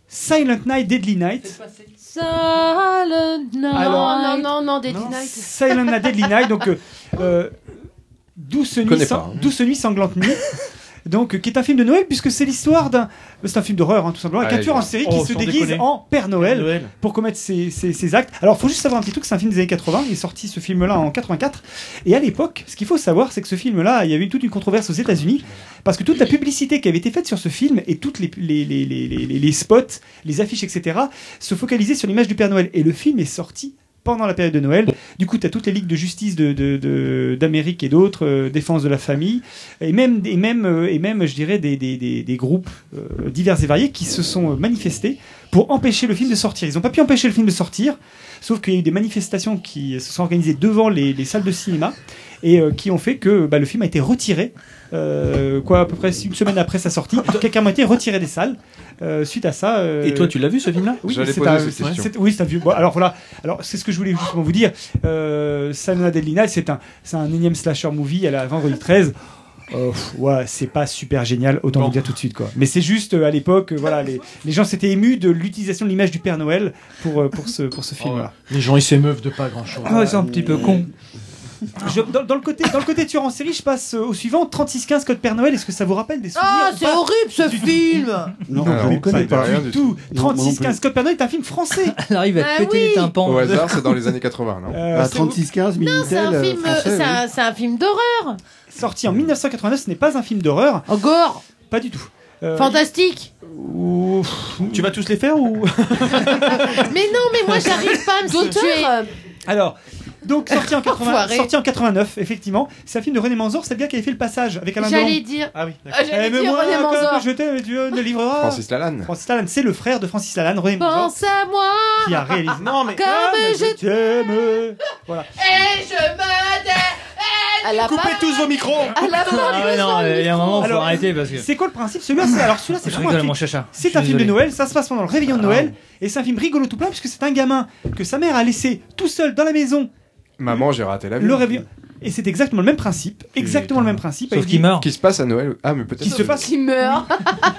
K: Silent Night, Deadly Night.
J: Silent Night.
K: Alors-
J: non, non, non, Deadly Night.
K: Silent Night, Deadly Night, donc euh, euh, Douce, nuit,
J: connais
K: sang-
J: pas, hein.
K: Douce nuit sanglante nuit. Donc, euh, qui est un film de Noël, puisque c'est l'histoire d'un. C'est un film d'horreur, hein, tout
J: Ah,
K: simplement, avec un
C: Allez,
K: tueur en
C: gars.
K: série
C: Oh,
K: qui se
C: sans
K: déguise
C: déconner.
K: en Père Noël,
C: Père Noël.
K: pour commettre ses, ses- ses actes. Alors, faut juste savoir un petit truc c'est un film des années 80, il est sorti ce film-là en 84. Et à l'époque, ce qu'il faut savoir, c'est que ce film-là, il y a eu toute une controverse aux États-Unis, parce que toute la publicité qui avait été faite sur ce film et toutes les, les, les, les, les- les- les spots, les affiches, etc., se focalisaient sur l'image du Père Noël. Et le film est sorti pendant la période de Noël. Du coup, tu as toutes les ligues de justice de- de- de- d'Amérique de, et d'autres, euh, défense de la famille, et même, et même, euh, et même je dirais, des, des- des- des groupes euh, divers et variés qui se sont euh, manifestés pour empêcher le film de sortir. Ils n'ont pas pu empêcher le film de sortir, sauf qu'il y a eu des manifestations qui se sont organisées devant les, les salles de cinéma et euh, qui ont fait que bah, le film a été retiré. euh, quoi à peu près une semaine après sa sortie, quelqu'un m'a été retiré des salles. Euh, suite à ça. euh,
C: Et toi, tu l'as vu, ce film-là
K: Oui,
C: J'allais
K: c'est
C: poser
K: un,
C: cette question.
K: c'est- oui, c'est un vieux. bon, alors voilà. Alors c'est ce que je voulais justement vous dire. Euh, Salma Delina, c'est un, c'est un énième slasher movie. Elle a vendredi 13. Euh, pff, ouais, c'est pas super génial, autant vous dire tout de suite quoi. Mais c'est juste euh, à l'époque, euh, voilà, les, les gens s'étaient émus de l'utilisation de l'image du Père Noël pour, euh, pour ce, pour ce
D: Oh,
K: film. là
C: Les gens, ils s'émeuvent de pas grand-chose.
F: Oh,
K: Ah ouais, c'est un petit peu con. Je- dans, dans le côté, dans le côté tueur en série, je passe euh, au suivant 3615 Code Père Noël. Est-ce que ça vous rappelle des souvenirs
F: Oh,
K: ou
F: c'est
K: pas
F: horrible ce film
D: Non,
H: Alors,
D: je ne
H: ça
D: connais
H: dit
D: pas.
H: rien du tout.
D: Non, moi non
K: 3615 Code Père Noël est un film
F: [LAUGHS]
K: français.
A: Elle arrive
H: Bah
J: Bah
F: à te Ah péter oui. les tympans.
H: Au hasard, c'est dans les années 80, non
K: Euh,
D: Ah,
K: c'est-
D: 3615,
F: Non, c'est un
D: Minitel,
F: film,
D: euh,
F: euh,
D: français,
F: c'est
D: oui.
F: un- c'est un film d'horreur.
K: sorti en 1989, ce n'est pas un film d'horreur.
F: Encore
K: Pas du tout. Euh,
F: Fantastique.
C: Tu vas tous les faire
K: [LAUGHS]
C: ou
F: Mais non, mais moi j'arrive pas à me
J: D'auteur, euh,
F: situer.
K: Alors, donc sorti en,
F: [LAUGHS]
K: 80
F: Enfoiré.
K: sorti en 89, effectivement. C'est un film de René Manzor, c'est le gars qui avait fait le passage avec Alain Delon.
F: J'allais dire.
C: Ah oui,
F: Ah, j'allais
K: Eh, mais
F: dire
K: moi,
F: René
K: comme
F: Manzor.
K: Je t'aime, tu ne livreras.
H: Francis Lalanne.
K: Francis Lalanne, c'est le frère de Francis Lalanne, René Manzor,
F: Pense à moi.
K: qui a réalisé. Ah,
C: Non, mais.
F: Comme je
K: t'aime. Voilà.
J: Et je me dé...
C: Coupez tous vos micros
J: À la fin
A: Ah ouais, non, il y a un moment, faut
K: Alors,
A: arrêter parce que.
K: C'est quoi le principe
F: [LAUGHS]
K: Celui-là, c'est alors celui-là, c'est
A: Je
K: vraiment un
A: rigole,
K: film-
A: mon chacha. Je
K: C'est
A: suis
K: un film de
A: désolé. Ah,
K: Noël. Ça se passe pendant le réveillon de Noël, et c'est un film rigolo tout plein puisque c'est un gamin que sa mère a laissé tout seul dans la maison
H: Maman, j'ai raté l'avion.
K: le réveillon. Et c'est exactement le même principe, exactement le même principe.
H: Sauf
K: Il
H: qu'il
K: dit-
H: meurt. Qui se passe à Noël. Ah, mais peut-être.
K: Qui se passe-
J: Qui meurt.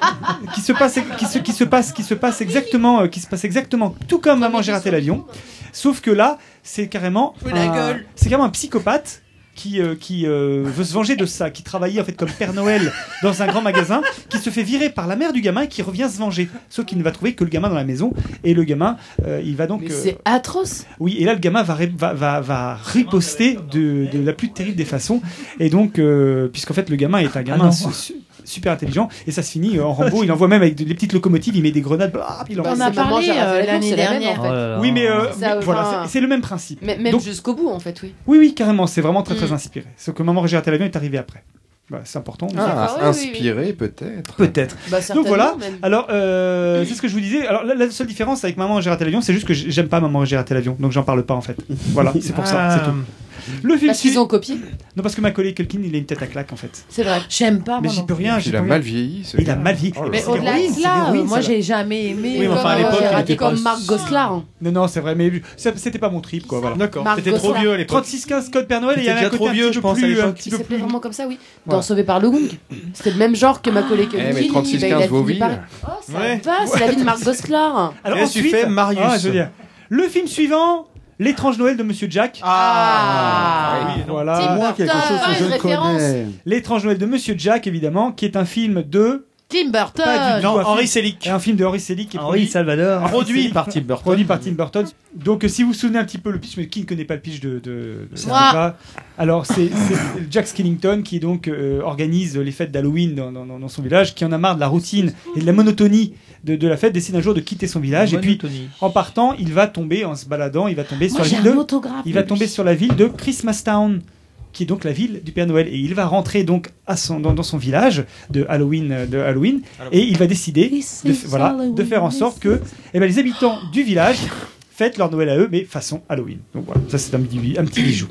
K: [LAUGHS] qui se passe qui se, qui se passe qui se passe exactement euh, qui se passe exactement tout comme maman j'ai raté l'avion sauf que là c'est carrément
J: Fous la
K: un-
J: gueule.
K: c'est carrément un psychopathe qui, euh, qui euh, veut se venger de ça, qui travaillait en fait comme Père Noël dans un grand magasin, qui se fait virer par la mère du gamin et qui revient se venger. Sauf qu'il ne va trouver que le gamin dans la maison et le gamin, euh, il va donc. euh,
G: C'est atroce.
K: oui, et là, le gamin va, ré- va, va, va riposter de, de la plus terrible des façons. Et donc, euh, puisqu'en fait, le gamin est un gamin
A: non.
K: su- su- super intelligent, et ça se finit euh, en Rambo, il envoie même avec des les petites locomotives, il met des grenades, blah, il envoie.
F: On
G: Bah,
F: a
G: c'est maman,
F: parlé
G: j'ai raté
F: euh,
G: l'avion,
F: l'année
G: c'est la même,
F: dernière.
G: en fait.
K: Oui, mais, euh,
G: Ça,
K: mais voilà,
G: enfin,
K: c'est- c'est le même principe.
G: Mais- Même
K: Donc-
G: jusqu'au bout, en fait, oui.
K: Oui, oui, carrément, c'est vraiment très très
G: Mm.
K: inspiré. Sauf que Maman, j'ai raté l'avion est arrivé après. Voilà, c'est important.
H: Ah,
G: Ah, oui, oui, oui.
H: inspiré peut-être.
A: Peut-être.
J: Bah,
F: Bah,
K: Donc voilà,
G: certainement, même.
K: alors euh, c'est ce que je vous disais. Alors la, la seule différence avec Maman j'ai raté l'avion, c'est juste que j'aime pas Maman j'ai raté l'avion, donc j'en parle pas en fait. Voilà, c'est pour ça,
H: Ah.
K: c'est tout. Le film
G: Parce qu'ils
K: suivant-
G: ont copié.
K: Non, parce que Macaulay Culkin, il a une tête à claque en fait.
G: C'est vrai.
F: J'aime pas.
K: Mais
F: Ah, moi
K: j'y
F: non
K: peux
F: plus.
K: rien.
H: Puis
K: j'y
H: il a
K: peux
H: mal
K: rien.
H: vieilli. ce
K: Il a
H: gars.
K: mal vieilli.
H: Oh là
F: Mais
H: là.
K: des
F: au-delà
K: ruines,
F: de
K: c'est
F: cela,
K: des ruines,
F: moi
K: ça,
F: j'ai jamais aimé.
C: Oui, euh, mais enfin, à
F: Maman,
C: l'époque,
F: j'ai
C: il
F: raté
C: était pas-
F: comme Marc Goslar. hein.
K: Non, non, c'est vrai, mais ça- c'était pas mon trip quoi. Voilà.
C: D'accord.
F: Marc
C: C'était trop
F: Gosselaar.
C: vieux à l'époque.
K: 36-15 Code Père Noël, il y
C: C'était
K: avait un
C: déjà
K: côté
C: trop
K: un
C: vieux,
K: petit
C: je
K: peu
C: pense, à
K: plus, un
C: l'époque.
K: petit
G: Il
K: peu
G: s'appelait
K: plus.
G: vraiment comme ça, oui. Dans
K: Voilà.
G: Sauvé par le Gong. C'était le même genre que ma collègue.
H: Eh, mais 36-15 Vauville.
G: Oh, ça
C: Ouais.
G: va, c'est la vie de
K: [LAUGHS]
G: Marc Goslar.
K: Alors
C: Qu'est-ce que tu
K: ensuite-
C: fais, Marius
K: Ah, je veux dire. Le film suivant, L'étrange Noël de Monsieur Jack.
G: Ah,
C: oui, non.
K: Voilà.
D: Moi, quelque
F: Tim
D: chose
F: Burton,
D: que je
F: une
D: ne connais.
F: référence.
K: L'étrange Noël de Monsieur Jack, évidemment, qui est un film de.
F: Tim Burton.
K: Pas du tout.
C: Non,
K: Henri
C: Henri Selick.
K: et un film de Henry Selick qui est
A: Henri Salvador.
C: Produit
K: Selick.
C: par Tim Burton.
K: produit par Tim Burton. Donc, euh, si vous vous souvenez un petit peu le pitch, mais qui ne connaît pas le pitch de, de, de ce
F: Moi.
K: truc-là Alors, c'est c'est Jack Skellington qui donc euh, organise les fêtes d'Halloween dans, dans- dans son village, qui en a marre de la routine et de la monotonie de, de la fête, décide un jour de quitter son village. Et puis,
A: Monotonie.
K: en partant, il va tomber, en se baladant, il va tomber
F: Moi
K: sur la
F: j'ai
K: ville
F: un
K: de,
F: autographe.
K: il va tomber sur la ville de Christmastown. qui est donc la ville du Père Noël. Et il va rentrer donc à son, dans, dans son village de Halloween, euh, de Halloween, et il va décider de, f- voilà, de faire en sorte que eh ben, les habitants du village fêtent leur Noël à eux, mais façon Halloween. Donc voilà, ça c'est un, petit bi- un petit bijou.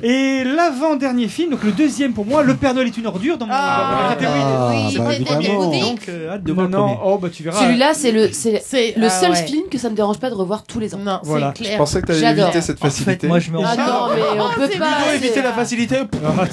K: Et l'avant-dernier film, donc le deuxième pour moi, Le Père Noël est une ordure dans mon dans ma catégorie.
D: Ah, bah, évidemment.
K: Donc, euh, hâte de voir non, oh bah tu verras.
G: Celui-là, c'est le, c'est le
K: ah
G: seul
K: ouais.
G: film que ça me dérange pas de revoir tous les ans. Non,
K: Voilà.
G: c'est
K: clair.
G: clair.
K: J'adore.
A: En fait, moi, je me
G: Ah non, mais on peut pas. c'est-
K: facilité.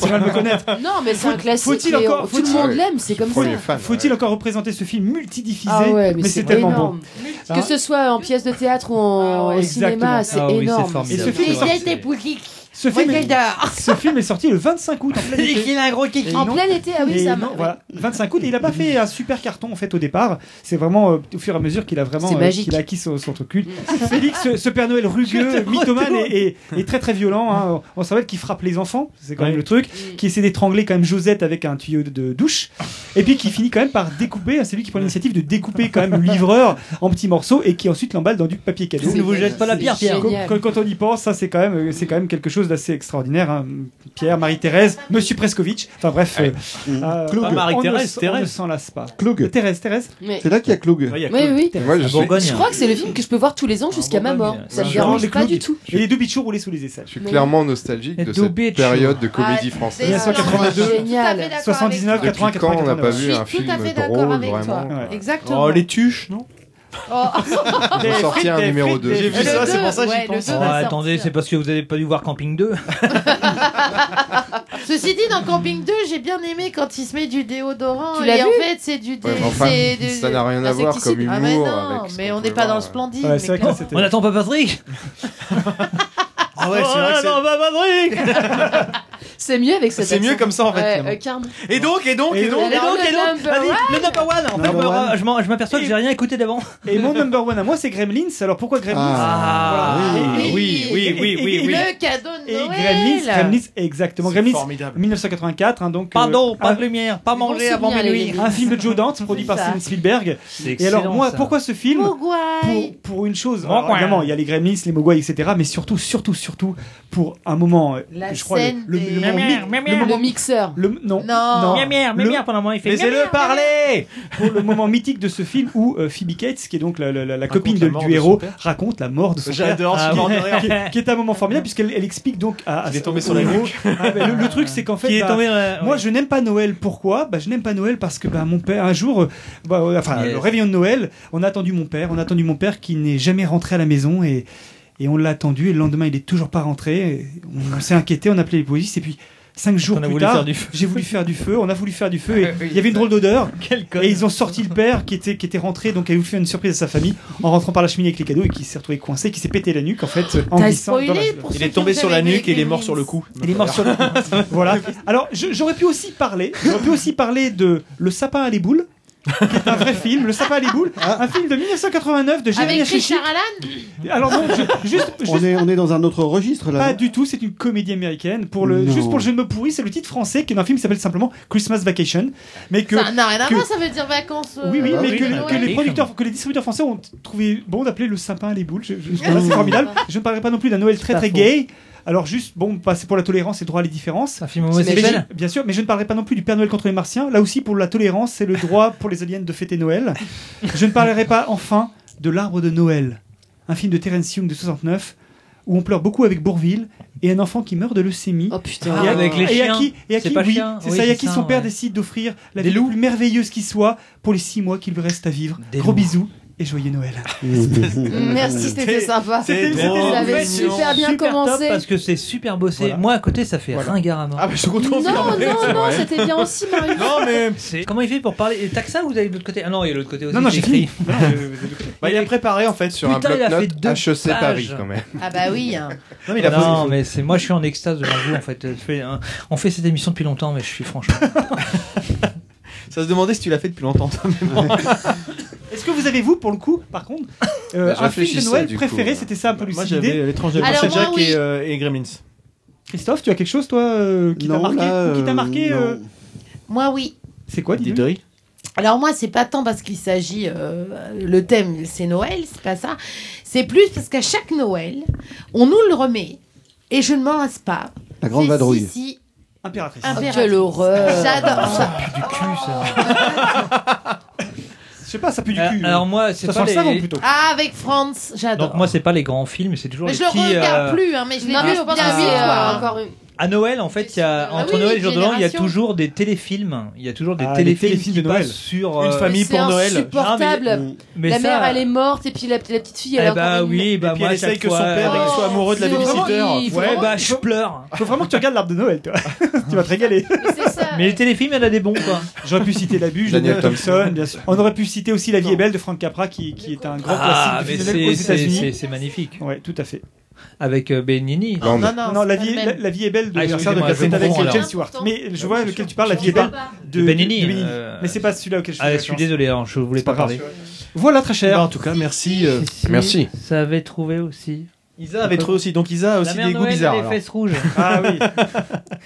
K: C'est mal me connaître.
G: Non, mais c'est un classique.
K: Faut-il
G: et
K: encore
G: Tout le
K: faut-il-
G: monde l'aime, c'est comme ça.
K: Faut-il encore représenter ce film multidiffisé
G: Ah ouais, mais
K: Mais,
G: c'est
K: c'est tellement
G: énorme.
K: bon.
G: Que ce soit en pièce de théâtre ou en au cinéma, c'est
K: Ah. Exactement. Ah oui, c'est
G: énorme.
K: formidable. Et ce film est sorti-
G: des boutiques.
K: Ce film,
G: Moi,
K: est...
G: j'adore.
K: [LAUGHS] ce film est sorti le 25 août en plein
G: Et
K: été.
G: qu'il a un gros kiki. En plein été, ah oui,
K: Et
G: ça
K: non,
G: m'a-
K: voilà, 25 août. Et il a pas fait un super carton en fait au départ. C'est vraiment euh, au fur et à mesure qu'il a vraiment euh,
G: C'est magique.
K: qu'il a acquis son, son
G: [LAUGHS]
K: truc culte. Félix, ce, ce Père Noël rugueux, mythomane et, et- et très très violent. hein. On s'en rappelle qu'il frappe les enfants, c'est quand même le truc. Qui essaie d'étrangler quand même Josette avec un tuyau de, de douche. Et puis qui finit quand même par découper. hein, C'est lui qui prend l'initiative de découper quand même le livreur en petits morceaux et qui ensuite l'emballe dans du papier cadeau.
A: Ne vous jette pas la pierre, Pierre.
K: Quand- Quand, quand on y pense, ça c'est quand même, euh, c'est quand même quelque chose d'assez extraordinaire. hein. Pierre, Marie-Thérèse, Monsieur Prescovitch, enfin bref.
D: Ouais.
M: Mmh.
K: euh, euh,
D: Claude.
C: bah,
K: on ne-
D: Marie-Thérèse,
K: On ne
D: Thérèse.
K: s'en lasse pas.
D: Claude.
K: Thérèse, Thérèse.
G: Mais-
D: C'est là qu'il y a Cloug.
K: Oui,
G: Oui, oui.
D: Moi, je suis-
G: Je crois que c'est le film que je peux voir tous les ans jusqu'à ma mort. Ça
K: Ah,
G: me dérange pas du tout.
K: Et les deux bichons roulés sous les aisselles. Je
H: suis clairement nostalgique de cette période de comédie
G: Ah,
H: française.
G: c'est
K: 1982,
G: génial.
H: Depuis
K: 80,
H: quand on n'a pas vu un
J: Je suis tout à
H: film
J: fait d'accord
H: drôle,
J: avec toi.
H: vraiment
J: Ouais.
H: quoi.
J: Exactement. Oh, les
C: tuches, non
H: Ils ont sorti un numéro 2.
J: J'ai vu Le ça, c'est deux, pour ça que j'y ouais, le pense. deux
A: Oh,
J: va
A: attendez, c'est parce que vous avez pas dû voir Camping 2.
F: Ceci dit, dans Camping 2, j'ai bien aimé quand il se met du déodorant.
J: Tu
F: et
J: l'as
F: en
J: vu
F: fait, c'est du dé-
H: Ouais, mais enfin,
F: c'est du-
H: ça n'a rien à voir
F: insecticide.
H: comme
F: Ah, mais
H: humour
F: non,
H: avec ce
F: mais on n'est pas dans le splendide.
A: Ouais, c'est vrai
F: mais
A: que là,
F: non.
A: c'était- On n'attend pas Patrick
C: Ah ouais, c'est vrai que c'est-
G: C'est mieux avec cette
C: C'est mieux comme ça, en fait, finalement.
J: euh,
C: Et donc, et donc, et donc,
A: Et donc, et donc, vas-y, le number one enfin,
K: Number
A: voilà,
K: one.
A: je m'en- Je m'aperçois que j'ai rien écouté d'avant.
K: Et mon number one à moi, c'est Gremlins. Alors pourquoi Gremlins
A: Ah,
K: Voilà.
A: oui,
K: Et-
A: oui,
K: et-
A: oui,
K: [LAUGHS] et-
A: oui, oui,
K: et- et-
A: oui.
K: et-
F: Le cadeau de
K: Et
F: Noël.
K: Gremlins, Gremlins, exactement. Gremlins, 1984. hein, donc,
A: Pardon, pas
K: un-
A: de lumière, pas manger avant
K: Souvenir,
A: minuit.
K: les- Un film de Joe Dante produit par
A: ça.
K: Steven Spielberg. Et
A: excellent,
K: alors moi,
A: ça.
K: pourquoi ce film pour, pour une chose, alors,
A: Mogwai.
K: évidemment, il y a les Gremlins, les Mogwai, etc. Mais surtout, surtout, surtout pour un moment, euh,
F: La
K: je crois le-
F: scène
K: le,
F: des-
K: le moment
F: Miam,
K: mi-
F: miam,
K: le
F: miam.
K: moment-
F: Le mixeur.
K: Le, non,
F: Non.
K: non.
A: Oh. Miam, miam, miam, miam, pendant un moment, il fait miam, miam,
K: parler. [LAUGHS] Pour le moment mythique de ce film où euh, Phoebe Cates, qui est donc la, la- la- la copine de-
C: la mort
K: du
C: de son
K: héros,
C: père.
K: raconte la mort de son
C: J'adore
K: père. Ah,
C: ce moment de
K: qui-
C: rire.
K: qui, qui est un moment formidable puisqu'elle elle explique donc à, à
C: Il est
K: son-
C: tombé
K: au
C: sur la
K: héros.
C: nuque.
K: Ah, bah, le, le truc c'est qu'en fait,
A: Qui est euh,
K: bah,
A: tombé dans la-
K: moi je n'aime pas Noël. Pourquoi Bah je n'aime pas Noël parce que bah mon père un jour, euh, bah, euh, enfin
A: Yes.
K: le réveillon de Noël, on a attendu mon père, on a attendu mon père qui n'est jamais rentré à la maison et et on l'a attendu et le lendemain il est toujours pas rentré. Et On, on s'est inquiété, on a appelé les polices et puis cinq jours
A: On a
K: plus
A: voulu
K: tard,
A: faire du feu.
K: j'ai voulu faire du feu, on a voulu faire du feu et
A: Ah oui,
K: il y avait une drôle d'odeur
A: Quel
K: et ils ont sorti le père qui était qui était rentré donc il a voulu faire une surprise à sa famille en rentrant par la cheminée avec les cadeaux et qui s'est retrouvé coincé, qui s'est pété la nuque en fait en
C: T'as
K: glissant.
C: spoilé
K: dans la-
C: pour Il ceux est qui tombé ont sur la jamais vu nuque et il est mort Gremlins. sur le coup.
K: Il est mort sur le [LAUGHS] coup. voilà. Alors je- j'aurais pu aussi parler, j'aurais pu aussi parler de le sapin à les boules. qui est un vrai film, Le sapin à les boules,
C: Ah.
K: un film de 1989 de Jérémy
F: Avec
K: Achichi.
F: Richard Allan
K: Alors non, je- juste,
D: On est, on est dans un autre registre là.
K: pas du tout, c'est une comédie américaine. Pour le,
D: Non.
K: juste pour le jeu de mots pourri, c'est le titre français qui est d'un film qui s'appelle simplement Christmas Vacation. Mais que,
F: Ça n'a rien à
K: que-
F: voir, ça veut dire vacances. euh,
K: Oui, Ah, oui, mais que,
F: de
K: les-
F: Noël.
K: que les producteurs, que les distributeurs français ont trouvé bon d'appeler le sapin à les boules. Je, je- je trouve ça, Ah, c'est formidable. Je ne parlerai pas non plus d'un Noël très
A: pas
K: très
A: faux.
K: gay. Alors juste, bon, bah, c'est pour la tolérance et le droit à les différences. Un film
A: homosexuel.
K: Bien sûr, mais je ne parlerai pas non plus du Père Noël contre les Martiens. Là aussi, pour la tolérance et le droit pour les aliens de fêter Noël. Je ne parlerai pas enfin de L'Arbre de Noël, un film de Terence Young de 69 où on pleure beaucoup avec Bourville et un enfant qui meurt de leucémie. Oh
A: putain. Ah, avec les chiens.
K: à qui, et à
A: C'est
K: qui-
A: pas
K: oui,
A: chien.
K: c'est
A: Oui,
K: ça, et à
A: c'est
K: qui
A: ça,
K: son père
A: ouais.
K: décide d'offrir la vie la plus merveilleuse qui soit pour les six mois qu'il lui reste à vivre. Gros bisous et joyeux Noël.
J: Merci, c'était sympa.
K: C'était-
J: Vous avez super bien
A: Super
J: commencé.
A: top parce que c'est super bossé. Moi à côté ça fait ringard à mort. Ah
C: bah je suis content.
J: Non, finalement. non, C'est non, vrai. c'était bien aussi, Marie. Non,
A: mais comment il fait pour parler Et Taxa vous avez de l'autre côté Ah non il y a de l'autre côté aussi.
C: Non, non,
A: qui
C: j'ai
A: écrit.
C: Bah, il a préparé en fait
A: Sur un Putain, il a bloc-notes fait deux HEC pages. Paris, quand même.
F: Ah bah oui. hein.
A: Non
C: mais
A: mais,
C: il a posé-
A: c'est moi je suis en extase devant vous en fait. Je fais un- On fait cette émission depuis longtemps mais je suis franchement.
C: Ça se demandait si tu l'as fait depuis longtemps. toi, mais [LAUGHS] bon.
K: [LAUGHS] Est-ce que vous avez, vous, pour le coup, par
A: [LAUGHS]
K: contre, euh,
C: Bah, Bah, je
K: un film de
C: réfléchissais,
K: Noël
C: du
K: préféré
C: coup.
K: C'était ça un peu
C: Moi
K: l'idée
C: j'avais euh, l'étrange de Marcel Jack et, euh, et Gremlins.
K: Christophe, tu as quelque chose, toi, euh, qui t'a
C: Non,
K: marqué,
C: là,
K: ou qui t'a
C: euh,
K: marqué
C: non.
K: euh,
F: Moi, oui.
K: C'est quoi, dis-nous
F: Alors moi, c'est pas tant parce qu'il s'agit, euh, le thème c'est Noël, c'est pas ça. C'est plus parce qu'à chaque Noël, on nous le remet et je ne m'en lasse pas.
D: La grande
F: C'est
D: vadrouille.
F: Si, si.
K: Impératrice.
F: Impératrice.
J: Oh, quelle horreur.
F: J'adore Ah,
K: [LAUGHS]
F: ça.
A: du cul, ça.
K: Je sais pas, ça
A: [LAUGHS]
K: pue du [LAUGHS]
A: cul. Alors moi, c'est
K: Ça
A: pas
K: sent le
A: les...
K: savon, plutôt.
F: Ah, avec France, j'adore.
A: Donc moi, c'est pas les grands films, c'est toujours
F: Mais
A: les
F: je le
A: petits.
F: regarde
A: euh,
F: plus, hein, mais je l'ai
J: Non, mais
F: vu
J: Ah, je
F: bien
J: pense
F: huit
J: que c'est,
F: fois.
J: euh, encore une.
A: À Noël, en fait, il y a entre
J: oui,
A: Noël et le jour de l'an, il y a
J: Génération.
A: toujours des téléfilms. Il y a toujours des
K: Ah, les
A: téléfilms,
K: téléfilms
A: qui
K: de Noël.
A: passent sur
K: Une famille Ah,
J: C'est insupportable.
A: Non, mais- mais
J: la
A: ça-
J: mère, elle est morte et puis la, la petite fille, elle
A: Eh
J: est
A: bah
J: encore une-
A: oui, bah
K: puis
A: moi,
K: elle
A: à chaque
K: essaye que son
A: fois,
K: père,
A: euh,
K: il soit amoureux de la
A: c'est
K: babysitter.
A: horrible.
K: Faut
A: Ouais,
K: vraiment-
A: bah je pleure.
K: Faut vraiment que tu regardes l'arbre de Noël, toi. tu vas te régaler.
A: Mais les téléfilms, il y en a des bons, quoi.
K: J'aurais pu citer La Buge de
A: Daniel
K: Daniel
A: Thompson.
K: Thompson, E, bien sûr. On aurait pu citer aussi La vie est belle de Frank Capra, qui, qui est un grand
A: Ah,
K: classique
A: mais
K: du film de Noël
A: c'est-
K: aux
A: c'est
K: États-Unis.
A: c'est- c'est magnifique.
K: Ouais, tout à fait.
A: Avec euh, Benigni.
K: Non, non, non, la, vie, la, la vie est belle de
A: Ah,
K: l'anniversaire de
A: excusez-moi,
K: Cassette
A: je
K: avec
A: comprends,
K: James
A: alors.
K: Stewart. Mais je vois lequel tu parles, La vie est
A: comprends
K: belle
A: pas.
K: de, Ben
A: De Benigni, euh,
K: Mais c'est pas celui-là auquel je fais
A: Ah, je suis
K: référence.
A: désolé,
C: hein,
A: alors je voulais pas parler.
K: Voilà, très cher.
C: Bah, en tout cas, merci. euh,
A: Ça avait trouvé aussi.
C: Isa avait trouvé aussi. Donc Isa a aussi
A: mère
C: des goûts
A: Noël a
C: bizarres.
A: les
C: alors.
A: fesses [LAUGHS] rouges.
K: Ah oui.
F: [LAUGHS]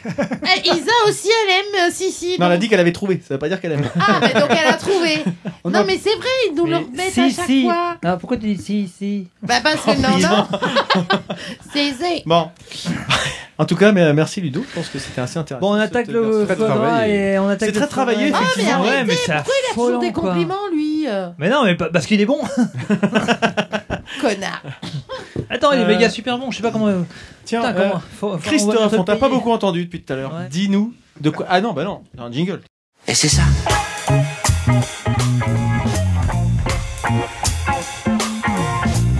F: Eh, Isa aussi, elle aime euh, Sissi.
C: Non,
F: donc-
C: elle a dit qu'elle avait trouvé. Ça veut pas dire qu'elle aime.
F: Ah, mais donc elle a trouvé. non, mais c'est vrai, ils nous le remettent à chaque fois.
A: Ah, pourquoi tu dis si, si
F: Bah, parce que non, non. [LAUGHS] c'est zé.
C: Bon. [LAUGHS] En tout cas, mais, euh, merci Ludo. Je pense que c'était assez intéressant.
A: Bon, on attaque le foie gras et on attaque.
C: C'est très travaillé,
F: Ah,
A: effectivement.
C: effectivement.
A: Ouais, mais c'est
F: Toujours des
A: affolant, quoi.
F: compliments, lui. euh,
A: Mais non, mais pa- parce qu'il est [LAUGHS] bon.
F: Connard.
A: Attends, il est
C: Euh,
A: méga super bon. Je sais pas comment.
C: Tiens,
A: Putain,
C: euh,
A: comment- faut- faut- on va
C: Christophe,
A: te
C: on t'a pas
A: payer.
C: beaucoup entendu depuis tout à l'heure. Dis-nous de quoi. Ah non, bah non, un jingle.
I: Et c'est ça.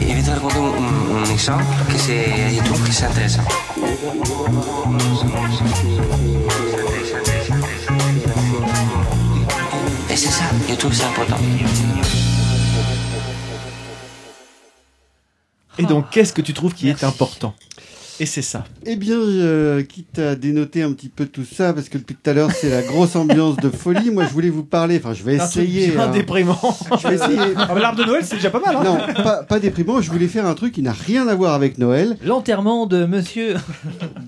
I: Et je vais te raconter un, un- un exemple que c'est, je trouve que c'est intéressant. Et c'est ça, je trouve que c'est important.
C: Et
A: Ah.
C: donc, qu'est-ce que tu trouves qui est important Et c'est ça.
D: Eh bien, euh, quitte à dénoter un petit peu tout ça, parce que depuis tout à l'heure, c'est la grosse ambiance de folie. Moi, je voulais vous parler. Enfin, je vais
C: Un truc
D: essayer.
C: bien
D: hein.
C: déprimant.
D: Je vais essayer.
K: Ah, bah, L'arbre de Noël, c'est déjà pas mal. Hein.
D: Non, pas, pas déprimant. Je voulais faire un truc qui n'a rien à voir avec Noël.
A: L'enterrement de monsieur.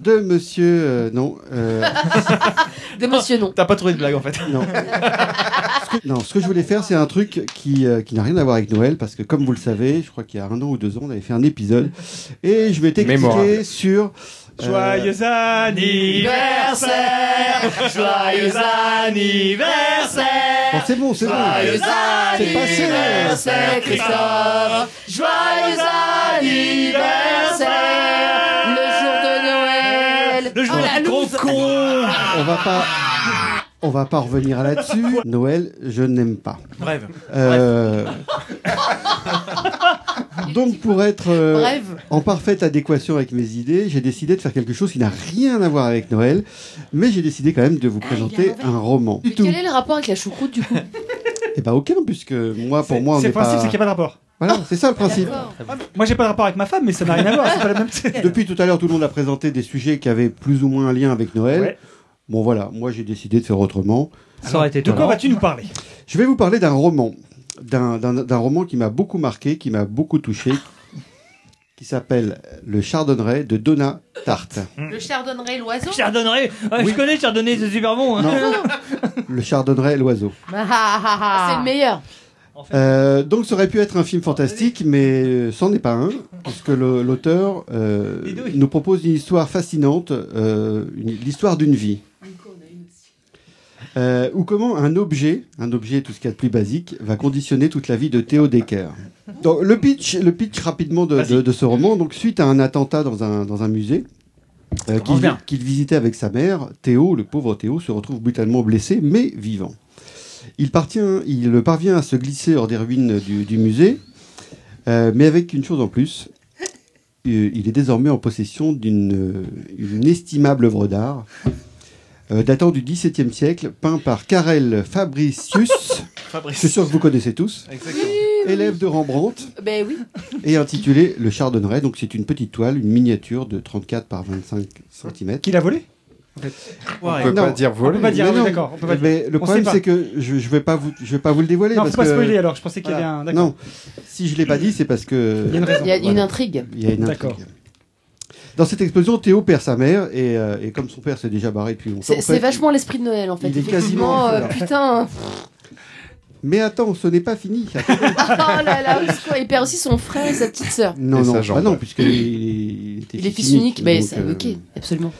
D: De monsieur. euh, non. euh,
J: De monsieur, non.
C: Ah, T'as pas trouvé de blague en fait. [LAUGHS]
D: Non. ce que, non, ce que je voulais faire, c'est un truc qui, euh, qui n'a rien à voir avec Noël, parce que comme vous le savez, je crois qu'il y a un an ou deux ans, on avait fait un épisode, et je m'étais expliqué
H: Mémorable.
D: sur... euh,
K: Joyeux anniversaire Joyeux anniversaire
D: Bon, c'est bon, c'est bon. C'est passé.
M: Christophe.
J: Joyeux anniversaire Le jour de Noël
A: Le jour
J: oh, la
A: du gros
J: loose.
A: con
D: On va pas... On va pas revenir là-dessus. Noël, je n'aime pas.
C: Bref.
D: Euh, Donc pour être euh, en parfaite adéquation avec mes idées, j'ai décidé de faire quelque chose qui n'a rien à voir avec Noël, mais j'ai décidé quand même de vous présenter un roman.
J: Mais Quel est le rapport avec la choucroute du coup
D: Eh ben aucun, puisque moi, pour moi, on
K: C'est
D: n'est
K: le principe,
D: pas.
K: c'est qu'il n'y a pas de rapport. Ah,
D: Voilà, c'est ça le principe.
K: Moi, j'ai pas de rapport avec ma femme, mais ça n'a rien à voir. C'est pas [LAUGHS] la même
D: Depuis tout à l'heure, tout le monde a présenté des sujets qui avaient plus ou moins un lien avec Noël.
K: Ouais.
D: Bon voilà, moi j'ai décidé de faire autrement.
A: Ça aurait été
K: De quoi
A: étonnant.
K: vas-tu nous
C: [LAUGHS]
K: parler
D: Je vais vous parler d'un roman, d'un d'un- d'un roman qui m'a beaucoup marqué, qui m'a beaucoup touché, qui s'appelle Le Chardonneret de Donna Tartt.
F: Le chardonneret, l'oiseau. [LAUGHS]
A: Chardonneret. Ouais, Je connais Chardonnay, c'est super bon. hein.
D: Le Chardonneret, l'oiseau.
J: Ah, C'est le meilleur.
D: Euh, donc ça aurait pu être un film fantastique, mais euh, c'en est pas un, puisque le- l'auteur euh, nous propose une histoire fascinante, euh, une- l'histoire d'une vie. Euh, ou comment un objet, un objet tout ce qu'il y a de plus basique, va conditionner toute la vie de Théo Decker. Donc, le pitch, le pitch rapidement de, de- de ce roman. Donc suite à un attentat dans un, dans un musée euh, qu'il
K: bien.
D: qu'il visitait avec sa mère, Théo, le pauvre Théo, se retrouve brutalement blessé mais vivant. Il, partient- il parvient à se glisser hors des ruines du, du musée, euh, mais avec une chose en plus. euh, il est désormais en possession d'une euh, une estimable œuvre d'art euh, datant du XVIIe siècle, peint par Karel Fabricius.
C: Fabrice.
D: Je suis sûr que vous connaissez tous.
C: Exactement.
D: Élève de Rembrandt
J: Ben oui.
D: et intitulé Le Chardonneret. Donc c'est une petite toile, une miniature de 34 par 25 cm.
K: Qui l'a volé
H: On peut pas dire
K: On
H: voler.
K: peut pas dire,
D: Mais
K: oui,
D: non,
K: d'accord. on peut pas
D: mais
K: dire.
D: le
K: On
D: problème
K: sait pas.
D: c'est que je, je vais pas vous je vais pas vous le dévoiler
K: Non,
D: parce
K: faut pas
D: que-
K: spoiler, alors, je pensais qu'il y avait un- d'accord.
D: Non, si je l'ai pas dit, c'est parce que
K: Il y a une raison.
J: Il y a une
D: Voilà.
J: intrigue.
D: Il y a une
K: D'accord.
D: intrigue. Dans cette explosion, Théo perd sa mère et, euh, et comme son père s'est déjà barré depuis longtemps.
J: C'est
D: en
J: c'est
D: fait,
J: vachement l'esprit de Noël en fait.
D: il est quasiment-
J: Effectivement, euh,
D: voilà.
J: putain.
D: Mais attends, ce n'est pas fini.
J: Oh là là, au secours. il perd aussi son frère et sa petite sœur.
D: Non,
H: Et
D: non,
H: sa
D: bah
H: jambe.
D: non, puisque il, il était
J: Il est fils unique, mais
D: donc,
J: ça,
D: euh,
J: ok, absolument.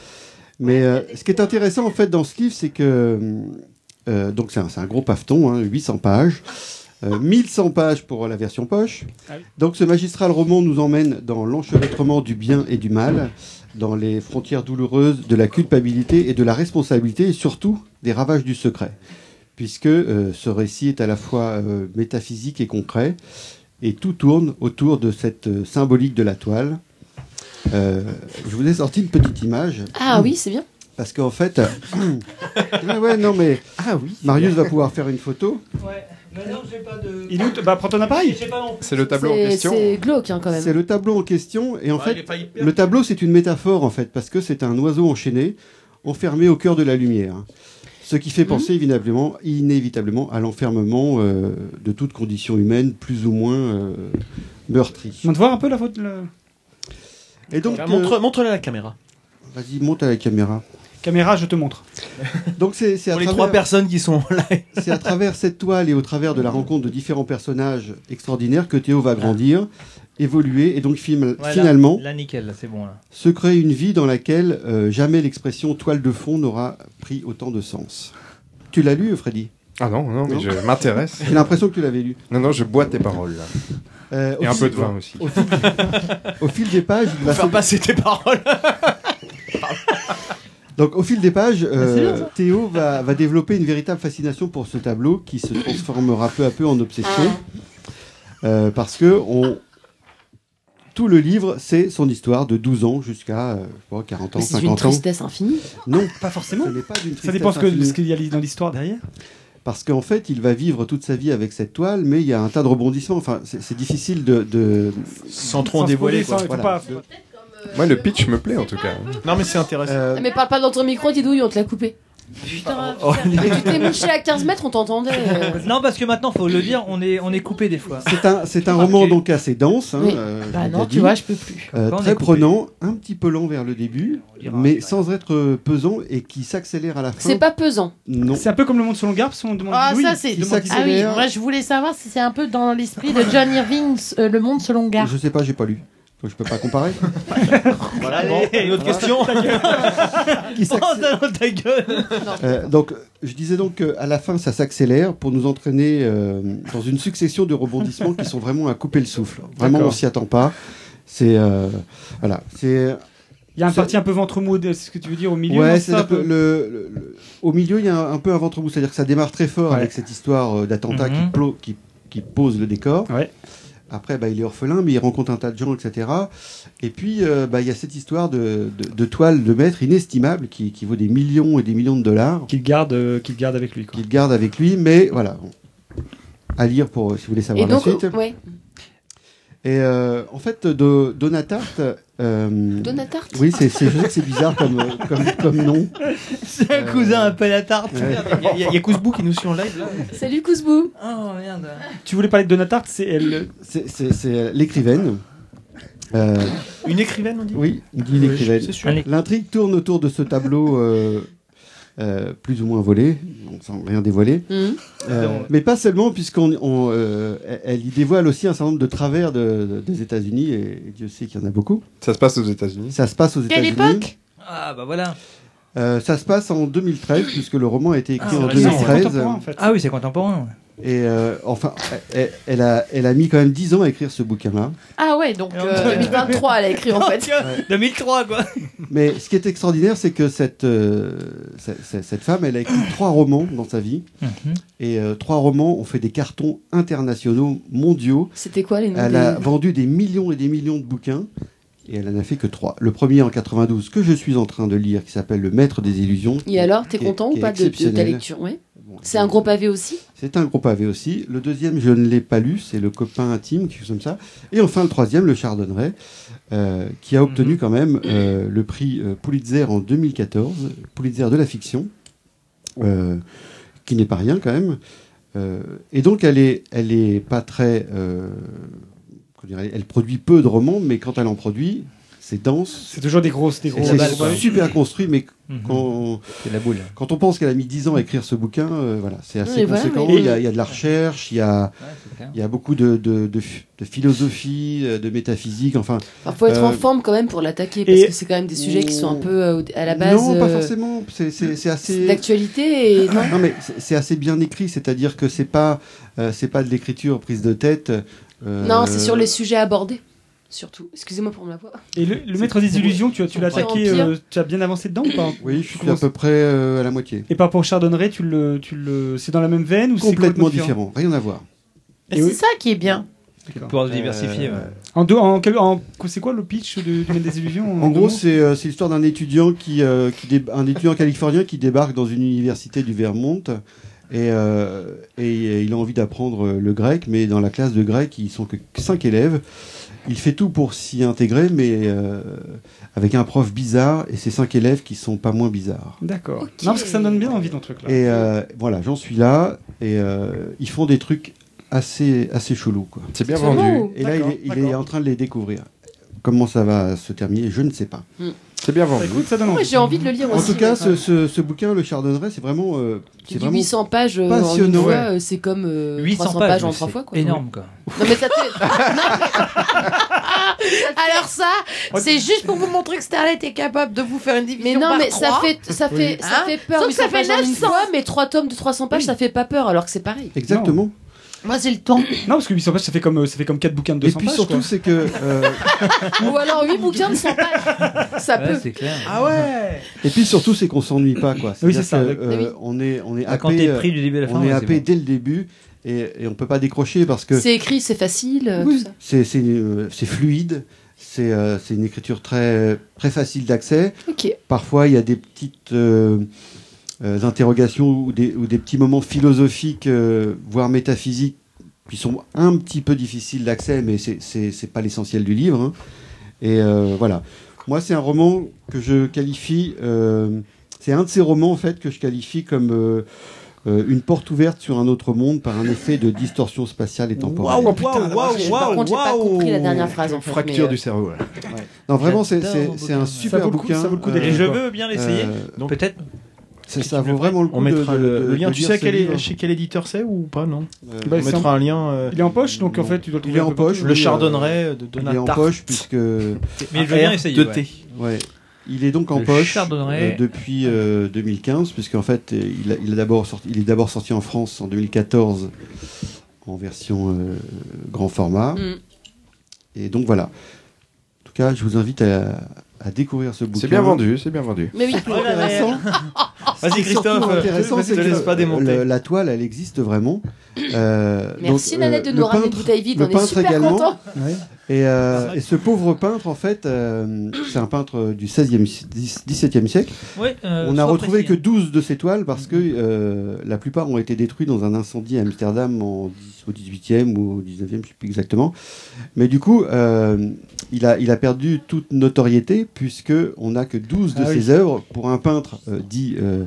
D: Mais euh, ce qui est intéressant en fait dans ce livre, c'est que euh, donc c'est un, c'est un gros paveton, hein, 800 pages. euh, 1100 pages pour la version poche.
K: Ah oui.
D: Donc ce magistral roman nous emmène dans l'enchevêtrement du bien et du mal, dans les frontières douloureuses de la culpabilité et de la responsabilité, et surtout des ravages du secret, puisque euh, ce récit est à la fois euh, métaphysique et concret, et tout tourne autour de cette euh, symbolique de la toile. Euh, je vous ai sorti une petite image.
G: Ah oui, c'est bien.
D: Parce qu'en fait, [COUGHS] ouais, ouais, non mais Marius va pouvoir faire une photo.
K: Il est où t- Bah prends ton appareil.
H: C'est le tableau en
G: C'est-
H: question.
G: C'est glauque hein, quand même.
D: C'est le tableau en question et en
G: Ouais, il est
D: fait,
G: pas hyper-
D: le tableau c'est une métaphore en fait parce que c'est un oiseau enchaîné, enfermé au cœur de la lumière. Ce qui
G: Mhm.
D: fait penser inévitablement, inévitablement à l'enfermement euh, de toute condition humaine plus ou moins euh, meurtrie.
K: On te voir un peu la faute. le-
D: Et donc,
K: Bah,
D: montre-
C: montre-la à la caméra.
D: Vas-y, monte à la caméra.
K: Caméra, je te montre.
D: Donc c'est c'est à
C: Pour les
D: travers-
C: trois personnes qui sont là.
D: [LAUGHS] C'est à travers cette toile et au travers de la rencontre de différents personnages extraordinaires que Théo va grandir, évoluer et donc film-
A: Ouais, là-
D: finalement
A: Là, nickel, là, c'est bon. Là.
D: se crée une vie dans laquelle euh, jamais l'expression toile de fond n'aura pris autant de sens. Tu l'as lu, Freddy
H: Ah non, non, mais je m'intéresse.
D: J'ai l'impression que tu l'avais lu.
H: Non, non, je bois tes paroles là.
D: Euh,
H: Et
D: au
H: un
D: fil-
H: peu de vin aussi.
D: Au fil, au fil
A: [LAUGHS]
D: des pages, il va
C: faire passer tes paroles.
D: Donc, au fil des
G: Bah,
D: pages, euh,
C: c'est bien, ça.
D: Théo va, va développer une véritable fascination pour ce tableau qui se transformera peu à peu en obsession.
G: Ah.
D: Euh, parce que on... tout le livre, c'est son histoire de 12 ans jusqu'à euh, je sais pas, 40 ans,
G: Mais
D: 50 ans.
G: c'est une tristesse infinie.
D: Non,
K: pas forcément. Ça
D: tristesse
K: dépend ce que-
D: infinie.
K: ce qu'il y a dans l'histoire derrière.
D: Parce qu'en fait, il va vivre toute sa vie avec cette toile, mais il y a un tas de rebondissements. Enfin, c'est c'est difficile de, de-
C: Sans trop en dévoiler, quoi.
D: Voilà.
H: Moi, le pitch me plaît en tout cas.
C: Non, mais c'est intéressant.
G: Ah, Mais parle pas dans ton micro, Didouille, on te l'a coupé. Putain, putain. Mais tu t'es mouché à 15 mètres, on t'entendait. euh.
A: [LAUGHS] Non, parce que maintenant, faut le dire, on est, on est coupé des fois.
D: C'est un, c'est
K: Ah,
D: un roman donc assez dense. hein,
A: Oui.
D: euh,
A: Bah
D: je
A: non,
D: l'ai
A: tu
D: dit.
A: vois, je peux plus.
D: Euh,
A: Quand on est
D: très
A: coupé.
D: prenant, un petit peu lent vers le début, mais sans être euh, pesant et qui s'accélère à la fin.
G: C'est pas pesant.
D: Non.
K: C'est un peu comme le monde selon Garp, si on demande.
F: Ah,
K: Louis,
F: ça, c'est.
K: qui
F: Ah oui,
K: s'accélère.
F: moi, je voulais savoir si c'est un peu dans l'esprit de John Irving, euh, Le Monde selon Gar.
D: Je sais pas, j'ai pas lu. Donc, je peux pas comparer.
C: Voilà, bon, une autre question.
J: [LAUGHS]
D: Qui
J: Oh,
D: s'accélère.
A: ta gueule
D: Euh, donc, je disais donc qu'à la fin, ça s'accélère pour nous entraîner euh, dans une succession de rebondissements qui sont vraiment à couper le souffle. Vraiment,
K: D'accord.
D: on s'y attend pas. C'est euh, voilà, c'est
K: Il y a un
D: c'est-
K: parti un peu ventre mou, de- c'est ce que tu veux dire au milieu.
D: Ouais,
K: non,
D: c'est-à-dire
K: ça,
D: que le, le- le- au milieu, il y a un, un peu un ventre mou, c'est-à-dire que ça démarre très fort avec cette histoire euh, d'attentat qui
K: Mhm.
D: plo- qui, qui pose le décor. Après, bah, il est orphelin, mais il rencontre un tas de gens, etc. Et puis, euh, bah, il y a cette histoire de, de, de toile de maître inestimable qui, qui vaut des millions et des millions de dollars.
K: Qu'il garde, euh, qu'il garde avec lui.
D: Qu'il garde avec lui, mais voilà. bon. À lire pour euh, si vous voulez savoir
G: Et donc,
D: la suite.
G: ouais.
D: Et euh, en fait, de, Donatarte. euh,
G: Donatarte
D: Oui, c'est, c'est, je sais que c'est bizarre comme, euh, comme, comme nom.
A: C'est un cousin un peu la tarte.
D: Ouais.
C: Il y a, Kouzbou qui nous suit en live là.
G: Salut Kouzbou.
A: Oh merde.
K: Tu voulais parler de Donatarte, c'est elle.
D: C'est, c'est- c'est, euh, l'écrivaine. Euh,
C: Une écrivaine, on dit
D: oui, on dit
C: Oui,
D: l'écrivaine.
C: c'est sûr.
D: L'intrigue tourne autour de ce tableau euh, euh, plus ou moins volé, donc sans rien dévoiler.
A: Hmm.
G: Mhm.
D: Euh,
A: Non.
D: mais pas seulement, puisqu'on on, euh, elle- elle y dévoile aussi un certain nombre de travers de- de- des États-Unis, et Dieu sait qu'il y en a beaucoup.
H: Ça se passe aux États-Unis.
D: Ça se passe aux
A: Quelle
D: États-Unis.
A: époque Ah bah voilà.
D: Euh, Ça se passe en 2013, puisque le roman a été écrit
A: Ah,
D: en
A: c'est récent,
D: 2013.
A: c'est contemporain, en fait. Ah oui, c'est contemporain.
D: Et euh, enfin, elle, elle a, elle a mis quand même 10 ans à écrire ce bouquin-là.
G: Ah ouais, donc euh, 2023, elle a écrit en fait.
A: 2003 quoi.
D: Mais ce qui est extraordinaire, c'est que cette, euh, cette, cette- cette femme, elle a écrit trois romans dans sa vie. Et euh, trois romans ont fait des cartons internationaux, mondiaux.
G: C'était quoi les noms
D: Elle
G: des-
D: a vendu des millions et des millions de bouquins. Et elle n'en a fait que trois. Le premier en 92, que je suis en train de lire, qui s'appelle Le Maître des Illusions.
G: Et alors, t'es
D: qui est-
G: content
D: qui
G: ou
D: est
G: pas de, de ta
D: exceptionnel.
G: lecture ouais. C'est un gros pavé aussi
D: C'est un gros pavé aussi. Le deuxième, je ne l'ai pas lu, c'est le copain intime, quelque chose comme ça. Et enfin, le troisième, le Chardonneret, euh, qui a obtenu quand même euh, le prix euh, Pulitzer en 2014, Pulitzer de la fiction, euh, qui n'est pas rien quand même. Euh, et donc, elle est, elle est pas très. euh, comment dire, elle produit peu de romans, mais quand elle en produit, c'est dense.
K: C'est toujours des grosses, des
D: Et
K: grosses
D: C'est
K: balles, quoi.
D: super construit, mais
K: Mhm.
D: quand, quand on pense qu'elle a mis 10 ans à écrire ce bouquin, euh, voilà, c'est assez
K: Oui, voilà,
D: conséquent.
K: mais-
D: il, y a, il y a de la recherche, il y a,
A: c'est clair.
D: il y a beaucoup de, de- de ph- de philosophie, euh, de métaphysique, enfin.
J: Alors, faut être en
D: euh,
J: forme quand même pour l'attaquer, parce
D: et-
J: que c'est quand même des sujets qui sont un peu euh, à la base.
D: Non, pas
J: euh,
D: forcément. C'est- C'est c'est assez.
J: L'actualité et. non
D: [COUGHS] Non, mais c'est- c'est assez bien écrit, c'est-à-dire que c'est pas, euh, c'est pas de l'écriture prise de tête. euh,
J: Non, c'est sur les sujets abordés, surtout. Excusez-moi pour ma voix.
K: Et le, le maître des illusions, tu, as- tu l'as
J: Vampire.
K: attaqué, euh, tu as bien avancé dedans ou pas
D: Oui, je suis à peu près euh, à la moitié.
K: Et par rapport au Chardonneret, tu le, tu le, c'est dans la même veine ou c'est
D: Complètement différent, rien à voir.
K: Et oui.
F: C'est ça qui est bien.
A: Pour diversifier. ouais.
K: En deux, en, quel- en- c'est quoi le pitch de, du maître des illusions
D: En
K: deux
D: gros,
K: mots
D: c'est euh, c'est l'histoire d'un étudiant qui, euh, qui dé- un étudiant californien qui débarque dans une université du Vermont et, euh, et il a envie d'apprendre euh, le grec, mais dans la classe de grec, ils sont que cinq élèves. Il fait tout pour s'y intégrer, mais euh, avec un prof bizarre et ces cinq élèves qui sont pas moins bizarres.
K: D'accord. Non, parce que ça me donne bien envie ton truc là.
D: Et euh, voilà, j'en suis là et euh, ils font des trucs assez assez chelous quoi.
H: C'est bien C'est vendu. beau.
D: Et là, il
K: D'accord,
D: est, il est en train de les découvrir. Comment ça va se terminer, je ne sais pas.
J: Mm.
H: C'est bien
D: Bah,
H: vendu.
J: écoute, ça donne envie. J'ai envie de le lire
D: en
J: aussi,
D: tout cas,
J: ouais.
D: ce, ce- ce bouquin, Le Chardonneret, c'est vraiment. euh, c'est
J: Du
D: vraiment
J: 800 pages euh, en une
D: passionnant.
J: fois, euh, c'est comme euh,
A: 800
J: 300 pages en
A: mais
J: trois
A: c'est
J: fois. Quoi.
A: Énorme quoi.
J: Non, mais ça te fait-
F: Alors ça, c'est juste pour vous montrer que Starlet est capable de vous faire une division
J: Mais non,
F: par
J: mais ça
F: trois.
J: fait, ça fait, ça
F: Hein
J: fait peur.
F: Sauf que ça
J: 800
F: fait
J: pages en une
F: 900.
J: fois, mais trois tomes de 300 pages, ça fait pas peur, alors que c'est pareil.
D: Exactement.
F: Moi, c'est le temps.
K: Non, parce que 800 pages, ça fait comme, euh, ça fait comme 4 bouquins de
D: Et
K: 200
D: puis
K: pages,
D: surtout,
K: quoi.
D: c'est que.
K: [LAUGHS]
D: euh,
J: Ou alors 8 bouquins de 100 pages. Ça peut.
K: Ah ouais
D: et puis surtout, c'est qu'on s'ennuie pas, quoi.
K: Oui,
D: C'est-à-dire
K: c'est ça.
D: que, euh,
K: Oui.
D: on est, on est
A: Ah,
D: happé. euh,
A: quand t'es pris du début à la fin,
D: on
A: ouais,
D: est
A: c'est
D: happé
A: bon.
D: dès le début et, et on peut pas décrocher parce que
J: C'est écrit, c'est facile, euh, tout ça.
D: c'est c'est, euh, c'est fluide. C'est euh, c'est une écriture très très facile d'accès.
J: Ok.
D: Parfois, il y a des petites euh, euh, interrogations ou des, ou des petits moments philosophiques, euh, voire métaphysiques, qui sont un petit peu difficiles d'accès, mais c'est- c'est c'est pas l'essentiel du livre. hein. Et euh, voilà. Moi, c'est un roman que je qualifie. euh, c'est un de ces romans, en fait, que je qualifie comme euh, euh, une porte ouverte sur un autre monde par un effet de distorsion spatiale et temporelle.
A: Waouh, putain, waouh,
J: Par
A: waouh,
J: contre, j'ai pas compris la dernière
A: waouh.
J: phrase, en fait,
D: Fracture
J: mais, euh,
D: du cerveau, ouais. Non, vraiment, c'est-
J: J'adore
D: c'est
J: mon
D: c'est un
J: bouquin.
D: super
A: Ça vaut le coup,
D: bouquin. euh,
A: ça vaut le coup d'aller Et je lire, quoi. veux bien l'essayer. Donc, peut-être.
D: Ça, ça vaut vraiment le coup
C: On mettra
D: de- de-
C: le,
D: de-
C: le lien.
D: de
C: Tu
D: lire
C: sais
D: ce
C: quel, est,
D: livre.
C: chez quel éditeur c'est ou pas Non
D: Bah,
C: On
D: c'est
C: mettra
D: en-
C: un lien. euh,
K: Il est en poche, donc en fait, tu dois le
D: Il
K: trouver.
D: est
K: un
D: en
K: peu partout.
D: poche.
C: Le
D: oui,
C: Chardonneret de
D: Il
C: Donald
D: est en
C: Tarte.
D: poche
A: [LAUGHS]
D: puisque.
A: Mais je veux bien essayer,
C: de
A: ouais.
C: thé.
D: Ouais. Il est donc en
A: Le
D: poche
A: Chardonneret.
D: euh, depuis euh, 2015, puisqu'en fait, euh, il, a- il a d'abord sorti, il est d'abord sorti en France en 2014 en version euh, grand format.
J: Mm.
D: Et donc voilà. En tout cas, je vous invite à, à découvrir ce bouquin.
H: C'est bien vendu, c'est bien vendu.
J: Mais oui, Oh
D: intéressant.
A: [LAUGHS] Vas-y,
D: Ce qui est surtout
A: Christophe, euh,
D: intéressant,
A: vas-y,
D: c'est
A: te
D: que
A: laisse pas démonter.
D: le- la toile, elle existe vraiment. Euh,
J: Merci, Nanette, de
D: le
J: nous ramener
D: peintre-
J: une bouteille vide,
D: le
J: on est
D: peintre
J: super
D: également.
J: contents.
K: Ouais.
D: Et, euh, et ce pauvre peintre, en fait, euh, c'est un peintre du 16e, si- 10 17e siècle.
A: Ouais, euh,
D: On n'a
A: sois
D: retrouvé
K: hein.
A: précis,
D: que 12 de ses toiles parce que
K: Mm-hmm.
D: euh, la plupart ont été détruites dans un incendie à Amsterdam en 10 au 18e ou au 19e, je ne sais plus exactement. Mais du coup, euh, il, a, il a perdu toute notoriété puisque on n'a que 12 de
K: Ah oui.
D: ses œuvres pour un peintre euh, dit, euh,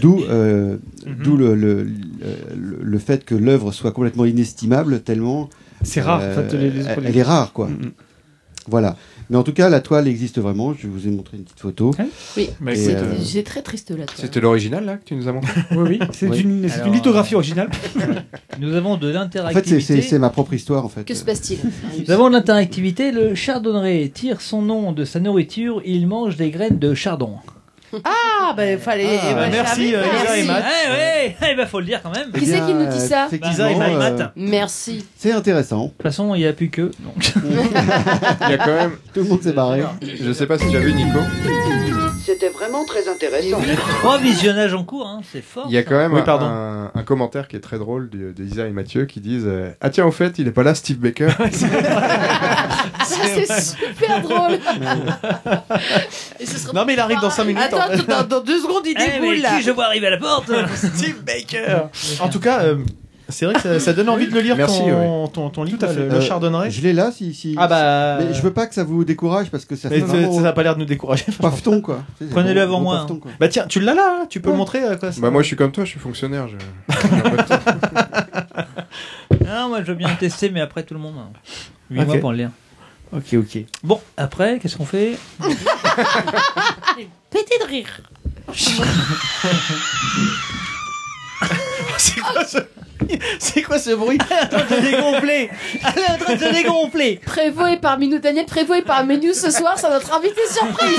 D: d'où euh,
K: Mm-hmm.
D: d'où le, le, le- le fait que l'œuvre soit complètement inestimable tellement euh,
K: C'est rare, en fait, les- Mm-hmm. les
D: elle,
K: autres-
D: elle est rare, quoi. Voilà. Mais en tout cas, la toile existe vraiment. Je vous ai montré une petite photo.
J: Oui,
K: Bah,
D: Et,
J: c'est-
D: euh,
J: j'ai très triste là. toi.
H: C'était l'original là que tu nous as montré
K: Oui, oui, c'est
D: Oui.
K: une, c'est
A: Alors, euh,
K: une lithographie originale.
A: [LAUGHS] Nous avons de
D: En fait,
A: l'interactivité.
D: c'est- c'est c'est ma propre histoire, en fait.
J: Que se passe-t-il
A: Nous avons de l'interactivité. Le chardonneret tire son nom de sa nourriture. Il mange des graines de chardon.
F: Ah, ben fallait.
A: Ah,
F: moi,
A: bah,
F: je savais
A: euh, Lisa
F: pas.
A: et
F: Merci.
A: Matt. Eh ouais, eh ben, faut le dire quand même.
D: Eh Qui c'est bien, qui nous dit euh, ça
A: Bah,
D: effectivement,
A: Lisa et Matt.
D: euh,
J: Merci.
D: C'est intéressant.
A: De toute façon, il n'y a plus que.
D: [LAUGHS]
H: Il y a
A: [LAUGHS]
H: quand même.
D: Tout le monde s'est barré.
H: [LAUGHS] Je sais pas si tu as vu Nico.
M: C'était vraiment très intéressant.
A: Trois visionnages Oh, en cours, hein, c'est fort.
H: Il y a
A: ça.
H: quand même
A: Oui,
H: un-
A: pardon.
H: un, un commentaire qui est très drôle de, de Isa et Mathieu qui disent euh, Ah tiens, au fait, il est pas là,
A: [LAUGHS]
H: Steve Baker. [LAUGHS]
F: C'est super
A: [LAUGHS]
F: drôle. Et ce sera-
C: Non, mais il arrive dans 5 minutes.
F: Attends,
C: en fait.
F: attends, dans deux secondes, il
A: Eh, mais
F: déboule là.
A: qui je vois arriver à la porte
C: Steve Baker En tout cas, euh, c'est vrai que ça, ça donne envie de le lire
D: Merci,
C: ton, ton, ton livre, là, le, le
D: Euh,
C: Chardonneret.
D: Je l'ai là, si. si
C: Ah bah.
D: Mais je veux pas que ça vous décourage parce que ça
C: Mais
D: fait
C: ça-
D: vraiment
C: ça n'a pas l'air de nous [LAUGHS] décourager.
D: pafton, quoi. Tu sais, c'est
C: Prenez-le
D: bon-
C: avant
D: bon
C: moi,
D: pafton,
C: hein.
D: quoi.
C: Bah tiens, tu l'as là, hein, tu peux le montrer
A: euh,
C: à quoi ça
H: bah moi, je suis comme toi, je suis fonctionnaire. je-
A: euh, [LAUGHS] Ah, moi, je veux bien tester, mais après tout le monde. hein. Huit
C: Ok.
A: mois pour le lire.
C: Ok, ok.
A: Bon, après, qu'est-ce qu'on fait
F: Pété de rire.
C: C'est quoi ce. C'est quoi ce bruit
A: [LAUGHS] Attends, je dégonfler Elle est en train de se dégonfler
J: Prévost est parmi nous, Daniel Prévost est parmi nous ce soir, c'est notre invité surprise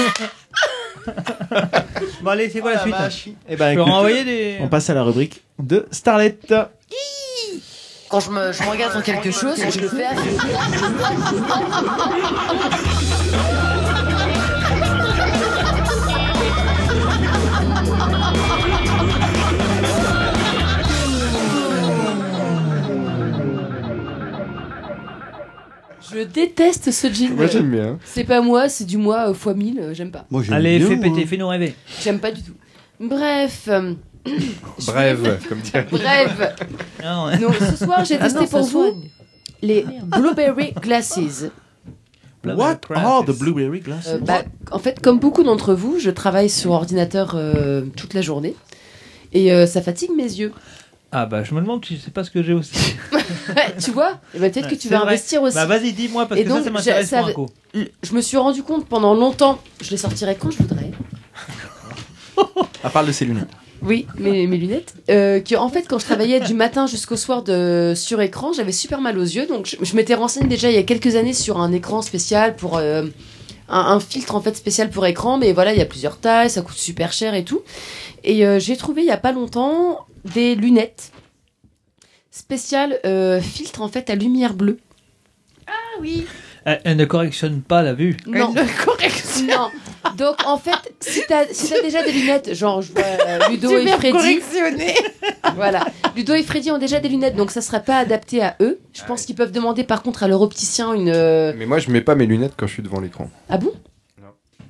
A: Bon, allez, c'est quoi Oh la suite
C: Eh ben,
A: Je peux
C: écoute,
A: renvoyer des-
C: On passe à la rubrique de Starlet.
G: [LAUGHS] Quand je me, je me regarde dans quelque chose, je le fais à Je déteste ce jingle.
H: Moi, j'aime bien.
G: C'est pas moi, c'est du moi euh, fois 1000, euh, j'aime pas.
A: Allez,
H: bien,
A: fais péter,
H: hein.
A: fais-nous rêver.
G: J'aime pas du tout. Bref. euh, [COUGHS]
H: Brève, comme dirait.
G: Bref.
A: Non.
G: Donc, ce soir, j'ai
J: Ah
G: testé
J: non, ça
G: pour vous les blueberry glasses.
C: What are the blueberry glasses
G: Euh, bah, en fait, comme beaucoup d'entre vous, je travaille sur ordinateur euh, toute la journée et euh, ça fatigue mes yeux. [LAUGHS]
A: Ah bah je me demande si je sais pas ce que j'ai aussi.
G: tu vois Eh ben, Peut-être que tu
A: C'est
G: vas
A: vrai.
G: investir aussi.
A: Bah vas-y, dis-moi, parce
G: Et
A: que
G: donc,
A: ça, ça m'intéresse
G: j'ai-
A: pour un coup.
G: l- Je me suis rendu compte pendant longtemps, je les sortirai quand je voudrais.
C: À part de ses lunettes.
G: Oui, mes, mes lunettes. Euh, que, en fait, quand je travaillais du matin jusqu'au soir de, sur écran, j'avais super mal aux yeux. Donc, je, je m'étais renseignée déjà il y a quelques années sur un écran spécial pour. euh, un, un filtre en fait spécial pour écran, mais voilà, il y a plusieurs tailles, ça coûte super cher et tout. Et euh, j'ai trouvé il y a pas longtemps des lunettes spéciales euh, filtre en fait à lumière bleue.
F: Ah oui.
A: Euh, Elle, elle ne correctionne pas la vue.
G: Non. Non. Donc en fait, si t'as si t'as déjà des lunettes, genre je vois euh, Ludo
F: Tu
G: et
F: viens
G: Freddy.
F: correctionner.
G: [LAUGHS] voilà. Ludo et Freddy ont déjà des lunettes, donc ça sera pas adapté à eux. Je pense qu'ils peuvent demander par contre à leur opticien une. euh,
H: Mais moi, je mets pas mes lunettes quand je suis devant l'écran.
G: Ah bon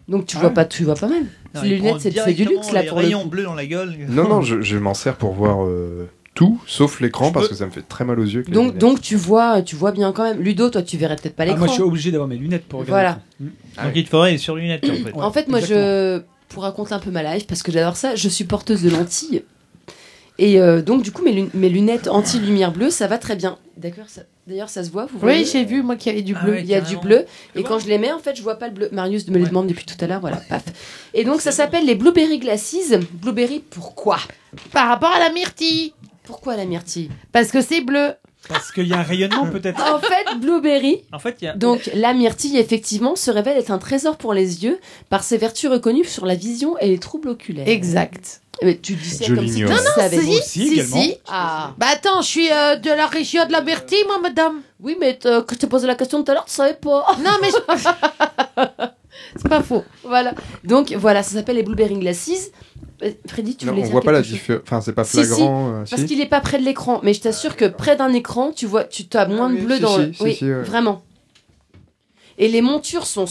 G: Donc tu vois pas, tu vois pas mal.
A: Non,
G: les
A: il prend
G: lunettes, c'est c'est du luxe là
A: directement
G: pour
A: les
G: le
A: rayons bleus dans la gueule.
H: [LAUGHS] Non, non, je, je m'en sers pour voir euh, tout, sauf l'écran, parce que ça me fait très mal aux yeux. que les
G: Donc,
H: lunettes.
G: donc tu vois, tu vois bien quand même. Ludo, toi, tu verrais peut-être pas
K: Ah,
G: [LAUGHS] l'écran.
K: moi, je suis obligé d'avoir mes lunettes pour regarder.
G: Voilà. Mm.
A: Donc il te faudrait sur lunettes en fait.
G: en fait, moi, je pour raconter un peu ma life parce que j'adore ça. Je suis porteuse de lentilles et euh, donc du coup, mes, lun- mes lunettes anti-lumière bleue, ça va très bien. D'accord. ça- D'ailleurs, ça se voit. Vous voyez
F: Oui, j'ai vu moi qu'il y avait du bleu.
G: bleu, il y a du bleu. Et quand Ah je les mets, en fait, je vois pas le bleu. Marius me le demande depuis tout à l'heure, voilà, paf. Et donc, ça s'appelle les blueberry glaces. Blueberry, pourquoi
F: Par rapport à la myrtille.
G: Pourquoi la myrtille
F: Parce que c'est bleu.
K: Parce qu'il y a un rayonnement peut-être.
G: [LAUGHS]
J: Oh.
G: En fait, blueberry.
A: En fait, il y a.
G: Donc, la myrtille, effectivement, se révèle être un trésor pour les yeux par ses vertus reconnues sur la vision et les troubles oculaires.
F: Exact.
G: Mais tu dis ça
F: Je
G: comme si tu
F: l'ignore. Non, non,
G: savais.
F: si, Moi aussi, si, également. si.
G: Ah.
F: Bah attends, je suis euh, de la région de la myrtille, moi, madame.
G: Oui, mais euh, quand je t'ai posé la question tout à l'heure, tu savais pas.
F: Non,
A: [LAUGHS]
F: mais c'est pas faux.
G: Voilà. Donc, voilà, ça s'appelle les blueberry glaces. Euh, Freddy, tu
H: Non,
G: voulais
H: on
G: dire
H: voit pas la
G: quelque chose
H: différence. Enfin, c'est pas
G: Si, si,
H: flagrant. euh,
G: parce qu'il est pas près de l'écran, mais je t'assure que près d'un écran, tu vois, tu as moins de bleu
H: Ah si,
G: dans
H: si,
G: le.
H: si,
G: oui,
H: si, ouais.
G: vraiment. Et les montures sont,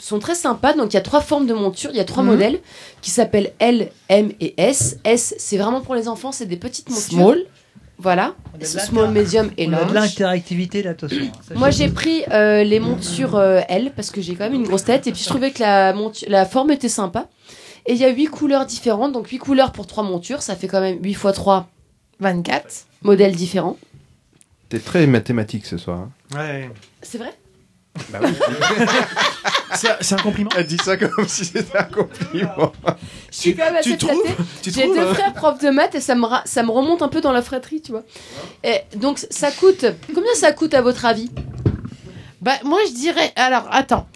G: sont très sympas. Donc il y a trois formes de montures, il y a trois
F: Mhm.
G: modèles qui s'appellent L, M et S. S, c'est vraiment pour les enfants, c'est des petites montures.
F: Small.
G: Voilà. Small, medium et
A: On a de
G: large.
A: l'interactivité là, attention. Ça,
G: Moi j'ai pris euh, les montures euh, L parce que j'ai quand même une grosse tête et puis je trouvais que la, montu- la forme était sympa. Et il y a huit couleurs différentes, donc huit couleurs pour trois montures, ça fait quand même 8 x 3,
F: 24
G: modèles différents.
H: T'es très mathématique ce
C: [LAUGHS]
H: soir. hein.
C: Ouais.
G: C'est vrai
H: Bah oui.
C: [LAUGHS] C'est un compliment
H: Elle dit ça comme si c'était un compliment.
G: Je suis quand même assez flattée. bah, J'ai deux
C: hein.
G: frères profs de maths et ça me, ra- ça me remonte un peu dans la fratrie, tu vois. Et donc ça coûte. Combien ça coûte à votre avis
F: Bah moi je dirais alors attends.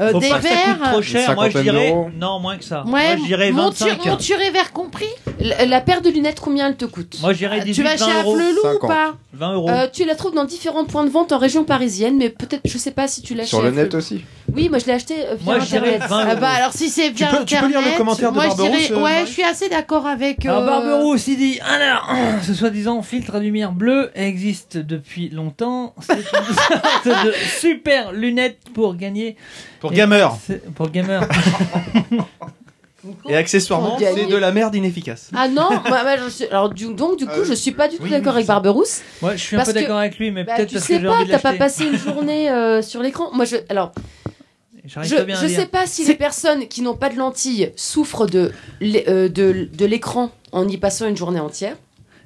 F: Euh,
A: Faut
F: des
A: pas que ça coûte
F: verres.
A: trop cher. Moi je
H: cinquantaine
A: dirais
H: d'euros.
A: non moins que ça.
F: Ouais,
A: moi je dirais
F: monture-
A: 25.
F: monture et verres compris.
G: la, la paire de lunettes, combien elle te coûte
A: Moi je dirais
F: Tu
A: 18
F: vas chez
A: 20 euros.
F: Afflelou ou 50. pas
A: 20 euros.
G: Euh, tu la trouves dans différents points de vente en région parisienne, mais peut-être, je sais pas si tu l'achètes.
H: Sur le net aussi.
G: Oui, moi je l'ai acheté euh, via
A: Moi, je dirais
G: internet.
A: 20
F: Ah bah alors si c'est bien
A: peux- tu peux lire le commentaire de
F: moi,
A: Barberousse,
F: je dirais,
A: euh,
F: ouais,
A: Marie
F: je suis assez d'accord avec.
G: Ah,
A: Alors
F: euh,
A: Barberousse il dit alors [CLEARS THROAT] ce soi-disant filtre à lumière bleue existe depuis longtemps c'est une [LAUGHS] sorte de super lunette pour gagner
C: Pour
A: Et
C: gamer.
A: c'est- pour gamer
C: Et accessoirement,
G: Pour gagner.
C: c'est de la merde inefficace.
G: Ah non, [LAUGHS] moi, moi, je suis- alors du, donc du coup,
H: Euh,
G: je suis pas du tout d'accord avec Barberousse.
A: Moi, je suis un
G: Parce
A: peu
G: que-
A: d'accord avec lui mais
G: Bah,
A: peut-être
G: tu
A: parce
G: sais
A: que j'ai envie
G: pas,
A: de
G: t'as pas
A: l'acheter
G: passé une journée euh, sur l'écran. Moi, je alors
A: J'arrive
G: je,
A: pas bien à
G: je
A: lire.
G: sais pas si les personnes qui n'ont pas de lentilles souffrent de l'é- euh, de, de l'écran en y passant une journée entière.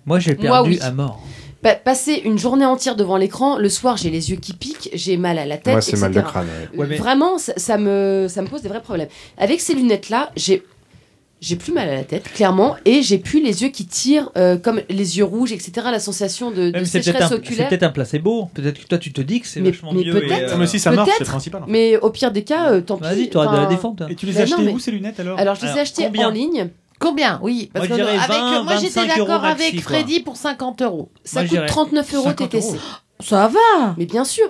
A: moi j'ai
G: Moi,
A: perdu
G: oui.
A: à mort
G: pa- passer une journée entière devant l'écran, le soir j'ai les yeux qui piquent, j'ai mal à la tête,
H: Moi, c'est mal de
G: etc..
H: crâne, ouais. Ouais, mais-
G: Vraiment, ça, ça me, ça me pose des vrais problèmes. Avec ces lunettes-là, j'ai j'ai plus mal à la tête, clairement, et j'ai plus les yeux qui tirent, euh, comme les yeux rouges, etc. La sensation de, de
A: Même c'est peut-être
G: sécheresse
A: un, c'est
G: oculaire.
A: peut-être un placebo. Peut-être que toi, tu te dis que c'est
G: Mais-
A: vachement
G: mais
A: mieux.
G: peut-être,
A: et, euh,
G: Non, Ah, mais si ça marche, c'est le peut-être,
A: principal.
G: Mais au pire des cas, euh, tant pis.
A: Vas-y, t'auras de la
G: enfin,
A: défendre, toi. Et tu les
G: bah
A: as achetées
G: non, mais-
A: où, ces lunettes, alors
G: Alors, je les ai
A: Alors,
G: achetées
A: combien
G: en ligne.
F: Combien Oui, parce
G: Moi,
F: que
G: je dirais
F: avec-
G: 20,
F: moi j'étais
G: 25 euros
F: d'accord
G: maxi,
F: avec
G: quoi.
F: Freddy pour 50 euros.
G: Ça coûte 39 euros TTC.
F: Ça va
G: Mais bien sûr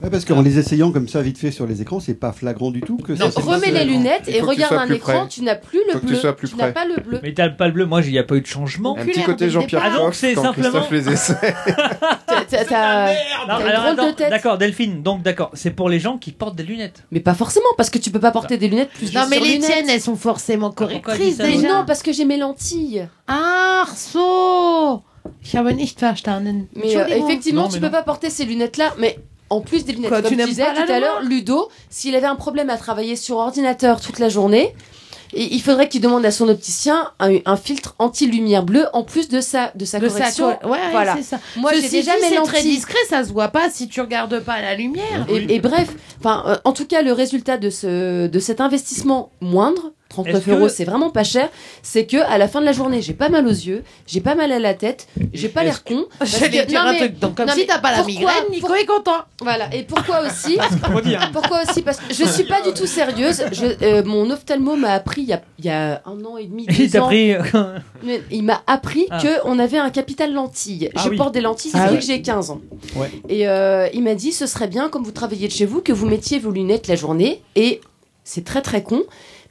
D: Ouais, parce qu'en les essayant comme ça vite fait sur les écrans, c'est pas flagrant du tout que ça. c'est-
G: Remets les lunettes
D: Il
G: et
D: faut que tu
G: regarde
D: sois
G: un
D: plus
G: écran,
D: près.
G: tu n'as plus le
D: Faut que tu
G: bleu.
D: sois plus
G: Tu n'as
D: près.
G: pas le
F: [LAUGHS]
G: bleu.
A: Mais t'as pas le bleu, moi il n'y a pas eu de changement.
G: Un petit côté Jean-Pierre
A: Ah donc
G: Coff
A: c'est
G: quand
A: simplement.
G: Christophe les
H: essaie.
G: T'as- t'as-
A: [LAUGHS]
G: T'as
A: Non,
G: t'as une
A: alors,
G: drôle de
A: attends,
G: tête.
A: d'accord, Delphine, donc d'accord, c'est pour les gens qui portent des lunettes.
G: Mais pas forcément, parce que tu peux pas porter des lunettes plus
F: Non, mais les
G: lunettes.
F: tiennes, elles sont forcément
G: Mais
F: correctrices déjà.
G: non, parce que j'ai mes lentilles.
F: Ah, so Ich habe nicht verstanden.
G: Mais euh,
F: Entschuldigung.
G: effectivement, tu peux pas porter ces lunettes-là, mais en plus des lunettes,
F: Quoi,
G: comme
F: tu
G: tu,
F: n'aimes
G: disais
F: pas la
G: tout à l'heure,
F: lumière
G: Ludo, s'il avait un problème à travailler sur ordinateur toute la journée, i- il faudrait qu'il demande à son opticien un, un filtre anti-lumière bleue en plus de sa de sa
F: Le
G: correction.
F: sac, ouais, ouais,
G: voilà.
F: c'est ça.
G: Moi, j'ai
F: Ceci
G: déjà
F: dit,
G: mes
F: c'est très
G: lentilles.
F: discret, ça se voit pas si tu regardes pas la lumière.
G: Et, et bref, enfin, euh, en tout cas, le résultat de ce de cet investissement moindre, 39
F: Est-ce que-
G: euros, c'est vraiment pas cher. C'est que à la fin de la journée, j'ai pas mal aux yeux, j'ai pas mal à la tête, j'ai pas l'air con. parce
F: [LAUGHS] J'allais
G: que-
F: dire
G: non,
F: un
G: mais-
F: truc, donc comme
G: non,
F: si
G: mais
F: t'as pas la
G: pourquoi-
F: migraine, Nico hein.
G: pour-
F: est content.
G: Voilà. Et pourquoi aussi
F: hein.
G: Pourquoi aussi Parce que je suis pas du tout sérieuse. Je, euh, mon ophtalmo m'a appris il y, a, il y a un an et demi, deux
A: Il t'a
G: ans.
A: pris.
G: [LAUGHS] Mais Il m'a appris
A: Ah.
G: que on avait un capital lentille.
A: Ah
G: je
A: oui.
G: porte des lentilles
A: Ah
G: depuis
A: ouais.
G: que j'ai 15 ans.
A: Ouais.
G: Et euh, il m'a dit ce serait bien, comme vous travaillez de chez vous, que vous mettiez vos lunettes la journée. Et c'est très très con.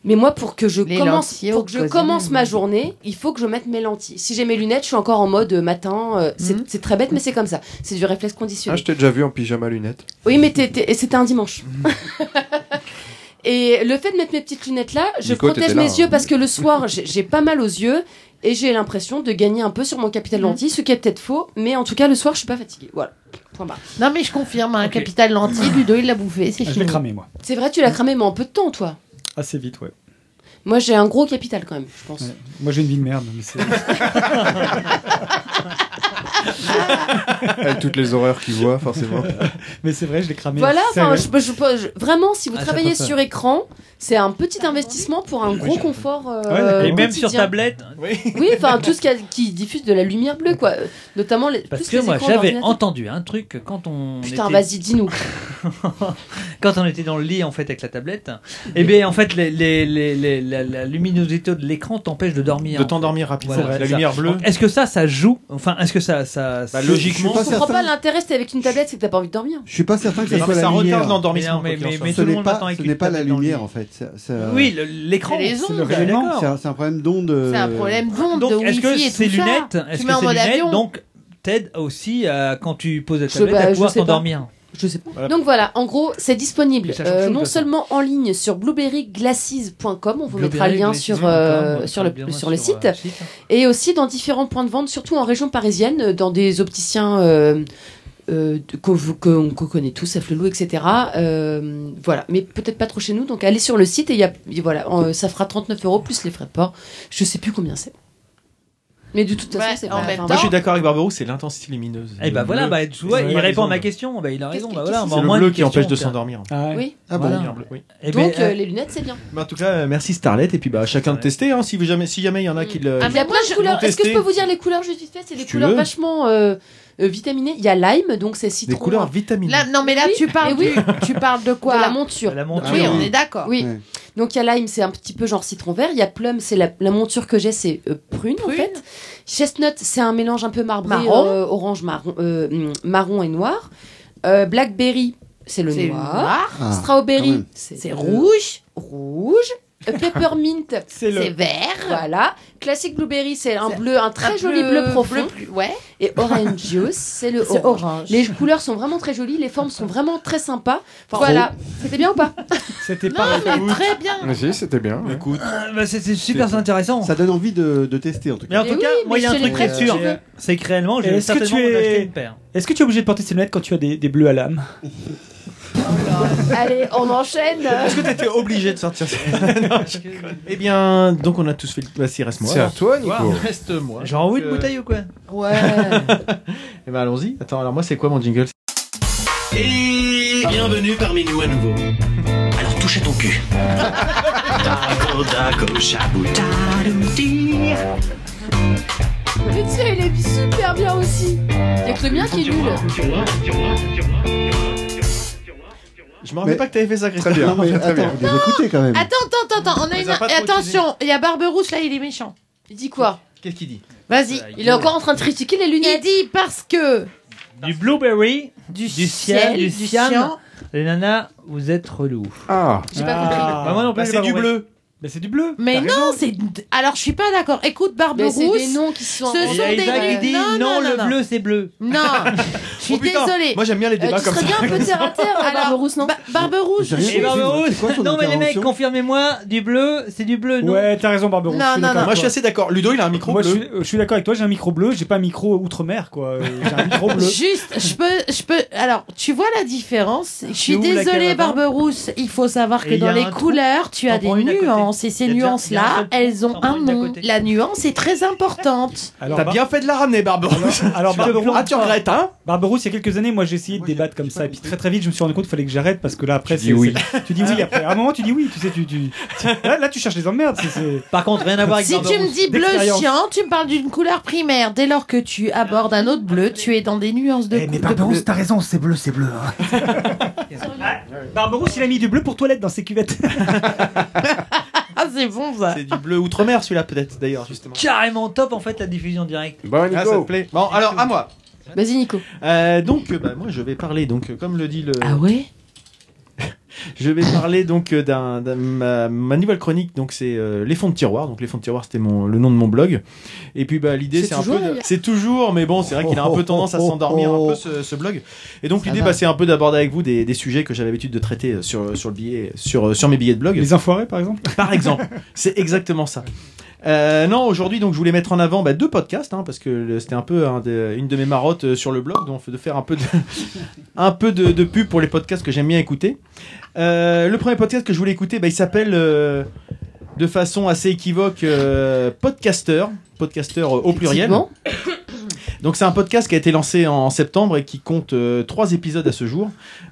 G: Mais moi, pour que je commence,
F: lentilles
G: pour que je
F: hautes,
G: commence
F: quasi.
G: ma journée, il faut que je mette mes lentilles. Si j'ai mes lunettes, je suis encore en mode euh, matin. euh,
A: Mhm.
G: c'est c'est très bête, mais c'est comme ça. C'est du réflexe
H: Ah,
G: conditionnel.
H: je t'ai déjà vu en pyjama lunettes.
G: oui, mais t'es- t'es- et c'était un
F: [LAUGHS]
G: dimanche. et le fait de mettre mes petites lunettes là, je
H: Nico,
G: protège
H: t'étais là,
G: mes
H: hein.
G: yeux parce que le soir, j'ai j'ai pas mal aux yeux et j'ai l'impression de gagner un peu sur mon capital
F: Mhm.
G: lentille, ce qui est peut-être faux, mais en tout cas, le soir, je suis pas fatiguée. Voilà. Point barre.
F: Non, mais je confirme, un capital lentille, Ludo, il l'a bouffé, c'est
K: Ah,
F: fini.
K: je l'ai cramé, moi.
G: C'est vrai, tu l'as cramé, mais en peu de temps, toi.
K: Assez vite, ouais.
G: Moi, j'ai un gros capital quand même, je pense.
K: Ouais. Moi, j'ai une vie de merde. Mais
H: [LAUGHS]
K: c'est- [LAUGHS]
H: Avec toutes les horreurs qu'il voit, forcément.
K: mais c'est vrai, je l'ai
A: Ah,
K: cramé.
G: Voilà,
K: C'est-
G: enfin, je, je- je- vraiment, si vous
K: Ah, ça
G: travaillez
K: peut faire.
G: sur écran, c'est un petit investissement pour un gros confort. euh,
A: et même sur
G: quotidien.
A: tablette.
G: Oui, enfin tout ce qui, a- qui diffuse de la lumière bleue, quoi. Notamment les,
A: Parce
G: plus
A: que
G: les
A: moi
G: écrans
A: j'avais
G: d'ordinateur.
A: entendu un truc quand on.
G: Putain,
A: était- [LAUGHS]
G: vas-y, dis-nous.
A: quand on était dans le lit en fait avec la tablette, et bien en fait les- les- les- les- la, la luminosité de l'écran t'empêche de dormir.
E: De
A: en
E: t'endormir
A: fait.
E: rapidement.
A: Voilà,
E: La
A: c'est ça.
E: lumière bleue.
A: Donc, Est-ce que ça, ça joue Enfin, est-ce que ça, ça, ça-
E: logiquement,
G: Je comprends pas l'intérêt, c'est avec une tablette, c'est que t'as pas envie de dormir.
D: Je suis pas certain que
A: Mais
D: ça soit
A: Ah, ça
D: la
A: retarde
D: lumière.
A: l'endormissement, Mais non, quoi mais- qu'il en mais soit. tout
D: ce
A: le
D: n'est
A: monde
D: pas,
A: l'attend avec
D: ce
A: une
D: n'est pas la
A: tablette dans le
D: lumière
A: lit.
D: en fait. Ça- ça-
A: Oui, le- l'écran.
F: Et les
D: C'est
F: ondes,
D: le rayonnement,
A: d'accord.
D: c'est un- c'est un problème d'onde. euh,
F: C'est un problème d'onde,
A: euh, Donc,
F: de
A: est-ce
F: wifi
A: que
F: et tout
A: ces
F: ça.
A: lunettes,
F: Tu
A: est-ce
F: mets
A: que
F: en
A: ces
F: mode avion.
A: lunettes, donc t'aident aussi à, quand tu poses la
G: Je-
A: tablette
G: bah,
A: à
G: je
A: pouvoir
G: sais pas.
A: t'endormir
G: Je sais pas.
A: Voilà.
G: Donc voilà, en gros, c'est disponible
A: Mais ça
G: euh,
A: change tout, de
G: non
A: toute façon.
G: seulement en ligne sur blueberryglaces.com, on vous mettra le lien sur, euh, sur, le, sur euh, le site,
F: euh,
G: et aussi dans différents points de vente, surtout en région parisienne, euh, dans des opticiens euh, euh, de- qu'on vous- qu'on- qu'on connaît tous, à Flelou, etc. Euh, voilà, mais peut-être pas trop chez nous, donc allez sur le site et il y a, et voilà, en- ça fera 39 euros plus les frais de port. Je sais plus combien c'est. Mais de toute façon, c'est pas. enfin,
E: Moi, je suis d'accord avec Barbaro, c'est l'intensité lumineuse.
A: Et bah
E: Le
A: voilà,
E: bleu.
A: bah, tu vois,
E: Ouais,
A: il
E: par
A: répond à ma
E: exemple.
A: question. Bah, il a raison. Bah,
E: C'est
A: voilà, bah, au
E: le
A: moins,
E: bleu
A: une
E: qui empêche
A: question,
E: de
A: tiens.
E: s'endormir.
G: Oui.
A: Ah
C: bah,
A: bon.
E: Voilà. Oui.
A: Eh ben,
G: bah Donc euh,
A: euh,
G: les lunettes, c'est bien.
E: Bah, en tout cas, euh, merci Starlet. Et puis bah, à chacun de tester. Hein, si vous jamais, si jamais il y en a qui le.
G: Ah, mais il y a plein de couleurs. Est-ce que je peux vous dire les couleurs juste vite fait C'est des
E: tu
G: couleurs
E: veux.
G: vachement euh, euh, vitaminées. Il y a lime, donc c'est citron. hein.
E: Des couleurs vitaminées.
F: Là, non, mais là, tu parles du- tu parles de quoi
G: De la monture.
A: monture.
F: Oui, on est d'accord.
G: Oui. Donc il y a lime, c'est un petit peu genre citron vert. Il y a plum, c'est la, la monture que j'ai, c'est euh, prune, en fait. Chestnut, c'est un mélange un peu marbré,
F: Marron.
G: euh, orange, marron, euh, hum, marron et noir. Euh, blackberry, c'est le
F: C'est
G: noir.
F: noir.
G: Ah,
F: quand
G: Strawberry,
F: même. C'est rouge.
G: Rouge. Euh, Peppermint, c'est
F: le- [LAUGHS] C'est [LAUGHS] vert.
G: Voilà. Classic blueberry, c'est un bleu, un très joli bleu, profond.
F: ouais.
G: Et orange juice, c'est le
F: [LAUGHS] C'est
G: orange.
F: orange.
G: Les couleurs sont vraiment très jolies, les formes sont vraiment très sympas. Enfin, voilà,
F: oh.
G: c'était bien ou pas
K: C'était
G: pas
F: très bien.
H: Mais si, c'était bien. Écoute.
C: Ah
A: bah, c'est c'est super intéressant.
D: Ça donne envie de, de tester en tout
A: Mais
D: cas.
A: en tout cas, moi, il y a un truc qui est sûr. C'est que réellement, j'ai
K: hein. Est-ce que,
A: certainement
K: tu
A: acheté une
K: es...
A: paire.
K: Est-ce que tu es obligé de porter ces lunettes quand tu as des, des bleus à l'âme
G: Allez, on enchaîne.
C: Est-ce que t'étais obligé de sortir ça [LAUGHS] Non, je rigole. Eh bien, donc on a tous fait le. Bah, si, reste moi.
H: C'est à toi, Nico.
C: Reste moi. Euh,
A: J'ai envie de bouteille ou quoi
F: Ouais.
C: [LAUGHS] Eh ben, allons-y. Attends, alors moi, c'est quoi mon jingle
N: Et bienvenue parmi nous à nouveau. Alors touche à ton cul. Taco, taco, chabouta.
J: Le tien, il est super bien aussi. Y'a que le mien qui est nul.
C: Je me rappelle pas que t'avais fait ça, Christophe.
D: bien,
C: Non, mais
D: très bien.
C: attends.
D: Vous les écoutez quand même.
F: Attends, attends, attends, attends. On a
C: les
F: une...
C: a pas trop
F: Attention, il y a Barberousse là, il est méchant.
G: Il dit quoi
C: Qu'est-ce qu'il dit
F: Vas-y.
G: Il est encore en train de critiquer les
F: Il
G: lunettes.
F: dit parce que.
A: Du blueberry, du, ciel, du
F: du
A: siam.
F: cyan.
A: Les nanas, vous êtes relous.
H: Ah,
A: j'ai
F: pas compris.
A: moi non plus,
K: Bah,
A: j'ai
K: c'est
A: pas
K: du
A: compris.
K: bleu. Bah, c'est du bleu.
F: Mais
K: T'as raison.
F: non, c'est. Alors je suis pas d'accord. Écoute,
J: Mais
F: Barberousse.
J: c'est des noms qui sont.
F: Ce sont
A: Et il y a
F: des
A: Isaac qui
F: lunettes.
A: dit non, le bleu c'est bleu. [LAUGHS]
F: Non, je suis
C: Oh, putain.
F: désolée. Euh,
C: Moi, j'aime bien les débats
G: tu
C: comme
G: serais
C: ça.
G: bien un peu terre à
F: [LAUGHS]
G: terre,
F: Alors,
G: Barberousse, non
F: Ba- Barberousse,
C: J'ai rien
A: Et
C: compris.
A: Barberousse,
C: C'est quoi son
A: Eh ben, non mais les mecs,
C: intervention
A: confirmez-moi, du bleu c'est du bleu, non
K: Ouais, t'as raison, Barberousse.
F: Non,
K: je suis
F: non, non.
K: d'accord
C: Moi,
K: avec
C: je suis
K: toi.
C: assez d'accord. Ludo, il a un micro
K: Moi, je
C: bleu.
K: suis, je suis d'accord avec toi, j'ai un micro bleu, j'ai pas un micro outre-mer, quoi. Euh, J'ai un
C: [LAUGHS]
K: micro bleu.
F: Juste, je peux, je peux. Alors, tu vois la différence. Je
A: Ah, C'est
F: suis
A: où, la
F: désolée,
A: Canada
F: Barberousse. Il faut savoir
A: Et
F: que
A: il y a
F: dans les
A: un trou.
F: couleurs, tu as
A: T'en
F: des
A: prends une à côté.
F: nuances et ces
A: Il y a déjà- il y a un seul
F: nuances-là,
A: trou.
F: elles ont
A: T'en prends
F: un
A: une à
F: nom.
A: côté.
F: La nuance est très importante.
K: Alors,
C: T'as
K: Bar-
C: bien fait de la ramener, Barberousse.
K: alors,
C: Tu te plantes. Ah, tu regrettes, hein
K: Barberousse, il y a quelques années, moi j'ai essayé de débattre comme ça, et puis très très vite, je me suis rendu compte qu'il fallait que j'arrête parce que là après,
H: dis
K: c'est-
H: oui.
K: c'est- tu dis oui après. À un moment, tu dis oui, tu sais, tu, tu- là, là, tu cherches les emmerdes. c'est- c'est-
A: Par contre, rien à voir avec
F: Si tu me
A: Barberousse.
F: dis bleu
K: d'expérience.
F: cyan, tu me parles d'une couleur primaire. Dès lors que tu abordes un autre bleu, tu es dans des nuances de
K: Eh, mais
F: cou- de bleu.
K: Barberousse, t'as raison, c'est bleu, c'est bleu. [LAUGHS] hein. Ah, Barberousse, il a mis du bleu pour toilette dans ses cuvettes.
F: Ah, c'est bon ça.
C: C'est du bleu outre-mer, celui-là, peut-être, d'ailleurs, justement.
A: Carrément top en fait la diffusion directe.
H: Bon,
C: Ah, ça te
H: Nico.
C: plaît Bon, alors, à moi.
G: Vas-y, Nico.
C: Euh, donc, euh, bah, moi, je vais parler, donc, euh, comme le dit le.
F: Ah ouais
C: [LAUGHS] Je vais parler donc euh, d'un, d'un- ma, ma nouvelle chronique donc c'est euh, les fonds de tiroir donc les fonds de tiroir c'était mon, le nom de mon blog et puis bah l'idée
G: C'est
C: c'est,
G: toujours,
C: un peu de-
G: il y a-
C: c'est toujours mais bon c'est vrai qu'il a un peu tendance
D: Oh,
C: à s'endormir un
G: [LAUGHS]
C: peu ce, ce blog et donc l'idée bah, c'est un peu d'aborder avec vous des, des sujets que j'avais l'habitude de traiter euh, sur sur le billet sur euh, sur mes billets de blog
K: Les enfoirés, par exemple.
C: par exemple. C'est exactement ça. Euh, non, aujourd'hui, donc, je voulais mettre en avant bah, deux podcasts, hein, parce que le- c'était un peu un de- une de mes marottes euh, sur le blog, donc de faire un peu de, [LAUGHS] un peu de, de pub pour les podcasts que j'aime bien écouter. Euh, le premier podcast que je voulais écouter, bah, il s'appelle euh, de façon assez équivoque euh, Podcaster, Podcaster euh, au pluriel.
G: Effectivement.
C: Donc c'est un podcast qui a été lancé en septembre et qui compte euh, trois épisodes à ce jour.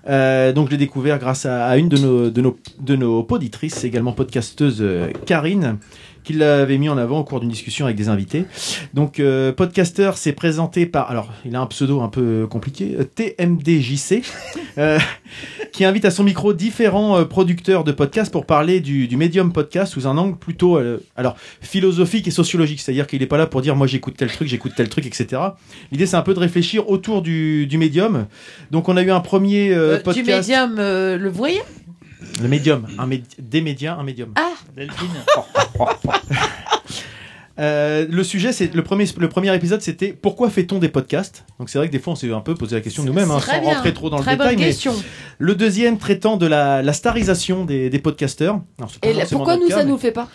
C: Euh, donc je l'ai découvert grâce à, à une de nos, de nos, de nos poditrices, également podcasteuse euh, Karine, qui l'avait mis en avant au cours d'une discussion avec des invités. Donc euh, podcaster, c'est présenté par, alors il a un pseudo un peu compliqué, euh, TMDJC, euh, qui invite à son micro différents euh, producteurs de podcasts pour parler du, du médium podcast sous un angle plutôt, euh, alors philosophique et sociologique, c'est-à-dire qu'il n'est pas là pour dire moi j'écoute tel truc, j'écoute tel truc, etc. L'idée c'est un peu de réfléchir autour du, du médium. Donc on a eu un premier euh,
F: Euh, Du
C: podcast,
F: médium, euh, le voyant.
C: le médium, un médi- des médias, un médium.
F: Ah.
A: Delphine.
C: Euh, le sujet, c'est le premier, le premier épisode, c'était pourquoi fait-on des podcasts Donc c'est vrai que des fois, on s'est un peu posé la question nous-mêmes, hein,
F: Très
C: sans
F: bien.
C: rentrer trop dans
F: Très
C: le détail.
F: bonne
C: Mais
F: question.
C: le deuxième traitant de la, la starisation des, des podcasteurs. Alors, c'est pas
G: Et là,
C: forcément
G: pourquoi
C: notre
G: nous,
C: cas,
G: ça
C: mais-
G: nous le fait
C: [LAUGHS]
G: pas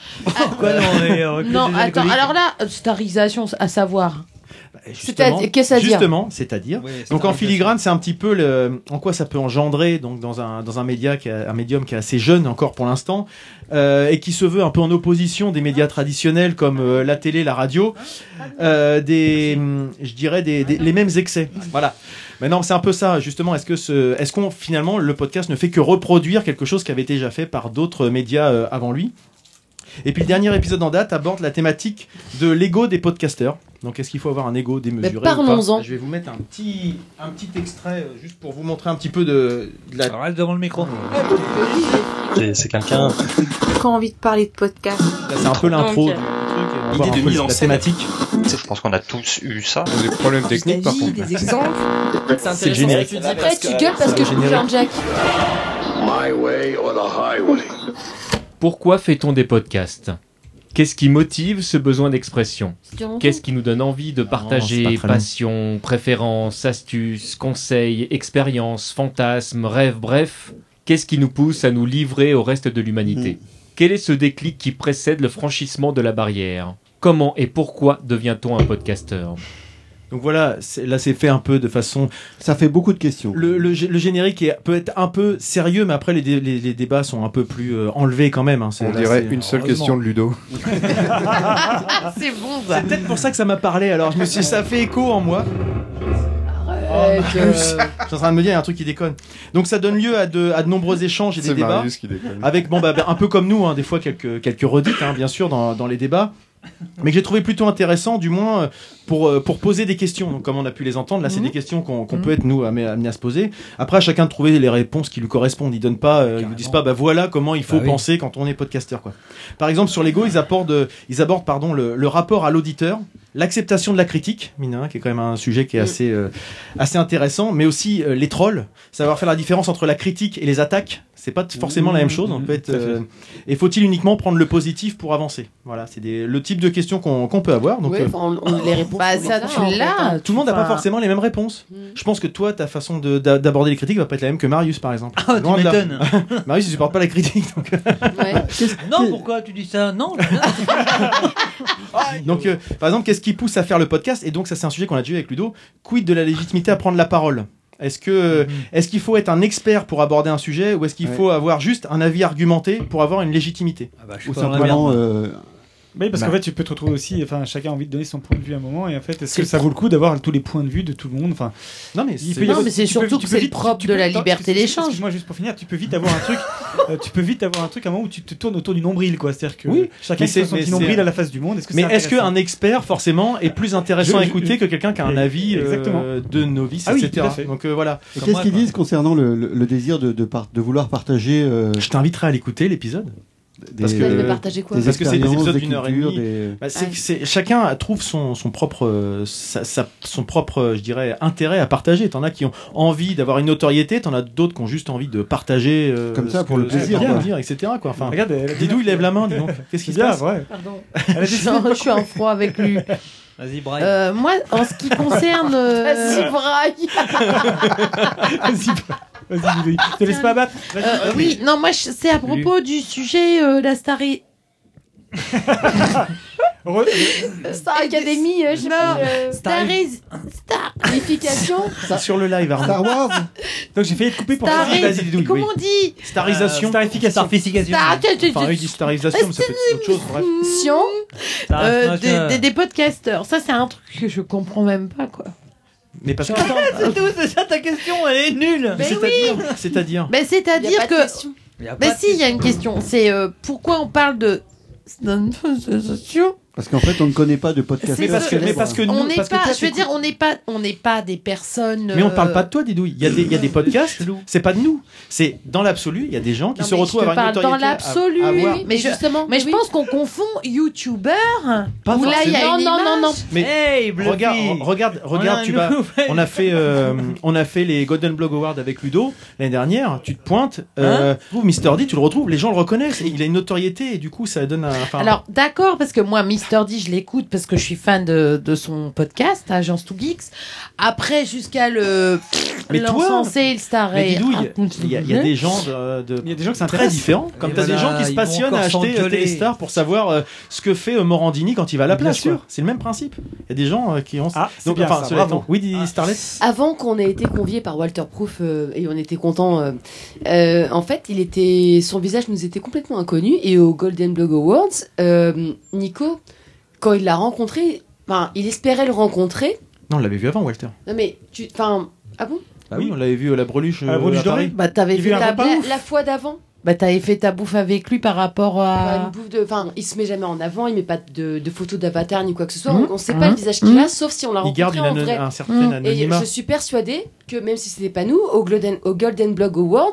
A: Quoi non, on est,
C: euh,
A: on est que
F: Non,
A: des
F: attends.
A: alcooliques.
F: Alors là, starisation à savoir.
C: Bah, justement,
G: C'est-à-dire- qu'est-ce à dire
C: Justement, c'est-à-dire.
A: Ouais, c'est
C: Donc en
A: un-
C: filigrane, c'est un petit peu le, en quoi ça peut engendrer donc dans un dans un média qui a, un médium qui est assez jeune encore pour l'instant euh, et qui se veut un peu en opposition des médias traditionnels comme euh, la télé, la radio, euh, des hum, je dirais des, des- les mêmes excès. Voilà. Maintenant, c'est un peu ça justement. Est-ce que ce est-ce qu'on finalement le podcast ne fait que reproduire quelque chose qui avait déjà fait par d'autres médias euh, avant lui Et puis le dernier épisode en date aborde la thématique de l'ego des podcasteurs. Donc est-ce qu'il faut avoir un ego démesuré ou pas
G: parlons-en.
C: Je vais vous mettre un petit, un petit extrait euh, juste pour vous montrer un petit peu de, de la...
A: Alors elle devant le micro.
O: C'est quelqu'un.
L: Quand envie de parler de podcast.
C: Là, c'est un peu l'intro
J: Donc,
C: du truc. euh, et on va voir un
O: L'idée de
C: peu
O: mise en
C: la
O: scène.
C: thématique.
O: Je pense qu'on a tous eu ça.
H: Des problèmes techniques, par contre.
J: des exemples.
C: C'est le générique.
G: Après, tu gueules parce que je bouge un jack.
I: My way or the
J: [LAUGHS]
I: highway.
P: Pourquoi fait-on des podcasts Qu'est-ce qui motive ce besoin d'expression Qu'est-ce qui nous donne envie de
C: c'est pas
P: partager
C: très long.
P: passion, préférences, astuces, conseils, expériences, fantasmes, rêves, bref Qu'est-ce qui nous pousse à nous livrer au reste de l'humanité
D: Hmm.
P: Quel est ce déclic qui précède le franchissement de la barrière Comment et pourquoi devient-on un podcasteur
C: Donc voilà, c'est- là c'est fait un peu de façon.
D: Ça fait beaucoup de questions.
C: Le, le gé- le générique est- peut être un peu sérieux, mais après les, dé- les- les débats sont un peu plus euh, enlevés quand même. hein. C'est-
H: On
C: là,
H: dirait
C: c'est-
H: une seule
C: heureusement.
H: question de Ludo.
F: C'est bon,
C: Bah, C'est peut-être pour ça que ça m'a parlé. Alors je me suis, ça fait écho en moi. Oh, bah,
F: Arrête, euh.
C: [LAUGHS] je suis en train de me dire il y a un truc qui déconne. Donc ça donne lieu à de, à de nombreux échanges et des
H: C'est
C: débats.
H: Marius qui déconne.
C: Avec bon bah, bah, un peu comme nous, hein, des fois quelques quelques redites hein, bien sûr dans, dans les débats. Mais que j'ai trouvé plutôt intéressant, du moins euh, pour, euh, pour poser des questions. Donc, comme on a pu les entendre, là, c'est des questions qu'on qu'on peut être nous amé- amenés à se poser. Après, à chacun de trouver les réponses qui lui correspondent. Ils donnent pas, euh, ils vous disent pas, bah voilà comment il faut
E: oui.
C: penser quand on est podcasteur. Quoi. Par exemple, sur l'ego, ils abordent, euh, ils abordent pardon, le, le rapport à l'auditeur, l'acceptation de la critique, mine de rien, qui est quand même un sujet qui est assez, euh, assez intéressant, mais aussi euh, les trolls, savoir faire la différence entre la critique et les attaques. C'est pas t- forcément la même chose. On peut être, euh, et faut-il uniquement prendre le positif pour avancer Voilà, c'est des- le type de questions qu'on qu'on peut avoir. Donc,
G: Ouais,
C: euh, ah,
G: enfin, on- on- les réponses,
F: Bah,
G: on
F: ça,
G: les a,
F: tu
G: en fait,
F: l'as.
G: hein.
C: tout le monde n'a
G: Enfin, mmh.
C: pas forcément les mêmes réponses. Je pense que toi, ta façon de- d'a- d'aborder les critiques va pas être la même que Marius, par exemple. Ah,
A: tu m'étonnes.
C: [LAUGHS] Marius, il supporte pas la critique. Donc, euh,
A: Non, pourquoi tu dis ça Non,
G: Ah,
C: donc euh, par exemple, qu'est-ce qui pousse à faire le podcast Et donc, ça, c'est un sujet qu'on a déjà eu avec Ludo. Quid de la légitimité à prendre la parole est-ce que est-ce qu'il faut être un expert pour aborder un sujet ou est-ce qu'il
D: Ouais.
C: faut avoir juste un avis argumenté pour avoir une légitimité
D: Ou simplement. euh,
K: Oui, parce qu'en
D: Bah.
K: fait, tu peux te retrouver aussi. Enfin, chacun a envie de donner son point de vue à un moment, et en fait, est-ce que
C: C'est
K: ça
C: le-
K: vaut le coup d'avoir tous les points de vue de tout le monde Enfin,
C: non mais
K: il
C: c'est-
K: peut y
F: Non,
K: avoir-
F: mais c'est
K: tu peux-
F: surtout
K: tu
F: que
K: peux
F: c'est
K: vite-
F: le propre
K: tu
F: de
K: peux-
F: la
K: attends,
F: liberté
K: excuse-
F: d'échange.
K: Excuse-moi juste pour finir, tu peux vite avoir un truc. euh, tu peux vite avoir un truc à un moment où tu te tournes autour du nombril, quoi. C'est-à-dire que
C: Oui,
K: chacun
C: mais
K: se
C: c'est- mais
K: senti
C: c'est-
K: nombril à la face du monde. Est-ce que
C: Mais
K: c'est
C: est-ce
K: intéressant
C: qu'un expert, forcément, est plus intéressant
K: Je-
C: à
K: je-
C: écouter que quelqu'un qui a un avis euh,
K: Exactement.
C: de novice,
K: Ah oui,
C: etc.
K: tout à fait.
C: Donc euh, voilà.
D: Et qu'est-ce qu'ils disent concernant le, le- le désir de, de par- de vouloir partager euh,
C: Je t'inviterai à l'écouter l'épisode.
D: Parce que- Mais partager quoi
C: Parce que c'est des
D: expériences,
C: épisodes
D: des
C: d'une heure et demie.
D: cultures, des-
C: Bah, c'est que c'est- chacun trouve son, son propre, euh, sa- sa- son propre, euh, je dirais, intérêt à partager. T'en as qui ont envie d'avoir une notoriété, t'en as d'autres qui ont juste envie de partager. euh,
D: Comme ça,
C: ce
D: pour
C: que-
D: le plaisir,
C: ce qu'on
D: quoi.
C: vient de dire, etc. Quoi. Enfin,
K: Regarde, elle a dit-
C: Didou, il lève la main. Dis [LAUGHS] donc, qu'est-ce qui se
K: Bizarre,
C: passe
K: ouais.
C: [LAUGHS]
F: Je suis en- je suis en froid avec lui.
A: Vas-y, Brian.
F: Euh, moi, en ce qui
C: [LAUGHS]
F: concerne. euh,
C: Ah,
B: Vas-y,
K: [LAUGHS] Vas-y, vas-y, vas-y. te laisse pas abattre. Vas-y.
F: [LAUGHS] Euh, oui, non, moi, je- c'est à propos du sujet euh, la Star, Academy.
K: Re-
F: Star Academy, euh, je sais pas, euh,
K: Star-
F: Starris- Starification
C: Sur le live, hein. Arnaud.
D: Star Wars
K: Donc j'ai failli te couper pour
F: Star-
K: ça.
C: Vas-y, Didou, oui.
F: Comment on dit
C: Starisation.
A: Euh, Starification. Starification.
C: Enfin, il dit starisation, mais ça peut être autre chose. Bref.
F: Sion
A: Ça
F: euh,
A: reste
F: des,
A: notre-
F: des, des podcasters. Ça, c'est un truc que je comprends même pas,
C: [LAUGHS]
F: quoi.
C: Mais parce que.
A: C'est tout, c'est ça ta question, elle est nulle.
F: Mais
C: [LAUGHS] C'est-à-dire- C'est-à-dire.
F: Ben,
B: Y a
F: c'est-à-dire
B: pas de
F: que.
B: question.
A: Y a
F: Ben,
A: pas-
F: si, il y a une question. C'est euh, pourquoi on parle de.
D: Parce qu'en fait, on ne connaît pas de podcast.
F: C'est Mais parce que-
C: mais parce que nous-
F: on n'est
C: parce que
F: pas,
C: toi,
F: je veux dire, on n'est pas, on n'est pas des personnes.
C: Mais on
F: euh,
C: parle pas de toi, Didouille. Il y a des, il y a des podcasts, c'est pas de nous. C'est dans l'absolu, il y a des gens qui
F: Non,
C: se
F: mais
C: retrouvent
F: je te
C: à avoir une
F: parle dans
C: notoriété. à-
F: l'absolu.
C: à avoir.
F: mais je, mais je pense qu'on confond youtubeur.
C: Pas
F: où là, il y a
J: forcément.
F: une
J: Non, non, non,
F: image.
J: non.
C: Mais
A: Hey, Bluffy.
C: regarde, re- regarde,
A: On a
C: regarde,
A: un
C: tu vas.
A: nouveau-
C: On a fait, euh, on a fait les Golden Blog Awards avec Ludo l'année dernière. Tu te pointes,
A: Hein
C: euh, tu trouves Mister D, tu le retrouves, les gens le reconnaissent, et il a une notoriété et du coup ça donne un. enfin,
F: Alors d'accord parce que moi Mister D je l'écoute parce que je suis fan de, de son podcast Agence to Geeks. Après jusqu'à le
C: Mais toi-
F: l'encensé le star
C: mais
F: et-
C: Didouille, il y, a- il y a des gens de,
K: Il y a des gens qui
C: très
K: s'intéressent.
C: différents. Comme
A: Et
C: t'as des
A: voilà,
C: gens qui se
A: ils vont
C: passionnent à
A: encore
C: acheter euh,
A: s'engueuler.
C: Téléstar pour savoir euh, ce que fait euh, Morandini quand il va à la
K: Bien
C: plage.
K: sûr.
C: quoi. C'est le même principe. Il y a des gens euh, qui ont.
K: Ah, c'est bien ça,
C: cela
K: bravo. Ah.
C: étant- Oui, dis- Starlet.
G: Avant qu'on ait été convié par Walter Proof euh, et on était content, en fait, il était, son visage nous était complètement inconnu et au Golden Blog Awards, euh, Nico, quand il l'a rencontré, enfin, il espérait le rencontrer.
C: Non, on l'avait vu avant, Walter.
G: Non mais tu, enfin, ah bon
C: Ah oui, on l'avait vu à la breluche.
K: À la Breluche
C: euh, à Paris.
K: dorée
F: Bah t'avais
K: Il
F: fait
K: y a eu un
F: ta
K: repas
F: bouffe.
G: La fois d'avant.
F: Bah t'avais fait ta bouffe avec lui par rapport
G: Bah,
F: à.
G: une bouffe de, enfin, il se met jamais en avant, il met pas de, de photos d'avatar ni quoi que ce soit.
F: Mhm.
G: On, on sait pas
F: Mhm.
G: le visage qu'il a, sauf si on l'a
C: Il garde
G: rencontré en
C: une ano-
G: vrai.
C: un certain
F: Mm.
G: Et
C: anonymat.
G: je suis persuadée que même si c'était pas nous, au Golden, au Golden Blog Awards,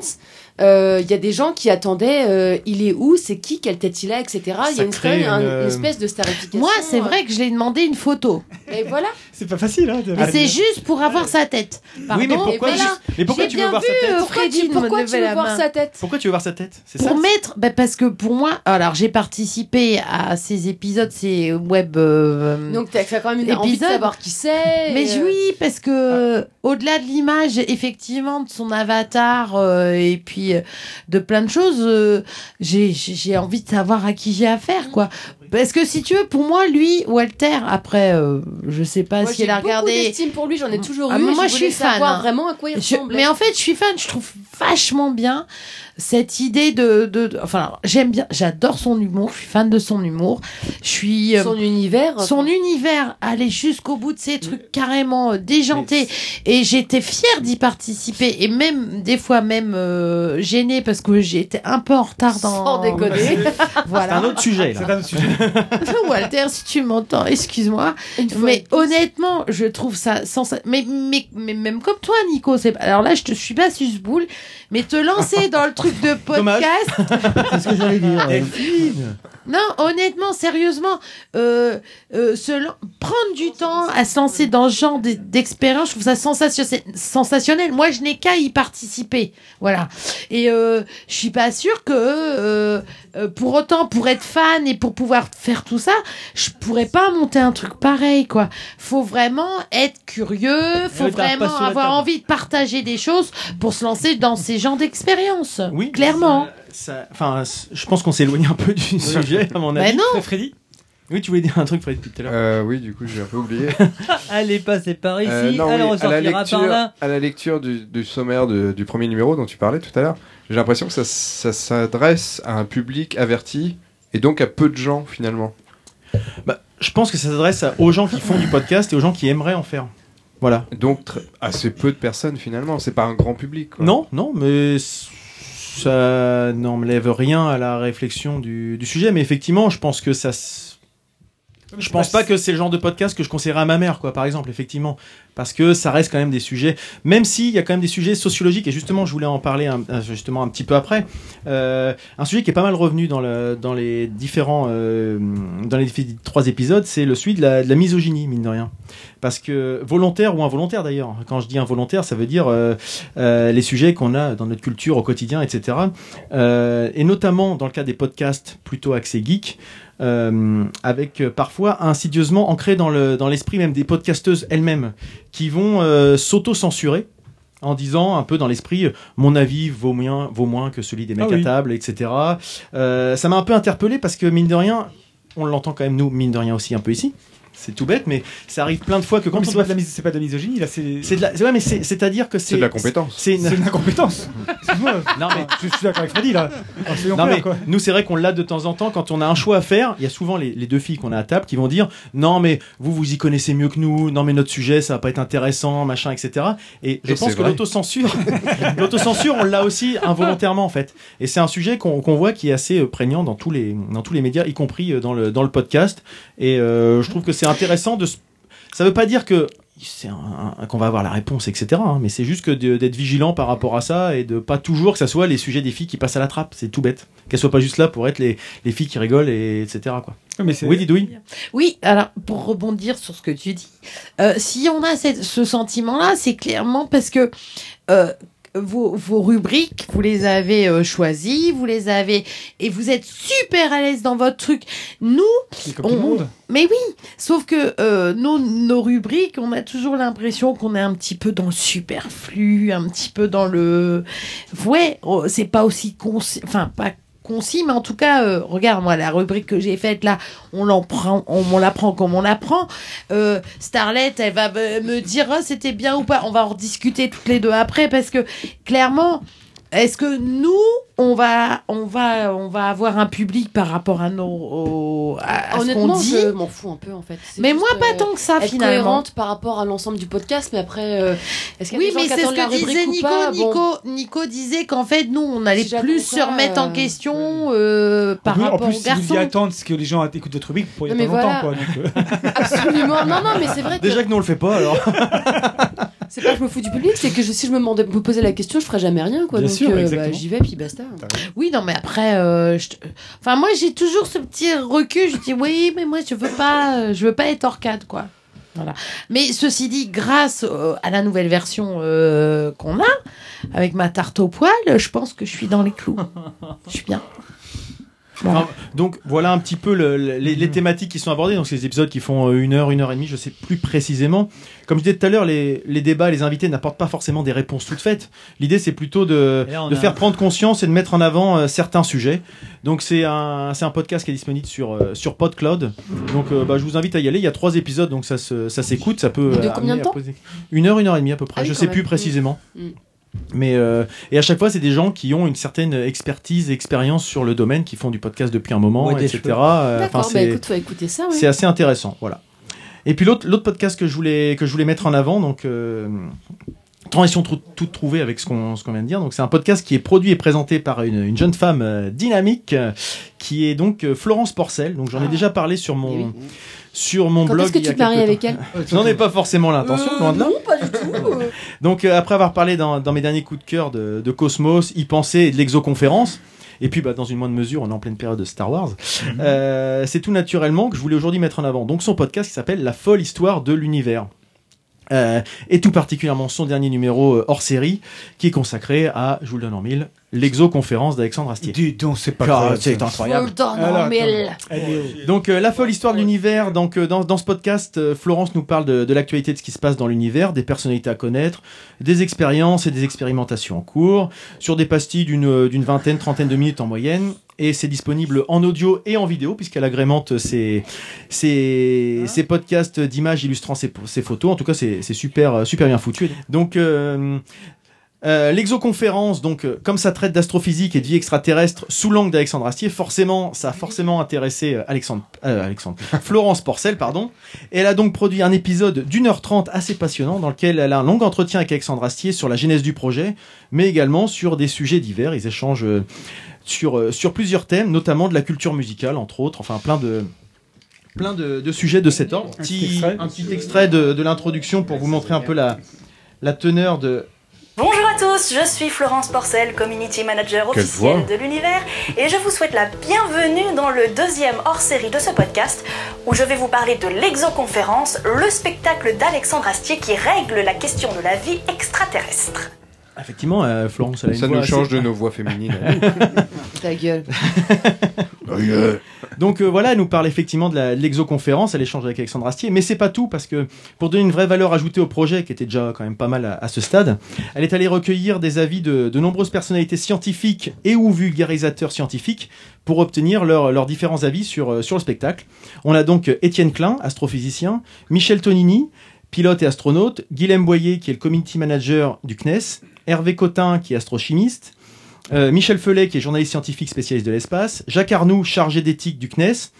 G: euh, il y a des gens qui attendaient. euh, il est où C'est qui Quelle tête il a Etc.
F: Ah,
G: Il y
C: Ça
G: a une,
C: crée
G: quand même un-
C: une, euh,
G: une espèce de starification.
F: Moi c'est vrai que je l'ai demandé une photo.
G: Et
C: [LAUGHS]
G: voilà.
K: C'est pas facile, hein. de-
F: Mais c'est juste pour avoir sa tête. Pardon,
C: oui, Ah, mais pourquoi,
F: mais voilà.
C: tu- mais pourquoi
F: J'ai
C: tu veux
F: bien
C: voir sa
F: vu,
C: tête
F: euh,
G: Pourquoi tu,
F: Freddy me
G: pourquoi tu
F: levait
G: veux
F: la
G: voir
F: main.
G: sa tête
C: Pourquoi tu veux voir sa tête C'est ça
F: Pour mettre, bah, parce que pour moi, alors j'ai participé à ces épisodes, ces web. euh,
G: Donc t'as t'as quand même une envie de
F: Épisode.
G: savoir qui c'est.
F: mais
G: et, euh,
F: oui, parce que
C: Ah.
F: au-delà de l'image, effectivement, de son avatar euh, et puis euh, de plein de choses, euh, j'ai- j'ai j'ai envie de savoir à qui j'ai affaire, quoi. Parce que si tu veux, pour moi, lui, Walter, après, euh, je sais pas
G: Moi,
F: si elle a
G: j'ai beaucoup
F: regardé.
G: d'estime pour lui, j'en ai toujours
F: Ah,
G: eu.
F: mais
G: et
F: moi, je
G: voulais
F: suis fan,
G: savoir
F: hein.
G: vraiment à quoi il
F: Je-
G: ressemblait.
F: mais en fait, je suis fan, je trouve vachement bien cette idée de. de, de- enfin, alors, j'aime bien, j'adore son humour, je suis fan de son humour. Je suis. euh,
G: Son univers.
F: Son univers, aller jusqu'au bout de ces trucs carrément euh, déjantés. Et j'étais fière d'y participer. Et même, des fois, même euh, gênée parce que j'étais un peu en retard dans.
G: Sans
F: [LAUGHS]
G: déconner.
F: voilà.
C: C'est un autre sujet. là.
F: Walter, si tu m'entends, excuse-moi. Mais honnêtement, je trouve ça sens. Mais, mais, mais même comme toi, Nico, c'est. Alors là, je te suis pas susboule, mais te lancer dans le truc de
C: Dommage.
F: podcast.
C: C'est ce que j'allais dire. Delphine
F: Non, honnêtement, sérieusement, euh, euh, se lan- prendre du temps à se lancer dans ce genre d- d'expérience, je trouve ça sensation- sensationnel. Moi, je n'ai qu'à y participer, voilà. Et euh, je suis pas sûre que, euh, euh, pour autant, pour être fan et pour pouvoir faire tout ça, je pourrais pas monter un truc pareil, quoi. Faut vraiment être curieux, faut
A: oui, t'as pas
F: vraiment
A: sur la
F: avoir
A: table.
F: envie de partager des choses pour se lancer dans ces genres d'expérience. Oui, clairement.
C: Ça- Enfin, c- je pense qu'on s'éloigne un peu du sujet, à mon
F: Bah
C: avis.
F: non.
C: Freddy Oui, tu voulais dire un truc, Freddy, depuis tout à l'heure.
H: Euh, oui, du coup, j'ai un peu
C: [LAUGHS]
H: oublié.
A: Allez passer par Ah, ici,
H: Euh, non,
A: elle
H: oui, à, la
A: ressortira
H: lecture,
A: par là.
H: à la lecture du, du sommaire de- du premier numéro dont tu parlais tout à l'heure, j'ai l'impression que ça, ça s'adresse à un public averti et donc à peu de gens finalement.
C: Bah, je pense que ça s'adresse à- aux gens qui font du podcast et aux gens qui aimeraient en faire. Voilà.
H: Donc très- assez peu de personnes finalement, c'est pas un grand public. quoi.
C: Non, non, mais c- ça n'enlève rien à la réflexion du, du sujet. Mais effectivement, je pense que ça. s- Je pense pas que c'est le genre de podcast que je conseillerais à ma mère, quoi, par exemple, effectivement, parce que ça reste quand même des sujets, même s'il y a quand même des sujets sociologiques, et justement, je voulais en parler un, un- justement un petit peu après, Euh, un sujet qui est pas mal revenu dans, le, dans les différents, euh, dans les diffé- trois épisodes, c'est le sujet de la, de la misogynie, mine de rien, parce que volontaire ou involontaire d'ailleurs, quand je dis involontaire, ça veut dire euh, euh, les sujets qu'on a dans notre culture au quotidien, etc., Euh, et notamment dans le cas des podcasts plutôt axés geek euh, avec euh, parfois insidieusement ancré dans le dans l'esprit même des podcasteuses elles-mêmes qui vont euh, s'auto-censurer en disant un peu dans l'esprit euh, mon avis vaut moins vaut moins que celui des mecs
E: Ah oui.
C: à table etc Euh, ça m'a un peu interpellé parce que mine de rien on l'entend quand même nous mine de rien aussi un peu ici c'est tout bête mais ça arrive plein de fois que quand
K: mais
C: on
K: c'est
C: doit-
K: pas de la mis- c'est pas de la misogynie, là, c'est.
C: c'est de la- c'est- ouais, mais c'est- c'est-à-dire que c'est.
H: de la compétence.
C: C'est une...
K: C'est de la compétence.
C: non, mais
K: je suis d'accord avec Freddy, là. Ah, soyons
C: Non,
K: clairs,
C: mais
K: quoi.
C: nous, c'est vrai qu'on l'a de temps en temps. Quand on a un choix à faire, il y a souvent les, les deux filles qu'on a à table qui vont dire Non, mais vous, vous y connaissez mieux que nous. Non, mais notre sujet, ça va pas être intéressant, machin, etc. Et je
E: Et
C: pense
E: c'est
C: que
E: vrai.
K: [LAUGHS]
C: l'autocensure, [LAUGHS] l'autocensure, on l'a aussi involontairement, en fait. Et c'est un sujet qu'on qu'on voit qui est assez euh, prégnant dans tous les, dans tous les médias, y compris euh, dans le, dans le podcast. Et euh, je trouve que c'est intéressant de. se- Ça veut pas dire que c'est un- un- qu'on va avoir la réponse, etc. hein, mais c'est juste que de- d'être vigilant par rapport à ça et de pas toujours que ça soit les sujets des filles qui passent à la trappe. C'est tout bête. Qu'elles soient pas juste là pour être les, les filles qui rigolent, et, etc. Quoi. oui, Didouille
F: Oui, alors pour rebondir sur ce que tu dis, euh, si on a cette- ce sentiment-là, c'est clairement parce que euh, vos, vos rubriques, vous les avez euh, choisies, vous les avez et vous êtes super à l'aise dans votre truc. Nous,
K: comme tout le monde.
F: mais oui, sauf que euh, nos, nos rubriques, on a toujours l'impression qu'on est un petit peu dans le superflu, un petit peu dans le. Ouais, oh, c'est pas aussi concis. Enfin, pas concis, mais en tout cas, euh, regarde, moi, la rubrique que j'ai faite là, on l'apprend on, on l'apprend comme on l'apprend. Euh, Starlet, elle va me me dire Ah, c'était bien ou pas. On va en discuter toutes les deux après parce que clairement. Est-ce que nous, on va, on va, on va avoir un public par rapport à nos, au- à, à ce qu'on
G: Honnêtement,
F: dit
G: je m'en fous un peu en fait. C'est
F: Mais
G: juste,
F: moi, pas
G: euh,
F: tant que ça,
G: être
F: finalement.
G: cohérente par rapport à l'ensemble du podcast, mais après, euh, est-ce qu'il y a
F: Oui,
G: des gens
F: mais
G: qui
F: c'est ce
G: attendent la
F: que
G: rubrique
F: disait
G: ou
F: Nico.
G: pas Bon.
F: Nico, Nico disait qu'en fait, nous, on allait
G: Si j'attends
F: plus
G: ça,
F: se remettre en
G: euh,
F: question euh, par
K: en plus,
F: rapport
K: en plus,
F: aux
K: si vous
F: garçons.
K: deviez attendre ce que les gens écoutent votre rubrique, pour y
G: Non,
K: attendre
G: mais
K: longtemps, quoi.
G: voilà.
K: donc, euh.
G: Absolument. Non, non, mais c'est
K: [LAUGHS]
G: vrai que
C: Déjà que nous on le fait pas alors.
G: c'est pas que je me fous du public, c'est que je- si je me, demandais, me posais la question, je ferais jamais rien quoi.
C: Bien
G: donc
C: sûr,
G: euh, bah,
C: exactement.
G: j'y vais puis basta.
F: hein. Oui, non, mais après, euh, je te- enfin, moi, j'ai toujours ce petit recul. Je dis oui, mais moi, je veux pas, euh, je veux pas être orcade, quoi. Voilà. Mais ceci dit, grâce euh, à la nouvelle version euh, qu'on
C: [LAUGHS]
F: a, avec ma tarte au poil, je pense que je suis dans les clous. Je suis bien.
C: Enfin, donc voilà un petit peu le- le- les,
E: Mm-hmm.
C: les thématiques qui sont abordées. Donc ces épisodes qui font euh, une heure, une heure et demie, je sais plus précisément. Comme je disais tout à l'heure, les, les débats, les invités n'apportent pas forcément des réponses toutes faites. L'idée c'est plutôt de,
E: Et là, on
C: de
E: a-
C: faire prendre conscience et de mettre en avant euh, certains sujets. Donc c'est un, c'est un podcast qui est disponible sur, euh, sur PodCloud.
E: Mm-hmm.
C: Donc euh, bah, je vous invite à y aller. Il y a trois épisodes, donc ça se- ça s'écoute, ça, peut.
E: Et de
C: euh,
E: combien de
C: amener à
E: temps
C: poser- Une heure, une heure et demie à peu près.
E: Ah oui,
C: je
E: quand
C: sais
E: même.
C: plus
E: Mm.
C: précisément.
E: Mm.
C: Mais euh, et à chaque fois, c'est des gens qui ont une certaine expertise, expérience sur le domaine, qui font du podcast depuis un moment,
E: Ouais, des
C: etc.
E: cheveux.
C: Euh,
J: D'accord,
C: enfin,
J: bah
C: c'est-
J: écoute, faut écouter ça, oui.
C: c'est assez intéressant, voilà. Et puis l'autre l'autre podcast que je voulais que je voulais mettre en avant, donc euh, transition trou- toute trouvée avec ce qu'on ce qu'on vient de dire. Donc c'est un podcast qui est produit et présenté par une, une jeune femme euh, dynamique euh, qui est donc euh, Florence Porcel. Donc j'en ai déjà parlé sur mon sur mon
J: Ah. Eh Quand
C: blog.
J: est-ce que
C: il y a
J: tu te maries
C: quelque
J: avec
C: temps.
J: elle
A: Euh,
J: Euh,
C: J'en ai pas forcément l'intention, Ah, loin de là. Donc euh, après avoir parlé dans, dans mes derniers coups de cœur de, de Cosmos, y penser et de l'exoconférence, et puis bah, dans une moindre mesure, on est en pleine période de Star Wars, euh, c'est tout naturellement que je voulais aujourd'hui mettre en avant. Donc son podcast qui s'appelle La folle histoire de l'univers. Euh, et tout particulièrement son dernier numéro euh, hors série qui est consacré à, je vous le donne en mille, l'exoconférence d'Alexandre Astier. Dis donc, c'est pas
K: incroyable,
C: C'est
K: ça.
C: incroyable.
J: Je vous le donne en Alors, mille. attends.
C: Donc euh, la folle histoire de l'univers. Donc euh, dans, dans ce podcast, euh, Florence nous parle de, de l'actualité de ce qui se passe dans l'univers, des personnalités à connaître, des expériences et des expérimentations en cours, sur des pastilles d'une euh, d'une vingtaine, trentaine de minutes en moyenne. Et c'est disponible en audio et en vidéo puisqu'elle agrémente ses, ses, ses podcasts d'images illustrant ses, ses photos. En tout cas, c'est c'est super euh, super bien foutu. Donc euh, euh, l'exoconférence, donc, euh, comme ça traite d'astrophysique et de vie extraterrestre sous l'angle d'Alexandre Astier, forcément, ça a forcément intéressé euh, Alexandre, euh, Alexandre, [LAUGHS] Florence Porcel, pardon. Et elle a donc produit un épisode d'une heure trente assez passionnant dans lequel elle a un long entretien avec Alexandre Astier sur la genèse du projet, mais également sur des sujets divers. Ils échangent euh, sur, euh, sur plusieurs thèmes, notamment de la culture musicale, entre autres, enfin, plein de, plein de, de sujets de cet ordre. Petit- un petit extrait de, de l'introduction pour vous montrer un peu la, la teneur de,
Q: Bonjour à tous, je suis Florence Porcel, Community Manager
C: Quelle
Q: officielle de
C: voix.
Q: l'univers, et je vous souhaite la bienvenue dans le deuxième hors-série de ce podcast, où je vais vous parler de l'exoconférence, le spectacle d'Alexandre Astier qui règle la question de la vie extraterrestre.
C: Effectivement, euh, Florence, elle a une
H: Ça
C: voix
H: nous change
C: assez-
H: de nos voix féminines.
C: [LAUGHS]
G: Ta gueule.
C: Donc euh, voilà, elle nous parle effectivement de la- de l'exoconférence, elle échange avec Alexandre Astier, mais c'est pas tout parce que pour donner une vraie valeur ajoutée au projet qui était déjà quand même pas mal à, à ce stade, elle est allée recueillir des avis de, de nombreuses personnalités scientifiques et ou vulgarisateurs scientifiques pour obtenir leurs leurs différents avis sur euh, sur le spectacle. On a donc euh, Étienne Klein, astrophysicien, Michel Tonini, pilote et astronaute, Guillaume Boyer qui est le community manager du CNES, Hervé Cotin qui est astrochimiste. Euh, Michel Felet, qui est journaliste scientifique spécialiste de l'espace, Jacques Arnoux, chargé d'éthique du CNES,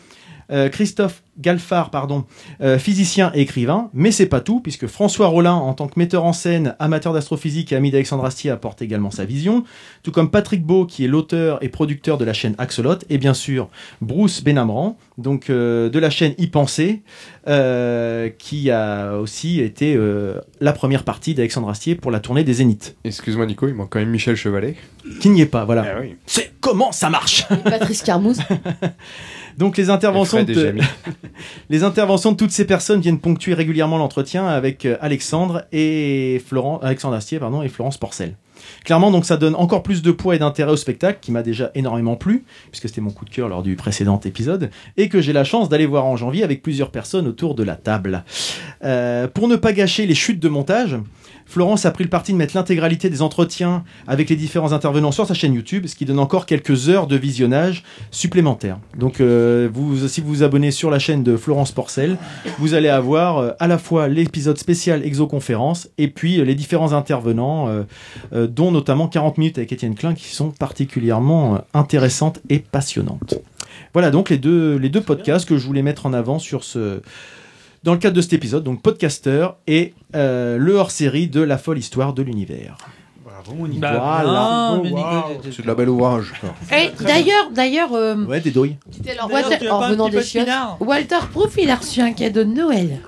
C: euh, Christophe Galfard, pardon, euh, physicien et écrivain, mais c'est pas tout, puisque François Rollin, en tant que metteur en scène, amateur d'astrophysique et ami d'Alexandre Astier, apporte également sa vision, tout comme Patrick Beau, qui est l'auteur et producteur de la chaîne Axolot, et bien sûr Bruce Benamran, donc euh, de la chaîne Y Penser, euh, qui a aussi été euh, la première partie d'Alexandre Astier pour la tournée des Zéniths.
H: Excuse-moi Nico, il manque quand même Michel Chevalet. Ah
C: Qui n'y est pas, voilà. C'est comment ça marche
G: Patrice Carmouze.
C: [LAUGHS] Donc les interventions,
H: Et
C: de...
H: Fred et Jamie.
C: les interventions de toutes ces personnes viennent ponctuer régulièrement l'entretien avec euh, Alexandre et Florent... Alexandre Astier pardon, et Florence Porcel. Clairement, donc ça donne encore plus de poids et d'intérêt au spectacle qui m'a déjà énormément plu, puisque c'était mon coup de cœur lors du précédent épisode, et que j'ai la chance d'aller voir en janvier avec plusieurs personnes autour de la table. Euh, pour ne pas gâcher les chutes de montage, Florence a pris le parti de mettre l'intégralité des entretiens avec les différents intervenants sur sa chaîne YouTube, ce qui donne encore quelques heures de visionnage supplémentaires. Donc, euh, vous, si vous vous abonnez sur la chaîne de Florence Porcel, vous allez avoir euh, à la fois l'épisode spécial Exoconférence et puis euh, les différents intervenants, euh, euh, dont notamment 40 minutes avec Étienne Klein, qui sont particulièrement euh, intéressantes et passionnantes. Voilà donc les deux, les deux podcasts que je voulais mettre en avant sur ce, dans le cadre de cet épisode, donc podcaster et euh, le hors-série de La folle histoire de l'univers.
K: Oh,
F: Voilà.
C: Voilà.
H: C'est de la belle ouvrage.
F: Et d'ailleurs, d'ailleurs, euh,
C: [LAUGHS] Ouais, des douilles.
F: Walter, en venant des chiottes, Walter Proof, il a reçu un cadeau de Noël.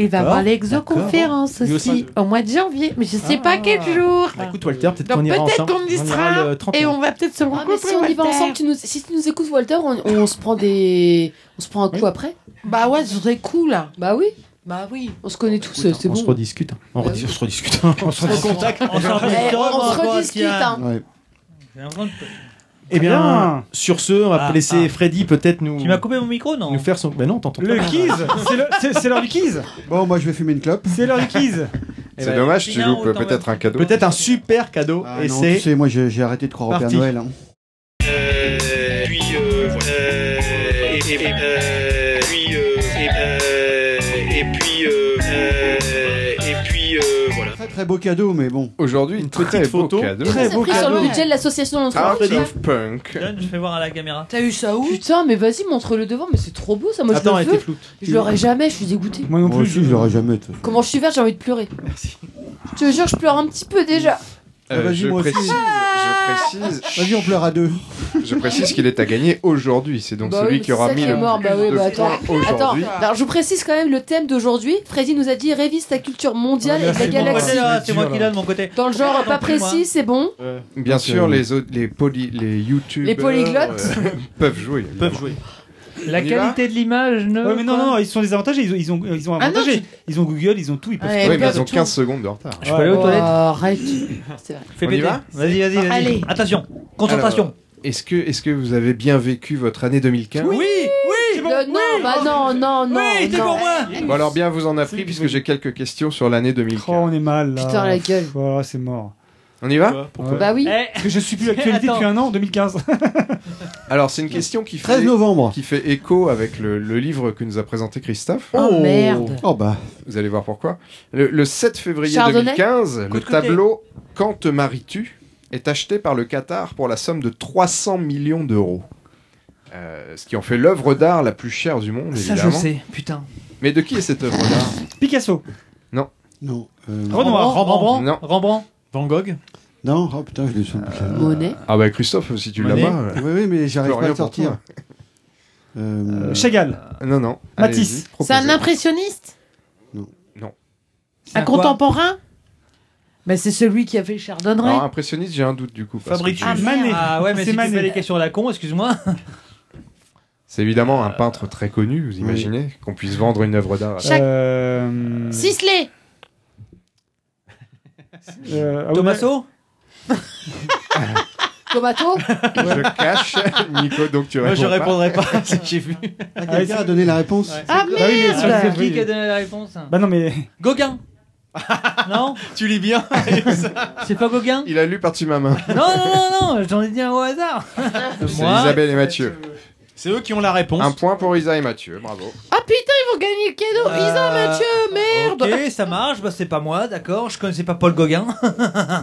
F: Il va
C: Ah,
F: avoir l'exoconférence
C: d'accord. Lui
F: aussi,
C: aussi. Ah.
F: au mois de janvier, mais je sais pas quel jour.
C: Bah, écoute, Walter, peut-être qu'on
F: Donc
C: ira
F: peut-être
C: ensemble.
F: qu'on y
C: On ira
F: sera
C: le 31.
F: et on va peut-être se
G: Ah, mais
F: rencontrer.
G: si on y va
F: Walter.
G: ensemble, tu nous- si tu nous écoutes, Walter, on, on se prend des, on se prend un coup après.
F: Bah ouais, ce serait cool.
G: Bah oui.
F: Bah oui.
G: On se connaît tous, c'est
C: On
G: bon.
C: se rediscute. hein. On, redis- [LAUGHS] on se rediscute. on se
G: On se
C: recontacte.
J: hein.
G: rediscute, hein.
C: Ouais. Eh bien,
K: bien.
C: sur ce, on va
K: Ah,
C: laisser Freddy peut-être nous. Tu m'as
A: coupé mon micro, non
C: Nous faire son. Mais non, t'entends
K: Le
C: pas.
K: quiz c'est le- c'est- C'est l'heure du quiz
D: Bon, moi je vais fumer une clope.
K: C'est l'heure du quiz
D: [LAUGHS]
C: Eh ben, Pina, on t'en va- Peut-être un super cadeau.
D: Ah
C: et
D: non,
C: c'est.
D: tu sais, moi j'ai j'ai arrêté de croire au Père
C: Parti.
D: Noël. hein.
N: puis, euh, voilà. Euh, et, et, euh, puis, euh, et, euh, et puis, euh, euh, et puis, euh, voilà.
D: Très très beau cadeau, mais bon.
H: Aujourd'hui, une
D: petite
H: photo.
J: Très beau sur le budget de l'association
H: Out
J: d'entreprise.
H: of Punk.
A: Donne, je fais voir à la caméra.
J: T'as eu ça où Putain, mais vas-y, montre-le devant, mais c'est trop beau ça. Moi,
D: Attends,
J: je
D: elle
J: le veux.
D: était floute.
J: Je l'aurais jamais, je suis dégoûtée.
K: Moi non
D: Moi aussi, je l'aurais jamais. de toute façon.
J: Comment je suis verte, j'ai envie de pleurer. Merci. Je te jure, je pleure un petit peu déjà.
H: Euh,
D: Ah, Vas-y,
H: je
D: moi aussi.
H: précise, je précise,
D: Vas-y, on pleure à deux.
H: je précise qu'il est à gagner aujourd'hui. C'est donc
J: Bah
H: celui
J: oui,
H: qui aura
J: c'est ça
H: mis
J: qui est
H: le
J: mort. Bah
H: plus
J: oui,
H: de
J: bah attends.
H: points aujourd'hui.
J: Attends, alors je vous précise quand même le thème d'aujourd'hui. Freddy nous a dit révise ta culture mondiale et de la
A: Ah, C'est mon
J: galaxie.
A: côté, là, C'est moi qui Ah, l'ai de mon côté.
J: Dans le genre pas précis, c'est bon.
H: Bien
D: Donc,
H: sûr,
D: euh,
H: les autres, les poly, les youtubeurs,
J: Les polyglottes.
H: euh, peuvent jouer. Peuvent
C: jouer.
A: La qualité de l'image ne.
K: Ouais, mais non, non, ils sont désavantagés, ils ont, ils ont, ils ont
J: Ah non,
K: avantagé. Ils ont Google, ils ont tout, ils peuvent
J: Ouais,
K: tout.
J: Oui, mais ils ils ont ont tout. 15
H: secondes de retard.
A: Je peux aller aux toilettes [LAUGHS]
J: Oh, Arrête. C'est vrai.
A: Fais
H: On y
A: péter.
H: va Ah,
A: Vas-y, vas-y, vas-y.
J: Allez.
A: Attention, concentration.
H: Alors, Est-ce que, est-ce que vous avez bien vécu votre année 2015
A: oui, oui,
J: Euh, non, bah non, non, non. Eh,
A: Oui, c'est
J: non.
A: pour moi.
H: Bon alors bien vous en a pris puisque j'ai quelques questions sur l'année 2015.
K: Oh, on est mal là.
J: Putain, la gueule.
K: Voilà, c'est mort.
H: On y va
K: Pourquoi
J: Bah oui.
K: Parce que je suis plus l'actualité depuis
A: Attends.
K: un an, en 2015.
H: Alors c'est une question qui fait
D: 13 novembre.
H: qui fait écho avec le, le livre que nous a présenté Christophe.
J: Oh, merde.
D: Oh bah.
H: Vous allez voir pourquoi. Le, le 7 février
J: Chardonnay
H: 2015,
A: Coup
H: le
A: de côté.
H: tableau Quand te maries-tu est acheté par le Qatar pour la somme de 300 millions d'euros. Euh, ce qui en fait l'œuvre d'art la plus chère du monde,
A: Ça,
H: évidemment.
A: je sais, putain.
H: Mais de qui est cette œuvre d'art
K: Picasso.
D: Non. euh,
K: Renoir.
A: Rembrandt.
H: Non.
A: Rembrandt.
C: Van Gogh.
D: Non, oh putain, je l'ai sur le bouquin.
J: Monet.
H: Ah bah Christophe, si tu l'as
C: Monet.
H: pas. euh,
D: Oui, oui, mais j'arrive
H: Florian
D: pas à le
H: pour
D: sortir.
H: toi.
D: Euh,
K: Chagall.
H: Non, non.
K: Matisse.
H: allez-y,
F: C'est
H: proposez.
F: un impressionniste
H: Non.
A: C'est
F: Un
A: un quoi
F: contemporain Bah c'est celui qui a fait Chardonneret.
H: Alors, impressionniste, j'ai un doute du coup. parce que
A: Fabricius.
H: tu-
F: Ah, Manet.
A: Ah ouais, mais
K: C'est
A: si tu
K: Manet.
A: fais des questions à la con,
H: [LAUGHS]
A: excuse-moi.
H: C'est évidemment un peintre très connu, vous imaginez, qu'on puisse vendre une œuvre d'art.
F: Chaque-
K: Euh,
F: Sisley
K: euh, ah oui,
A: Tommaso
J: Tomato
H: Je cache, Nico, donc tu réponds pas.
C: pas,
D: [LAUGHS]
C: j'ai vu.
D: ah, Quelqu'un a donné la réponse
F: Ah
K: Bah oui, mais sur
F: merde
K: le-
A: Qui qui a donné la réponse
K: Bah non, mais.
A: Gauguin Non
C: Tu lis
K: [LAUGHS]
C: bien.
A: C'est pas Gauguin
H: Il a lu par-dessus ma main.
A: Non, non, non, non, j'en ai dit un au
C: [LAUGHS]
A: hasard.
H: C'est
A: Moi,
H: Isabelle et Mathieu.
C: C'est eux qui ont la réponse.
H: Un point pour Isa et Mathieu, bravo.
F: Ah putain, ils vont gagner le cadeau Isa,
A: Euh,
F: Mathieu, merde
A: Ok, ça marche, bah c'est pas moi, d'accord, je connaissais pas Paul Gauguin.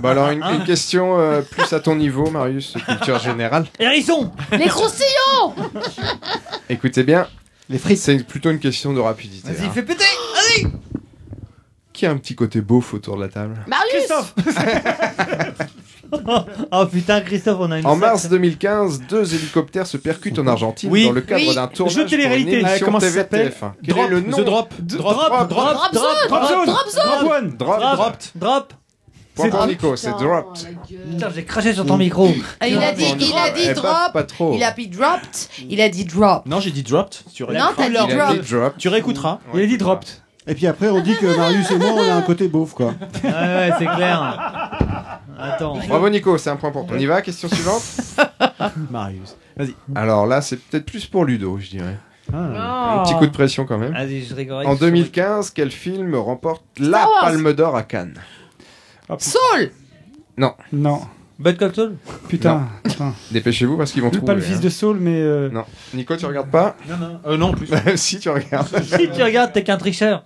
H: Bah alors, une, une question euh, plus à ton niveau, Marius, culture générale.
A: Hérisson
F: Les croustillons
H: Écoutez bien,
D: Les frites.
H: c'est plutôt une question de rapidité.
A: Vas-y,
H: hein.
A: fais péter Allez
H: Qui a un petit côté beauf autour de la table
J: Marius
A: Oh putain, Christophe, on a une.
H: En
A: secte.
H: mars 2015, deux hélicoptères se percutent en Argentine
C: Oui.
H: dans le cadre
F: Oui.
H: d'un
K: Jeu
H: tournage
K: de
H: pour une
K: télé-réalité.
H: émission
C: Ouais, comment ça
H: TV
C: s'appelle
H: TF1. Quel
C: Drop,
H: est le nom
C: The Drop.
H: Drop, drop,
J: Drop zone
K: Drop zone.
J: Drop zone
K: Drop one.
H: drop, drop.
A: Drop
H: Point
K: C'est- Mm.
H: pour
K: Ah,
H: Nico, c'est drop.
A: Putain, j'ai craché sur ton
K: [LAUGHS]
A: micro.
F: Ah, Il a dit,
H: Drop.
F: il a dit
H: Eh, pas-
F: drop
H: Pas trop.
F: Il a dit dropped Il a dit drop
C: Non, j'ai dit dropped. Tu, ré-
F: Non, t'as
H: Il a
F: dit drop
H: dit drop.
C: tu réécouteras.
K: Il a dit dropped.
D: Et puis après, on dit que Marius et moi, on a un côté beauf, quoi.
A: Ouais, ouais, c'est clair. Attends.
H: Bravo Nico, c'est un point pour toi. On y va, question suivante
C: [LAUGHS] Marius.
H: Alors là, c'est peut-être plus pour Ludo, je dirais. Un petit
J: Oh.
H: coup de pression quand même.
A: Ah. Vas-y, je rigole.
H: En 2015, quel film remporte la
J: Star Wars.
H: Palme d'Or à Cannes
A: Ah,
J: Saul
K: Non.
A: Bud Cop Saul
K: Putain. putain.
H: Dépêchez-vous parce qu'ils vont
K: Pas
H: trouver.
K: le fils
H: hein.
K: de Saul, mais. euh,
H: Non. Nico, tu regardes pas
C: Non, non. Euh, non, en plus.
H: [LAUGHS] Si, tu regardes.
A: [LAUGHS] Si tu regardes, t'es qu'un tricheur.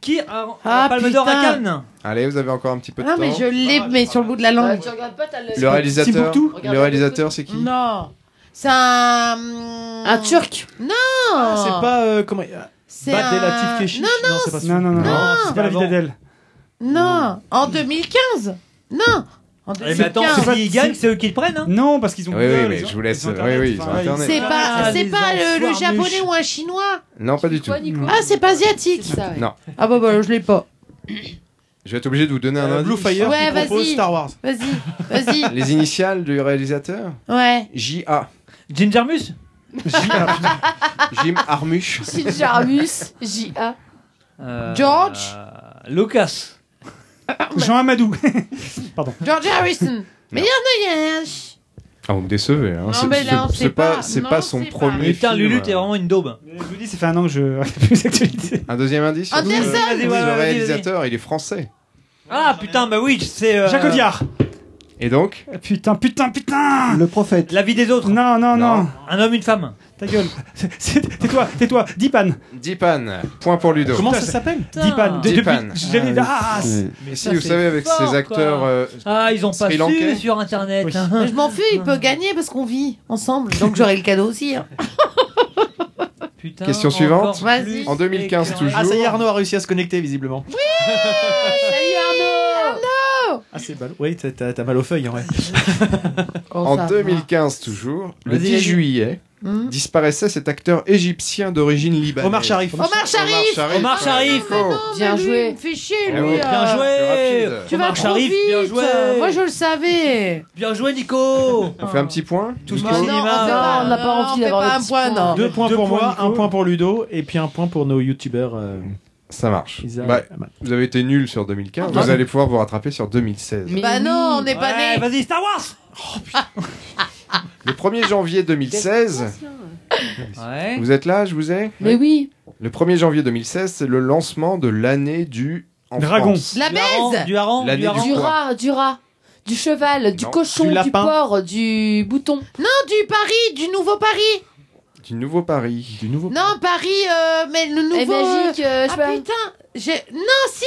A: Qui a
F: Ah,
A: la Palme d'Or à
F: putain.
A: Cannes
H: Allez, vous avez encore un petit peu de
F: Ah,
H: temps.
F: mais je l'ai, mais sur le bout de la
G: Bah,
J: Euh,
F: langue.
J: Tu regardes pas, t'as le.
H: Le réalisateur,
K: Timbuktu
H: le réalisateur, c'est qui
F: Non C'est un. hum,
J: Un turc
F: Non
C: C'est pas. euh, comment.
F: C'est
C: Bad
F: un...
C: Relative Keshish.
F: Non,
C: Non, c'est pas celui-
K: Non, non, non.
A: Non,
K: c'est pas la vie
A: avant.
K: d'Adèle.
F: non En 2015 Non En
A: Eh mais attends,
F: 2015
K: pas-
A: s'ils gagnent, c'est eux qui le prennent, hein
K: Non, parce qu'ils ont.
H: Oui,
K: Google,
H: oui, mais
K: ils ont-
H: je vous laisse. euh,
K: ils ont
H: Oui,
K: Internet,
H: oui, ils
K: enfin,
H: ont
K: ouais,
H: Internet.
F: C'est pas,
A: Ah, les
F: c'est pas le, le
A: enfoirés.
F: japonais ou un chinois
H: Non, pas du tout.
J: Quoi, Nico
F: Ah, c'est pas asiatique
J: Ça, ouais.
H: Non.
F: Ah bah bah, je l'ai pas.
H: Je vais être obligé de vous donner un
C: Euh,
H: indice.
C: Blue Fire
F: Ouais,
C: qui propose
F: vas-y.
C: Star Wars.
F: Vas-y,
H: [LAUGHS]
F: vas-y.
H: Les initiales du réalisateur
F: Ouais.
H: J.A.
A: Gingermus
H: Jim Armuch.
J: Sid Jarmus, J.A.
A: Euh,
F: George
A: Lucas.
K: Jean Amadou.
F: George Harrison. Mais il y en a, il y en a.
H: Ah, vous me décevez. Hein.
K: Non,
H: C'est-
K: mais là, on
H: c'est-
K: sait
H: c'est pas,
K: pas.
H: c'est
K: Non,
H: pas son
K: c'est pas.
H: premier.
K: Mais putain,
H: film.
K: Lulu, t'es
A: vraiment une daube.
K: Je vous dis, ça fait un an que je [LAUGHS] regarde plus l'actualité.
H: Un deuxième indice surtout
K: Anderson
H: Euh,
K: Vas-y, ouais,
H: Le
K: vas-y,
H: réalisateur, il est français.
A: Ah putain, bah oui, c'est. euh,
K: Jacques Audiard.
H: Et donc
K: Ah, Putain, putain, putain
D: Le prophète.
A: La vie des autres.
K: Non, non, non.
A: Un homme, une femme.
K: Ta gueule. C'est- c'est- Tais-toi, tais-toi. Dipan.
H: Dipan, point pour Ludo.
K: Comment ça s'appelle Dipan.
H: Dipan.
K: De- depuis- j'ai les- Ah, c'est-
H: Mais si,
A: ça,
H: vous
A: c'est
H: savez, avec
A: fort,
H: ces
A: quoi.
H: acteurs. euh,
A: Ah, ils ont pas
H: Sri
A: su
H: Lankais.
A: sur internet. hein.
F: Mais je m'en fous, il peut gagner parce qu'on vit ensemble. Donc j'aurai le cadeau aussi. hein.
A: Putain,
H: Question
A: encore
H: suivante.
A: plus
H: En 2015
A: éclairé.
H: toujours.
C: Ah, ça y est, Arnaud a réussi à se connecter visiblement.
K: Euh,
F: Salut Arnaud Arnaud
C: Ah, c'est mal. Oui, t'as- t'as t'as mal aux feuilles, en vrai.
H: [LAUGHS] en 2015 toujours, le
C: Vas-y, vas-y.
H: 10 juillet,
J: Mhm.
K: Mmh.
F: Hmm.
H: disparaissait cet acteur égyptien d'origine libanaise.
C: Omar Sharif.
F: Omar Sharif Ah
A: Omar Sharif.
F: Bien joué Il me fait chier
H: Eh oui.
F: lui euh.
A: Bien
H: C'est
A: joué.
H: rapide.
F: Tu vas
A: Omar
F: trop
A: Sharif, bien
F: vite.
A: joué.
F: Moi je le savais
A: Bien joué, Nico.
H: On fait un petit point
A: Tout
H: Nico
A: le monde.
F: Non, on
A: Cinéma.
F: fait pas-
J: On n'a pas
F: non,
J: envie
F: on fait
J: d'avoir
F: pas
J: le
F: un
J: petit
F: point,
J: point.
F: non.
C: Deux points
K: Deux
C: pour
K: points,
C: moi,
K: Nico.
C: un point pour Ludo, et puis un point pour nos youtubeurs. euh,
H: Ça marche.
C: Isa-
H: Bah, vous avez été nul sur 2015,
C: Ah,
H: vous
C: bah.
H: allez pouvoir vous rattraper sur 2016.
F: Bah non, on n'est pas
A: Ouais,
F: nés Oh,
A: Vas-y, Star Wars.
H: [LAUGHS] Le 1er janvier 2016,
A: Ouais.
H: vous êtes là, je vous ai
J: Mais oui.
H: Le 1er janvier 2016, c'est le lancement de l'année du en
K: Dragon.
H: France.
F: La
A: Du hareng,
F: baise
A: Du hareng.
H: L'année
A: Du hareng.
J: Du
H: Quoi
J: rat, Ah, du rat, du cheval, du
H: Non.
J: cochon,
C: Du
J: du,
C: lapin.
J: porc, du bouton.
F: Non, du Paris, du nouveau Paris
H: Du nouveau Paris.
C: Du nouveau.
F: Non, Paris, euh, mais le
J: Et
F: nouveau...
J: magique, euh, je sais
F: Ah
J: pas.
F: putain j'ai- Non, si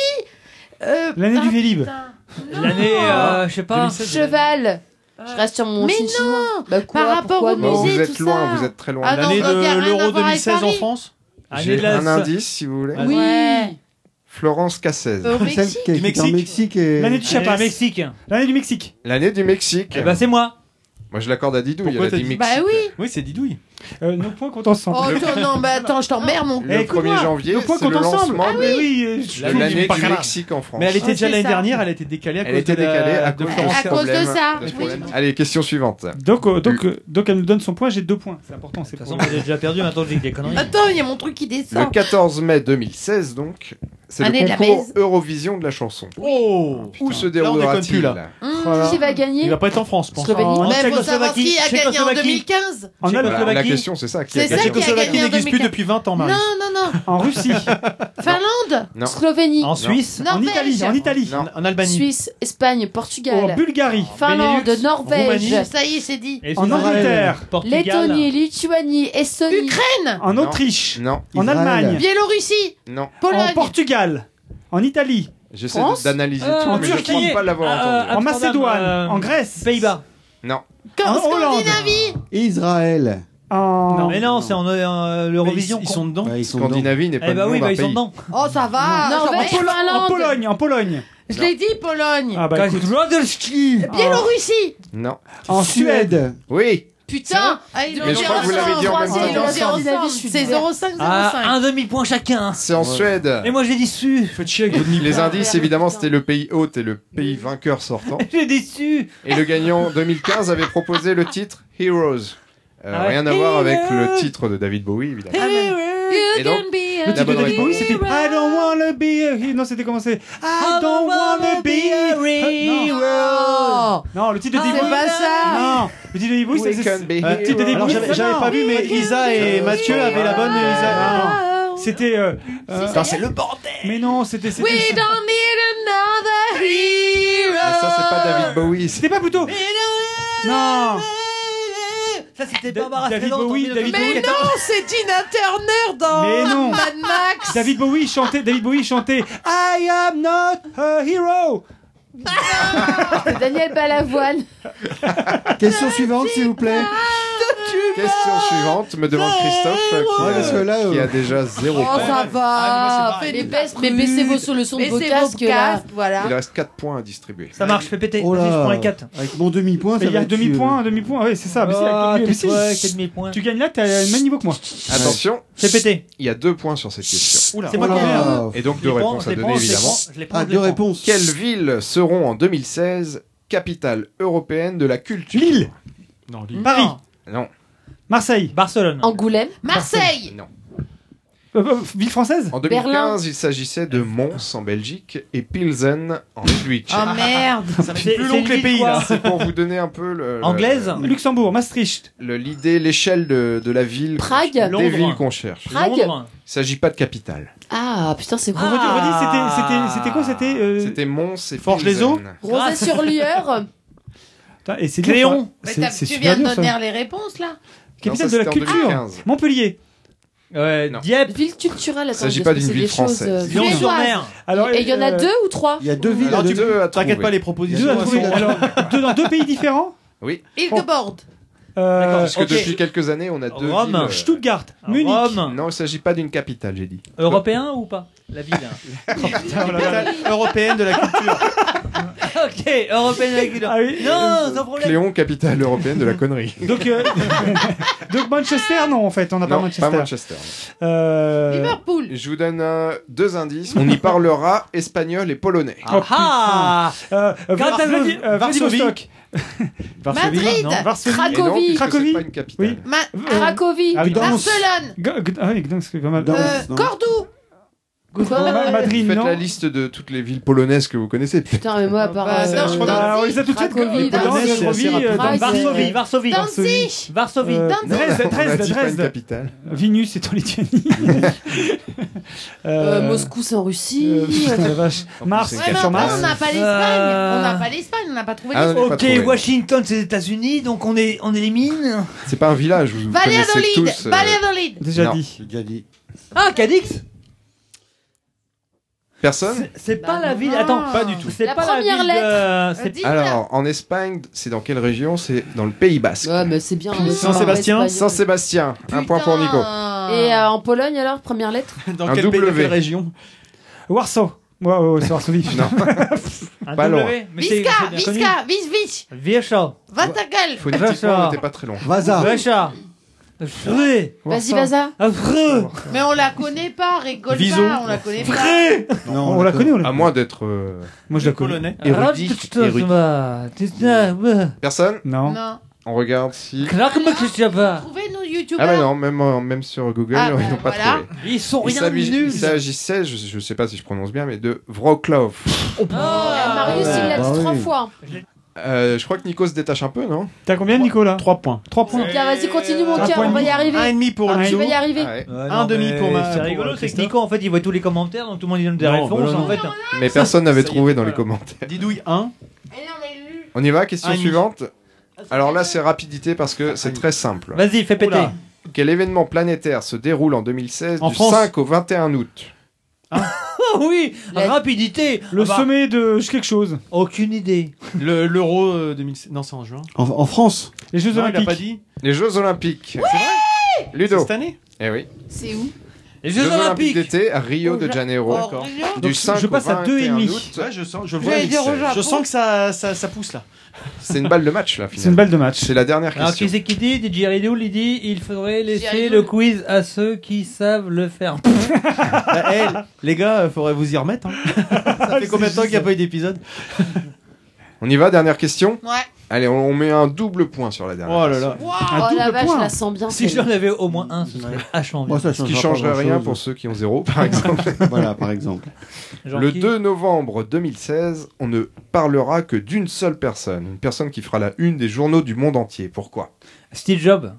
F: Euh,
K: L'année du Vélib.
F: putain.
A: L'année, euh, je sais pas.
J: Ah, Cheval. Je reste sur mon
F: Mais
J: signe chinois. Bah quoi,
F: Par rapport
J: pourquoi,
F: au
J: non
H: Bon,
F: musée,
H: vous êtes
F: tout
H: loin,
F: ça.
H: vous êtes très loin.
F: Ah non,
C: L'année
F: donc il y a rien
C: de
F: à
C: l'Euro
F: voir avec
C: 2016 en
F: Paris.
C: France
A: Année de
H: J'ai
A: la-
H: un indice, si vous voulez.
J: Oui.
H: Florence Cassez.
F: Au
D: Celle
F: Mexique.
D: qui a
C: Du
D: été en
C: Mexique.
D: Mexique et.
K: L'année du
A: Année
K: Chiapas.
A: du Mexique.
K: L'année du Mexique.
H: L'année du Mexique.
A: Eh ben, c'est moi.
H: Moi, je l'accorde à Didou.
C: Pourquoi
H: elle a
C: t'as
H: dit
C: dit-
H: Mexique.
F: Bah oui
C: Oui, c'est Didouille.
K: Euh, nos points comptent ensemble.
F: Oh attends, non, bah attends, je t'emmerde mon
H: Le
K: Eh,
H: 1er
K: écoute-moi,
H: janvier,
K: nos points
H: c'est le
K: comptent ensemble.
H: lancement
K: Ah
H: de-
K: oui, euh, je-
H: de
K: je-
H: l'année
K: par
H: du
K: canard.
H: Mexique en France.
C: Mais elle
F: Oh,
C: était déjà
F: c'est
C: l'année
F: ça.
C: dernière, elle a été décalée à
H: Elle
C: cause
H: était
C: de la-
H: décalée à cause de,
C: Florence
H: ce
F: À
C: Cassel.
F: cause de
H: problème,
F: ça.
H: ce
F: Oui.
H: problème. Allez, question suivante.
K: Donc, euh, donc, euh, donc, elle nous donne son point, j'ai deux points. C'est important, c'est
A: De toute
K: pour-
A: façon, j'ai déjà perdu, maintenant je dis que des conneries.
F: Attends, il y a mon truc qui
H: Le
F: descend.
H: 14 mai 2016, donc, c'est
F: Année de
H: le
F: la
H: concours
F: baise.
H: Eurovision de la chanson.
C: Oh
H: Où se
C: déroulera-t-il
H: déroulera-t-il
F: Hum,
K: Voilà.
J: Qui va gagner
C: Il va pas être en France, je pense.
J: Slovénie.
K: En
F: Mais faut savoir
A: Tchécoslovaquie,
F: qui a gagné en
A: Tchécoslovaquie.
F: 2015
K: En, Al-
H: Voilà, La
A: Slovaquie.
H: question, c'est ça. Qui a
F: C'est ça
C: La
H: gagné
F: qui a
C: Tchécoslovaquie
F: gagné en
C: n'existe plus
F: 2004.
C: depuis 20 ans,
F: Non,
C: Marie.
F: non, non.
K: en Russie,
F: Finlande
H: Non.
J: Slovénie,
A: En Suisse.
K: en
F: Norvège.
K: Italie, en Italie,
H: Non.
C: En Albanie.
J: Suisse, Espagne,
K: ou en
J: Portugal,
K: Oh, Bulgarie,
J: Finlande,
A: Benelux,
J: Norvège,
F: Ça y est, c'est dit.
A: Et
K: En
A: Israël,
K: Angleterre.
A: Portugal.
J: Lettonie, Lituanie, Estonie,
F: Ukraine,
K: en
H: Non.
K: Autriche,
H: Non,
K: en
D: Israël.
K: Allemagne,
F: Biélorussie,
H: non.
K: en
F: Pologne,
K: Portugal, en Italie,
H: J'essaie
F: France
H: de- d'analyser
A: Euh,
H: tout,
A: en
H: mais je
A: Turquie.
H: ne pas l'avoir
A: Ah,
H: entendu.
A: ah,
K: en
A: Amsterdam,
K: Macédoine,
A: euh,
K: en Grèce,
A: Pays-Bas.
H: Non,
K: En
F: en
K: Hollande.
F: Scandinavie,
D: Israël.
J: Oh.
K: en
A: Mais non, c'est en euh,
C: Mais
A: l'Eurovision.
C: Ils ils sont dedans.
D: Ouais, ils sont dedans.
H: Scandinavie n'est pas
A: Eh bah
H: le
A: oui,
H: nom
A: bah
H: d'un
A: ils sont
H: pays.
A: dedans.
F: Oh, ça va.
J: Non,
F: ça va.
J: mais-
K: Polo- en
J: Finlande.
K: Pologne, en Pologne,
F: Je l'ai dit, Pologne.
K: ah bah, écoute. Ah.
A: Radolski.
F: Biélorussie.
H: Non.
K: en Suède,
H: Oui,
F: Putain. Ah, Allez,
H: Mais je crois que vous l'avez dit en même temps.
F: C'est 0505.
A: Ah, un demi-point chacun.
H: c'est en Suède.
A: Et moi j'ai dit su.
C: Faites chier avec votre micro.
H: Les
F: Ah,
H: indices,
J: merde,
H: évidemment,
J: putain.
H: c'était le pays hôte et le pays vainqueur sortant.
A: J'ai dit su.
H: Et le gagnant 2015 avait proposé le titre Heroes. Euh,
A: Ah ouais.
H: Rien à voir avec le
A: Heroes.
H: titre de David Bowie, évidemment.
F: Ah, You
H: Et donc,
F: can be a-
K: Le titre de
H: bonne
K: David Bowie,
H: réponse.
K: c'était I don't wanna be a hero. Non, c'était comment c'est I don't wanna be a hero.
F: Oh.
K: Non, le titre de
F: Ah,
K: David
F: c'est
K: Bowie.
F: pas ça.
K: Non, le titre de David Bowie,
H: We
K: c'est-
H: can
K: c'est-
H: be
C: Euh,
K: titre de David
C: Alors
K: Bowie,
C: j'avais
K: c'est-
C: j'avais
K: non.
C: pas vu, mais Isa et Mathieu avaient la bonne Isa.
K: Non. C'était. euh, euh,
C: c'est le bordel.
K: mais non, c'était.
F: We
K: C'était
F: don't need another
H: Mais
F: hero.
H: ça, c'est pas David Bowie. c'est-
K: c'était pas plutôt. Non.
A: Ça c'était
K: Da-
A: Barbara
K: David
A: Streisand en
K: Bowie, David
A: 1994.
F: Mais non, c'est Tina Turner dans
K: Mais non.
F: Mad Max.
K: David Bowie chantait. David Bowie chantait I am not a hero.
F: [LAUGHS]
J: Daniel Balavoine.
F: Ah,
D: Question suivante, s'il vous plaît.
H: Question suivante, me demande Christophe, euh, qui,
D: Ouais, parce que là,
H: euh, qui
D: euh,
H: a déjà
K: Ah
H: zéro
F: Oh,
H: point.
F: ça va.
J: Mais,
F: Faites
J: Ah, baisse- mais baissez vos sur le son de vos
F: Baissez vos
J: casques là.
F: casques, voilà.
H: Il reste 4 points à distribuer.
A: Ça marche, fais péter.
D: Oh
A: Vas-y,
D: là.
A: je prends les 4.
D: Avec mon demi-point, ça
K: Mais il y
D: va
K: a
D: être,
K: demi-point,
D: euh,
K: un demi-point. Ouais, c'est ça. Mais si,
A: Ah,
K: avec- mais si,
A: t'es demi-point.
K: Tu gagnes là, t'es au même niveau que moi.
H: Attention,
A: Fais péter.
H: il y a 2 points sur cette question.
A: C'est moi qui
D: oh
A: ai
D: là.
A: un.
H: Et donc
A: Je
H: deux
A: les prends,
H: réponses
A: je
H: à
A: les prends,
H: donner,
A: je les
H: évidemment.
A: prends, Je les prends.
D: Ah,
A: je
D: deux
A: les prends.
D: réponses.
H: Quelles villes seront en 2016 capitale européenne de la culture Lille
C: Non, lui.
K: Paris,
H: Non,
K: Marseille,
A: Barcelone.
J: Angoulême.
F: Marseille.
H: non.
A: Euh,
K: ville française
H: En 2015, il s'agissait de Mons en Belgique et Pilsen en Belgique.
K: Oh, merde. Ça va être plus long que les pays, là.
H: C'est pour vous donner un peu le. le-
K: Anglaise Luxembourg, Maastricht.
H: le- L'idée, l'échelle de, de la ville.
G: Prague
H: Des
G: Londres.
H: villes qu'on cherche.
G: Prague
H: Il s'agit pas de capitale.
G: Ah putain, c'est gros.
H: redis- redis, c'était- c'était- c'était euh, quoi,
K: C'était.
H: C'était Mons et
K: Forge-les-Eaux
H: Pilsen.
G: Rosé-sur-Lieure.
K: Putain, Et c'est
G: Cléon.
K: dur, ça.
J: Mais
K: C'est-
J: t'as-
K: c'est
J: tu
K: super
J: viens de
K: dur, ça.
J: donner les réponses là
K: Capitale
H: Non, ça,
K: de la
H: c'était en
K: culture.
H: 2015.
K: Montpellier.
A: Ouais,
K: Dieppe.
G: Ville culturelle, attends.
H: s'agit
G: parce
H: pas
G: que
H: d'une
G: c'est
H: ville
G: des choses,
H: française.
G: euh,
K: Lyon-sur-Mer.
G: suédoises.
K: Alors,
G: Et il y en a
K: euh,
G: deux ou trois
D: Il y a deux villes.
H: Alors, tu peux à
C: T'inquiète
H: trouver.
C: pas les propositions.
K: Deux à
C: elles
K: trouver.
C: sont là.
K: Alors, deux dans deux pays différents
H: Oui.
J: Hildeborg.
K: Euh,
H: Parce que
K: ok.
H: depuis quelques années, on a deux
A: Rome.
H: villes. euh,
K: Stuttgart, Munich.
H: Non, il s'agit pas d'une capitale, j'ai dit.
A: Européen ou pas La ville. hein.
H: [LAUGHS]
A: Oh,
C: européenne de la culture.
A: [LAUGHS] ok, européenne de la culture. non, sans problème.
H: Cléon, capitale européenne
K: [LAUGHS]
H: de la connerie.
K: Donc, euh, donc Manchester, non, en fait, on n'a pas
H: Non,
K: Manchester.
H: pas Manchester.
K: Euh,
H: Je vous donne euh, deux indices. On y parlera espagnol et polonais.
K: Oh, putain. Euh, euh,
A: Quand
K: Vladi-
A: t'as-
K: euh,
A: Varsovie.
K: Vladivostok.
J: Varsovie, Madrid. non.
K: Varsovie.
J: Cracovie. Et non, puisque c'est
K: Cracovie.
H: pas une capitale.
K: Oui.
J: Ma- Cracovie,
K: Ah oui, Gdansk.
J: Barcelone,
K: G- G- ah oui, Gdansk, pas mal.
J: euh, Cordoue.
K: Ma- Madrid,
H: Vous faites
K: non.
H: la liste de toutes les villes polonaises que vous connaissez.
G: Putain, mais moi, à part.
J: Bah,
G: euh,
J: non, je crois
K: Ah, on les a tout de suite.
G: Cracovie, Varsovie,
K: Gdansk,
G: Varsovie,
K: Varsovie, euh,
G: Prague,
A: Varsovie,
J: hein.
G: euh,
A: Varsovie.
J: Danzig.
A: Varsovie.
K: Euh,
J: Danzig.
K: Dresde,
H: On a
K: Dresde,
H: dit pas une
K: Dresde.
H: capitale.
K: Vinus est en Lituanie.
G: euh,
A: Ah, bah,
K: Euh,
G: Moscou, c'est en Russie.
A: [LAUGHS]
K: euh, putain, la vache. Mars,
J: Ouais, mais
K: sur
J: après,
K: Mars.
J: on n'a pas l'Espagne.
A: Euh,
J: On n'a pas l'Espagne. On n'a pas trouvé
H: Ah,
J: l'Espagne.
H: on est pas
A: Ok,
H: trouvé.
A: Washington, c'est les États-Unis, donc on, est, on élimine.
H: C'est pas un village. Vous connaissez
J: Valladolid.
H: tous. euh,
J: Valladolid.
K: Déjà
H: Non.
K: dit.
D: Déjà dit.
A: Ah, Cadix
H: Personne.
A: C'est pas la ville.
J: Bah non.
A: Attends,
J: Pas
A: du tout. C'est
J: La
A: pas
J: première
A: la ville.
J: lettre.
A: euh, c'est-
J: Dis-le.
H: Alors, en Espagne, c'est dans quelle région C'est dans le Pays Basque.
G: Ouais, mais c'est bien. hein,
H: Saint-Sébastien.
G: espagnol.
H: Saint-Sébastien. Un point pour Nico.
A: ah.
G: Et euh, en Pologne, alors,
A: [LAUGHS]
G: première lettre
C: Dans
H: Un
C: quel pays, dans
H: W.
C: quelle région
K: Warsaw. Ouais, ouais, ouais, c'est Varsovie. [LAUGHS]
H: Non.
A: un
H: pas
A: W, mais c'est-
J: Visca,
A: c'est bien connu.
J: Visca, Vis, Vis.
A: Virchow.
J: Va ta gueule.
H: Phonétiquement, on n'était pas très loin.
D: Vaza.
A: Vacha. Vré.
G: Vas-y, vas-y.
A: Vré.
J: Mais on la connaît pas, rigole
C: Viso.
J: pas, on la connaît pas.
A: Vré.
D: Non,
K: On la connaît, on la
H: À moins d'être euh,
K: Moi, je la connais. Ah,
C: Polonais.
H: érudit. érudit. Personne.
K: Non.
J: Non.
H: On regarde si.
J: Trouvez-nous YouTube.
H: Ah bah non, même, euh, même sur Google,
J: Ah,
H: ils
J: bah,
H: n'ont pas
J: voilà.
H: trouvé.
A: Ils sont
H: Il
A: rien de
H: s'agit-
A: nuls.
H: Il s'agissait, je ne sais pas si je prononce bien, mais de Wrocław.
K: Oh,
J: Oh,
A: Ah,
G: Marius, il l'a
D: bah
G: dit trois
D: oui.
G: fois.
H: Euh, je crois que Nico se détache un peu, non
K: T'as combien, Nicolas
C: 3 points.
K: 3 points.
G: Tiens, vas-y, continue, mon
K: Un
G: cœur,
K: point
G: on va y
C: Un
K: demi.
C: et
G: arriver.
C: demi pour
K: Un
G: Tu
C: Ludo.
G: vas y arriver.
H: Ah ouais.
C: Un demi pour ma-
A: C'est
C: pour
A: rigolo, c'est que
C: Christophe.
A: Nico, en fait, il voit tous les commentaires, donc tout le monde lui donne des
C: Non,
K: hein.
A: réponses.
C: bah
A: en
C: non.
A: fait.
H: Mais personne n'avait
C: Ça y est,
H: trouvé dans les
C: voilà.
H: commentaires.
C: Didouille 1.
J: Mais non, mais lui.
H: On y va, question
C: Un et demi.
H: suivante. Alors là, c'est rapidité parce que c'est très simple.
A: Vas-y, fais péter.
C: Oula.
H: Quel événement planétaire se déroule en 2016
C: En
H: du
C: France
H: 5 au 21 août
A: [LAUGHS] Oh oui,
G: La-
A: rapidité.
K: Le
A: Ah bah,
K: sommet de je- quelque chose.
A: Aucune idée.
C: Le- L'euro euh, 2016. Non, c'est en juin.
D: En, en France,
K: Les Jeux
C: Non, il a
K: Olympiques.
C: pas dit.
H: Les Jeux Olympiques.
C: C'est
H: Ludo.
C: cette année
H: Eh oui.
J: C'est où
A: Les Jeux Olympiques.
H: d'été à Rio
J: Au
H: de
J: Ja-
H: Janeiro.
J: Oh, Rio
H: Du
K: Donc,
H: 5
K: je passe
H: au
K: à deux et
H: 21
K: demi.
H: août.
C: Ouais, je sens, je le vois.
J: J'allais dire au Japon.
C: Je sens que ça, ça, ça pousse là.
H: C'est une balle de match là,
K: C'est une
H: finalement.
K: balle de match.
H: C'est la dernière
A: Alors, qui
H: question.
A: c'est qui dit DJ Ridoul, il dit il faudrait laisser
J: Ridoul.
A: le quiz à ceux qui savent le
H: [LAUGHS]
A: faire.
C: Bah, hey, les gars, euh, faudrait vous y remettre. hein. ça fait combien de temps qu'il n'y a pas eu d'épisode
H: On y va, dernière question.
J: Ouais.
H: Allez, on, on met un double point sur la dernière.
C: Oh là là.
J: Waouh.
K: Un
G: Oh la
K: double
G: vache, je
K: point.
G: la sens bien.
A: Si
G: celle-là.
A: j'en avais au moins un, ce serait vachement bien.
D: moi ça
H: Ce qui changerait rien pour ceux qui ont
D: [LAUGHS]
G: [LAUGHS]
H: zéro, par exemple.
D: Voilà, par exemple.
A: Genre
H: Le
A: qui
H: 2 novembre 2016, on ne parlera que d'une seule personne. Une personne qui fera la une des journaux du monde entier. Pourquoi
A: Steve Jobs.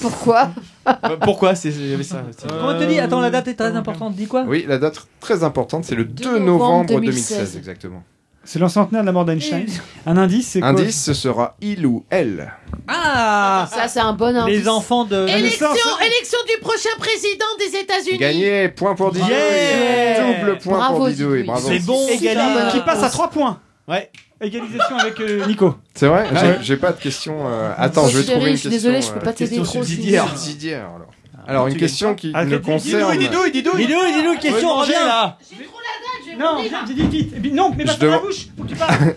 G: Pourquoi
C: Euh, Pourquoi c'est c'est- il y avait ça c'est-
A: Comment te dit Attends, la date est très importante. Dis quoi
H: Oui, la date très importante, c'est le 2 novembre,
G: novembre
H: 2016.
G: 2016,
H: exactement.
K: C'est le centenaire de la mort d'Einstein. Un indice, c'est quoi
H: Indice, ce sera il ou elle.
A: Ah
G: Ça, c'est un bon indice.
A: Les enfants de.
J: Élection,
K: naissance.
J: élection du prochain président des États-Unis.
H: Gagné, point pour Didouille.
A: Yeah
H: Double point
G: Bravo,
H: pour Didouille.
G: Didouille.
H: Bravo.
A: C'est bon.
G: Égalise.
K: Qui passe à 3 points.
C: Ouais.
K: Égalisation avec euh, Nico.
H: C'est vrai
K: Ah
H: J'ai-
K: ouais.
H: J'ai pas de question. euh, Attends, je vais
G: Chérie,
H: trouver une
G: je suis
H: question. euh,
G: désolée, je peux pas t'aider
C: question
G: trop. je suis
C: subsidiaire.
G: désolée.
H: subsidiaire, alors. Alors, une
C: tu
H: question
C: gagnes
H: qui
K: Ah,
H: ne
K: dis-nous,
H: concerne.
C: Didouille, didouille,
A: Dis-nous, dis-nous, question,
C: Ouais, mangez,
A: reviens
C: là.
K: Non, viens, dis- dis- dis- dis- non, mais pas
H: Je
K: la
H: demande-
K: bouche. Faut que
H: [LAUGHS]
K: tu parles.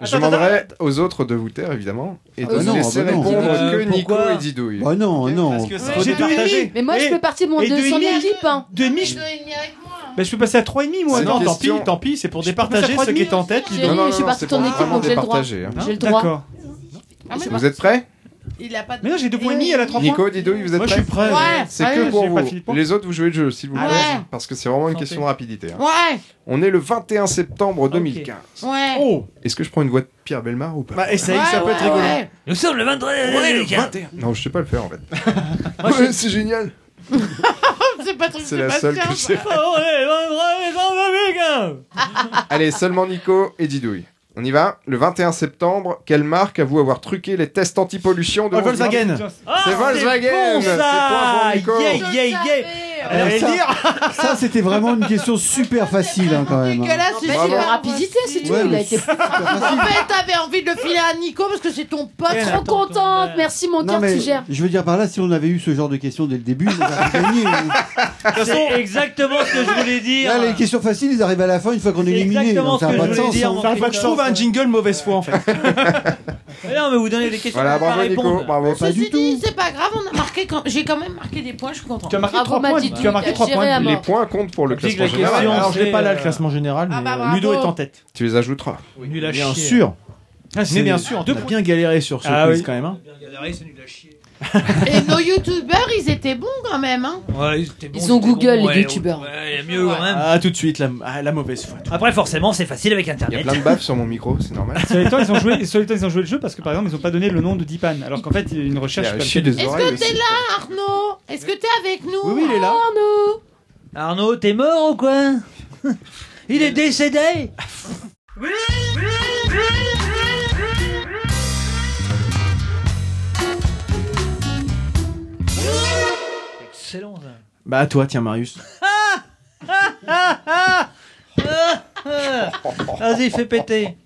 H: Je demanderai aux autres de vous taire, évidemment, et de
D: bah
H: ne
D: non,
H: laisser
D: bah non.
H: répondre
A: Euh,
H: que Nico
A: pourquoi
H: et Didouille.
D: Bah non, non.
C: Parce que
K: Ouais,
C: c'est
K: j'ai deux et demi.
C: partagé.
G: Mais moi, je
K: Et-
G: fais partie de mon
K: et deux et
G: 200
K: demi.
G: équipe. hein.
K: Deux et demi, je-
J: Deux et demi avec moi.
K: bah, je peux passer à 3,5 moi.
H: C'est
K: Non,
C: Non,
H: une
C: tant pis,
H: question.
C: tant pis, c'est pour
K: Je peux
C: départager
K: passer à
C: ceux qui est en
K: trois
C: tête.
G: Chérie, je suis partie de
H: c'est
G: ton
H: pour
K: [LAUGHS]
G: équipe,
H: vraiment
G: donc j'ai le droit.
H: départager. hein.
J: Ah,
G: J'ai le droit.
K: D'accord.
H: Vous êtes prêts
F: Il a pas de.
K: Mais non, j'ai deux points et demi, elle a trois points.
H: Nico, Dido, vous êtes
K: Moi,
H: prêts
K: je suis prêt. Ouais.
H: C'est
K: Ah
H: que
K: oui,
H: pour
K: j'ai pas
H: vous.
K: fini pour-
H: Les autres, vous jouez le jeu, s'il vous plaît.
F: Ouais.
H: Parce que c'est vraiment une
K: Santé.
H: question de rapidité. hein.
F: Ouais.
H: On est le 21 septembre 2015.
F: Ouais.
D: Oh.
H: Est-ce que je prends une voix de Pierre Belmar ou pas
C: Bah, essaye, ça peut être rigolo. Nous sommes le 23
H: Ouais, le 21. Non, je sais pas le faire en fait. Ouais, c'est génial.
J: [LAUGHS]
F: c'est pas truc
H: C'est la seule que j'ai.
J: Oh,
H: Allez, seulement Nico et Didouille. On y va. Le 21 septembre, quelle marque avoue avoir truqué les tests anti-pollution de
C: Oh, Volkswagen.
H: C'est Volkswagen.
A: bon,
H: C'est
A: ça.
H: point pour Nico.
A: Yeah, yeah, yeah.
H: Elle allait
A: ça-
H: le dire.
A: ça,
D: c'était vraiment une question super facile hein, quand même. hein.
F: Dégueulasse, c'est
D: Bravo.
F: juste la rapidité, c'est tout.
D: Ouais,
F: il a
D: mais
F: été. [LAUGHS] en fait, t'avais envie de le filer à Nico parce que c'est ton pote.
D: Eh,
F: trop
D: attends,
F: contente. Merci, mon
D: Non,
F: cœur,
D: mais
F: tu gères.
D: je veux dire par là, si on avait eu ce genre de questions dès le début,
A: [LAUGHS]
D: on aurait gagné.
A: C'est exactement ce que je voulais dire.
D: Là, les questions faciles, ils arrivent à la fin une fois qu'on est éliminé.
A: exactement
D: Donc, ça
A: ce
D: n'a
A: que
D: pas
A: je
D: de
A: voulais
D: sens.
A: dire,
D: hein.
A: mon Faudrait pas que je trouve un
C: jingle mauvaise foi en fait.
A: Mais Eh non, mais vous donnez des questions
H: Voilà,
A: pour
H: bravo
A: pas
H: Nico.
A: répondre.
H: Bravo.
F: Ceci dit, c'est pas grave, on a marqué. Quand... J'ai quand même marqué des points, je suis contente.
H: Tu as marqué
F: Bravo,
H: trois
F: ma
H: points,
F: Didou,
H: tu as marqué
F: t'as
H: trois
F: géré à
H: points. Les
F: mort.
H: points comptent pour le
C: Dites
H: classement
C: la question,
H: général.
C: Alors, je l'ai pas là, le classement général, mais
F: bah,
C: euh,
F: bravo.
C: Ludo est en tête.
H: Tu les ajouteras.
A: Nul à
C: Bien
A: chier.
C: sûr.
A: Ah, c'est-
C: mais bien sûr, on a bien galéré sur ce
A: Ah
C: quiz
A: oui.
C: quand même. hein.
F: Et nos youtubeurs, ils étaient bons quand même. Hein.
A: Ouais, c'était bon,
F: Ils ont
A: c'était
F: Google,
A: bon,
F: les
A: ouais,
F: youtubeurs.
A: Ouais, y a mieux quand même.
C: Ah, tout de suite, la, ah, la mauvaise foi.
A: Après, forcément, c'est facile avec
H: Il y a
A: Internet.
H: plein de baffes sur mon micro, c'est
A: [LAUGHS]
H: normal.
K: Sur les temps, ils ont joué, sur les temps, ils ont joué le jeu parce que par exemple, ils ont pas donné le nom de Dipan. Alors qu'en fait, il y a une recherche.
H: Il y a
K: comme
H: chier
K: ça.
H: des
F: Est-ce que t'es là, Arnaud Est-ce que t'es avec nous
A: Oui, oui, il est là.
F: Arnaud
A: Arnaud, t'es mort ou
H: [LAUGHS]
A: quoi Il est décédé Excellent ça.
C: Bah, à toi, tiens, Marius.
A: Ah Ah Ah Ah Ah Ah
H: Oh,
A: Vas-y, fais péter.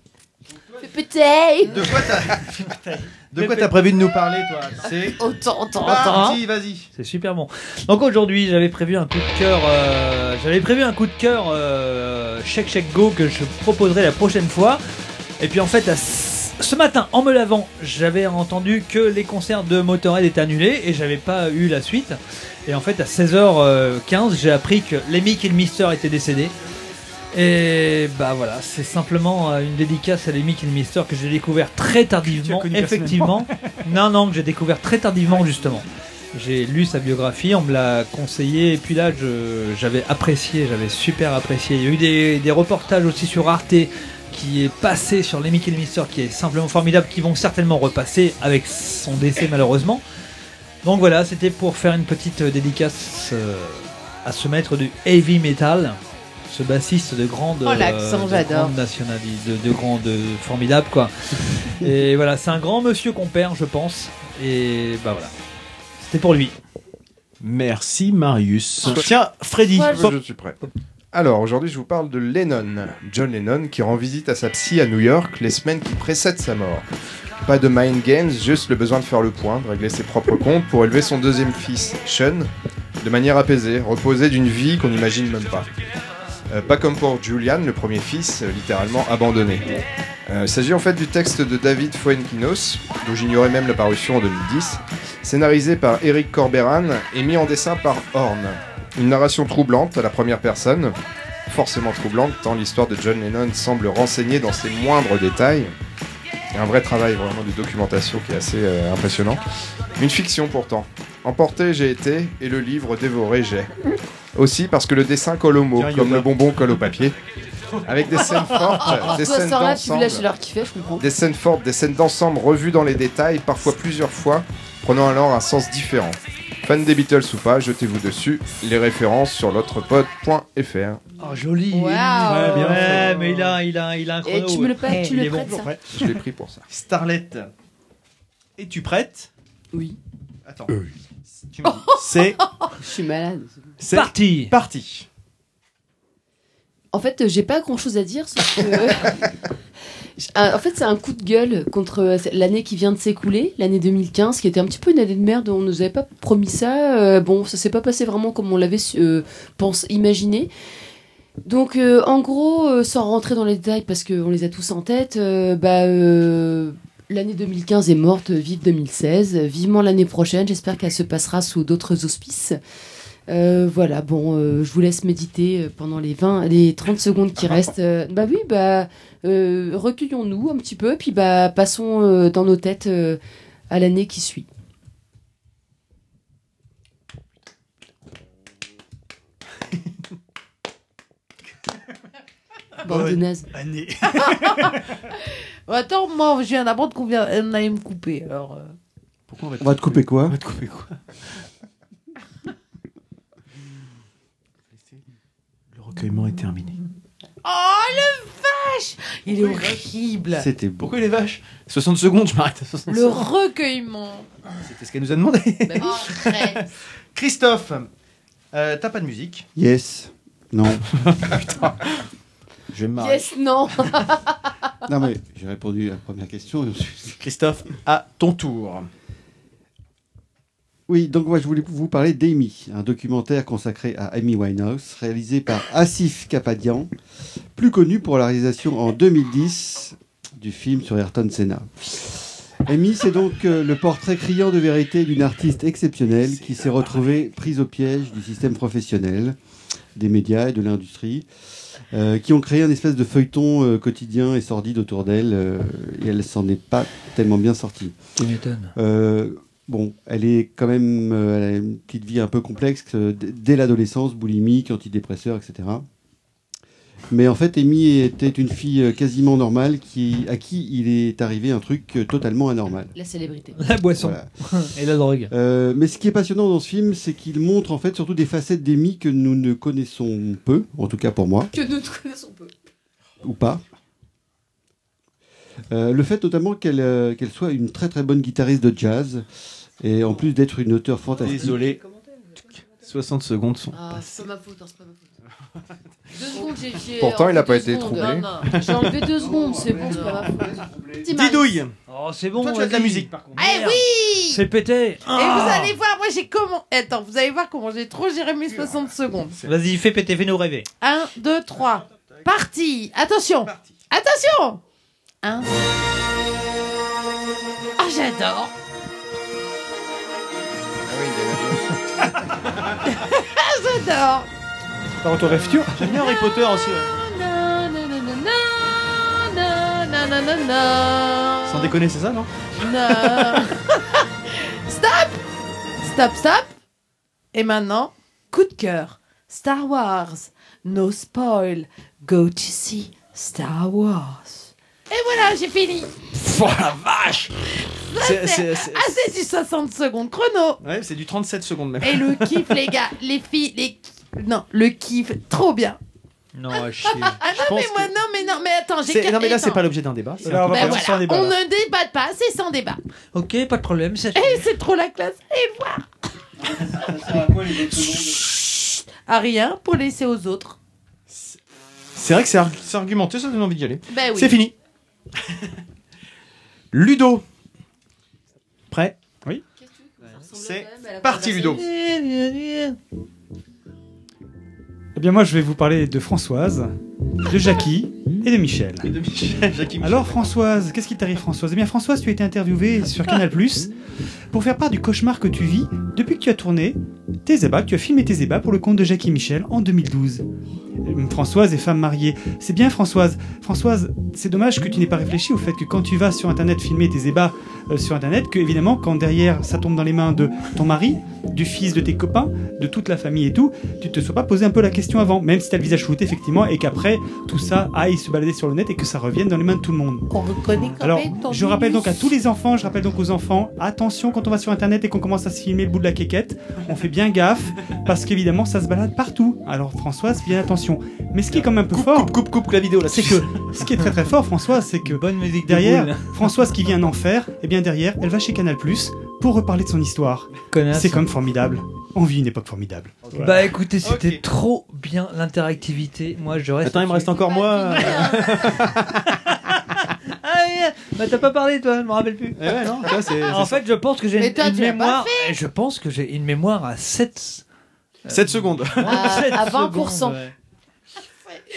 F: Peut-être.
C: De quoi t'as De quoi t'as prévu de nous parler, toi C'est
F: autant, autant,
A: Ah.
C: Parti, Bah, vas-y.
A: C'est super bon. Donc aujourd'hui, j'avais prévu un coup de cœur. euh, j'avais prévu un coup de cœur euh, Check Check Go que je proposerai la prochaine fois. Et puis en fait, à s- ce matin, en me lavant, j'avais entendu que les concerts de Motorhead étaient annulés et j'avais pas eu la suite. Et en fait, à 16h15, j'ai appris que Lemmy et le Mister étaient décédés. Et bah voilà, c'est simplement euh, une dédicace à Lemmy le Mister que j'ai découvert très tardivement.
K: connu
A: Effectivement, non, non, que j'ai découvert très tardivement justement. J'ai lu sa biographie, on me l'a conseillé, et puis là je- j'avais apprécié, j'avais super apprécié. Il y a eu des, des reportages aussi sur Arte qui est passé sur Lemmy et le Mister qui est simplement formidable, qui vont certainement repasser avec son décès malheureusement. Donc voilà, c'était pour faire une petite euh, dédicace euh, à ce maître du heavy metal, ce bassiste de grande, euh,
F: Oh, l'accent,
A: de
F: j'adore.
A: grande nationali- de, de grande euh, formidable
F: [LAUGHS]
A: quoi. Et voilà, c'est un grand monsieur qu'on perd, je pense. Et bah voilà, c'était pour lui.
C: Merci, Marius. Tiens, Freddy.
H: Je suis prêt. Alors aujourd'hui, je vous parle de Lennon, John Lennon, qui rend visite à sa psy à New York les semaines qui précèdent sa mort. Pas de mind games, juste le besoin de faire le point, de régler ses propres comptes pour élever son deuxième fils, Sean, de manière apaisée, reposée d'une vie qu'on n'imagine même pas. Euh, pas comme pour Julian, le premier fils, euh, littéralement abandonné. Euh, Il s'agit en fait du texte de David Fuenquinos, dont j'ignorais même la parution en 2010, scénarisé par Eric Corberan et mis en dessin par Horn. Une narration troublante à la première personne, forcément troublante tant l'histoire de John Lennon semble renseignée dans ses moindres détails. Un vrai travail vraiment de documentation qui est assez euh, impressionnant. Une fiction pourtant. Emporté j'ai été et le livre dévoré j'ai. Aussi parce que le dessin colle au mot,
C: Tiens,
H: comme
C: Yoda.
H: le bonbon colle au papier. Avec
G: [LAUGHS]
H: des scènes
G: Ah,
J: Oh,
H: fortes, des
G: toi,
H: scènes
G: Sarah, tu
H: d'ensemble.
G: lâches leur kiffé, je comprends.
J: [LAUGHS]
H: Des scènes fortes, des scènes d'ensemble revues dans les détails, parfois plusieurs fois, prenant alors un sens différent. Fan des Beatles ou pas, jetez-vous dessus. Les références sur l'autrepod.fr.
A: Oh joli.
G: Waouh.
A: Ouais,
G: bien fait.
A: mais il a, il a, il a un chrono.
G: Et Eh, tu me le prêtes, tu
A: Il
G: le
A: est bon.
G: prêtes, ça
H: Je l'ai pris pour ça.
C: Starlet. Es-tu prête
G: Oui.
C: Attends. Tu me dis. Euh. [LAUGHS] C'est
G: Je suis malade.
C: c'est
A: parti.
C: Parti.
G: En fait, euh, j'ai pas grand chose à dire. sauf que- Je- ah, en fait, c'est un coup de gueule contre euh, l'année qui vient de s'écouler, l'année 2015, qui était un petit peu une année de merde. On nous avait pas promis ça. euh, bon, ça s'est pas passé vraiment comme on l'avait euh, pense, imaginé. Donc, euh, en gros, euh, sans rentrer dans les détails parce qu'on les a tous en tête, euh, bah, euh, l'année 2015 est morte, euh, vive 2016, euh, vivement l'année prochaine, j'espère qu'elle se passera sous d'autres auspices. Euh, voilà, bon, euh, je vous laisse méditer euh, pendant les 20, les 30 secondes qui restent. Euh, bah oui, bah, euh, recueillons-nous un petit peu, puis bah, passons euh, dans nos têtes euh,
J: à l'année qui suit.
F: Bande de nazes. [LAUGHS] Attends, moi j'ai un abord qu'on vient, on allait me couper. Alors, euh.
C: Pourquoi
D: On va te couper quoi
C: On va te couper quoi Le recueillement est terminé.
F: Oh le vache Il est horrible.
C: C'était beau. Pourquoi les vaches 60 secondes, je m'arrête à 60
F: Le
C: secondes.
F: recueillement.
C: C'était ce qu'elle nous a demandé. [LAUGHS]
F: Bah Arrête.
C: Christophe, euh, t'as pas de musique
D: Yes.
C: [LAUGHS]
D: Non.
C: Je vais me marrer.
J: Yes, non
D: Non mais j'ai répondu à la première question. et ensuite-
C: Christophe, à ton tour.
D: Oui, donc moi je voulais vous parler d'Amy, un documentaire consacré à Amy Winehouse, réalisé par [COUGHS] Asif Kapadian, plus connu pour la réalisation en 2010 du film sur Ayrton Senna. Amy, c'est donc euh, le portrait criant de vérité d'une artiste exceptionnelle qui s'est retrouvée prise au piège du système professionnel, des médias et de l'industrie, euh, qui ont créé un espèce de feuilleton euh, quotidien et sordide autour d'elle, euh, et elle s'en est pas tellement bien sortie.
A: Tu m'étonnes.
D: Euh, bon, elle est quand même, euh, elle a une petite vie un peu complexe euh, d- dès l'adolescence, boulimique, antidépresseur, etc. Mais en fait, Amy était une fille euh, quasiment normale qui, à qui il est arrivé un truc euh, totalement anormal. Euh,
J: La célébrité.
A: La boisson. [LAUGHS] Et la drogue.
D: mais ce qui est passionnant dans ce film, c'est qu'il montre en fait surtout des facettes d'Amy que nous ne connaissons peu, en tout cas pour moi,
J: Que nous connaissons peu.
D: ou pas. Euh, le fait notamment qu'elle euh, qu'elle soit une très très bonne guitariste de jazz, et en plus d'être une auteure fantastique.
C: Désolé. 60 secondes sont.
J: Ah, c'est pas ma faute, hein, c'est pas ma faute. Deux secondes, j'ai- j'ai.
H: Pourtant, il
J: n'a
H: n'a pas été troublé.
J: hein, J'ai enlevé deux secondes, c'est bon, c'est pas ma faute. Petit Marie.
C: Didouille
A: Oh, c'est bon.
C: Toi, tu as de la
A: vas-y.
C: musique par contre.
F: Eh oui
A: C'est pété.
F: Et vous
A: Ah
F: allez voir, moi j'ai comment. Attends, vous allez voir comment j'ai trop géré mes 60 secondes.
A: Vas-y, fais péter, fais-nous rêver.
F: 1, 2, 3. Parti Attention Attention 1. Ah, j'adore Ah, j'adore
K: Par contre, au rêve futur.
C: J'aime bien Harry Potter aussi.
F: Na, na, na, na, na, na, na, na, na.
C: Sans déconner, c'est ça, non
F: Na. Stop Stop, stop Et maintenant, coup de cœur. Star Wars. No spoil. Go to see Star Wars. Et voilà, j'ai fini.
C: Oh la vache
F: Ça, c'est-
C: C'est- c'est- c'est-
F: Ah, c'est du 60 secondes chrono.
C: Ouais, c'est du 37 secondes même.
F: Et
C: [LAUGHS]
F: le kiff, les gars, les filles, les... Non, le kiff, trop bien.
A: Non, à chier.
F: [LAUGHS] Ah non, mais moi, non, mais non, mais attends, j'ai...
C: C'est-
F: quatre-
C: Non, mais là, c'est
F: attends.
C: pas l'objet d'un débat. c'est
F: Bah
C: un peu-
F: voilà, on ne débatte pas, c'est sans débat.
A: Ok, pas de problème. C'est
F: Et c'est trop la classe. Et voir.
C: Ah,
F: À rien pour laisser aux autres.
C: C'est vrai que c'est ar- c'est argumenté, ça donne envie d'y aller.
F: Ben oui.
C: C'est fini. Ludo. Prêt Oui. C'est parti, Ludo.
K: Eh bien, moi, je vais vous parler de Françoise, de Jackie et de Michel. Alors, Françoise, qu'est-ce qui t'arrive, Françoise Eh bien, Françoise, tu as été interviewée sur Canal pour faire part du cauchemar que tu vis depuis que tu as tourné tes ébats, que tu as filmé tes ébats pour le compte de Jackie Michel en 2012. Euh, Françoise est femme mariée. C'est bien, Françoise. Françoise, c'est dommage que tu n'aies pas réfléchi au fait que quand tu vas sur Internet filmer tes ébats euh, sur Internet, que évidemment, quand derrière ça tombe dans les mains de ton mari, du fils de tes copains, de toute la famille et tout, tu te sois pas posé un peu la question avant, même si t'as le visage flouté, effectivement, et qu'après, tout ça aille se balader sur le net et que ça revienne dans les mains de tout le monde.
F: On reconnaît quand
K: Alors,
F: même ton
K: je rappelle
F: virus.
K: donc à tous les enfants, je rappelle donc aux enfants, attention quand on va sur internet et qu'on commence à se filmer le bout de la quéquette, on fait bien gaffe, parce qu'évidemment ça se balade partout. Alors Françoise, bien attention. Mais ce qui est quand même un peu fort.
C: coupe,
K: Coupe,
C: coupe la vidéo là,
K: c'est que. Ce qui est très très fort, Françoise, c'est que.
A: Bonne musique
K: derrière,
A: boule.
K: Françoise qui vient en enfer, et bien derrière, elle va chez Canal pour reparler de son histoire.
A: Connasse.
K: C'est quand même formidable. On vit une époque formidable.
A: Bah écoutez, c'était trop bien l'interactivité. Moi, je reste.
K: Attends, il me reste encore moi.
A: Ah, ouais, bah t'as pas parlé toi, je me rappelle plus.
C: Eh ouais, non, toi, c'est-
A: en
C: c'est
A: fait, je pense que j'ai
F: Mais
A: une,
F: toi,
A: une
F: tu l'as pas
A: mémoire.
F: fait.
A: Je pense que j'ai une mémoire à 7 Euh,
F: Euh,
C: [LAUGHS] 7 secondes.
F: [LAUGHS]
J: À, à 20%.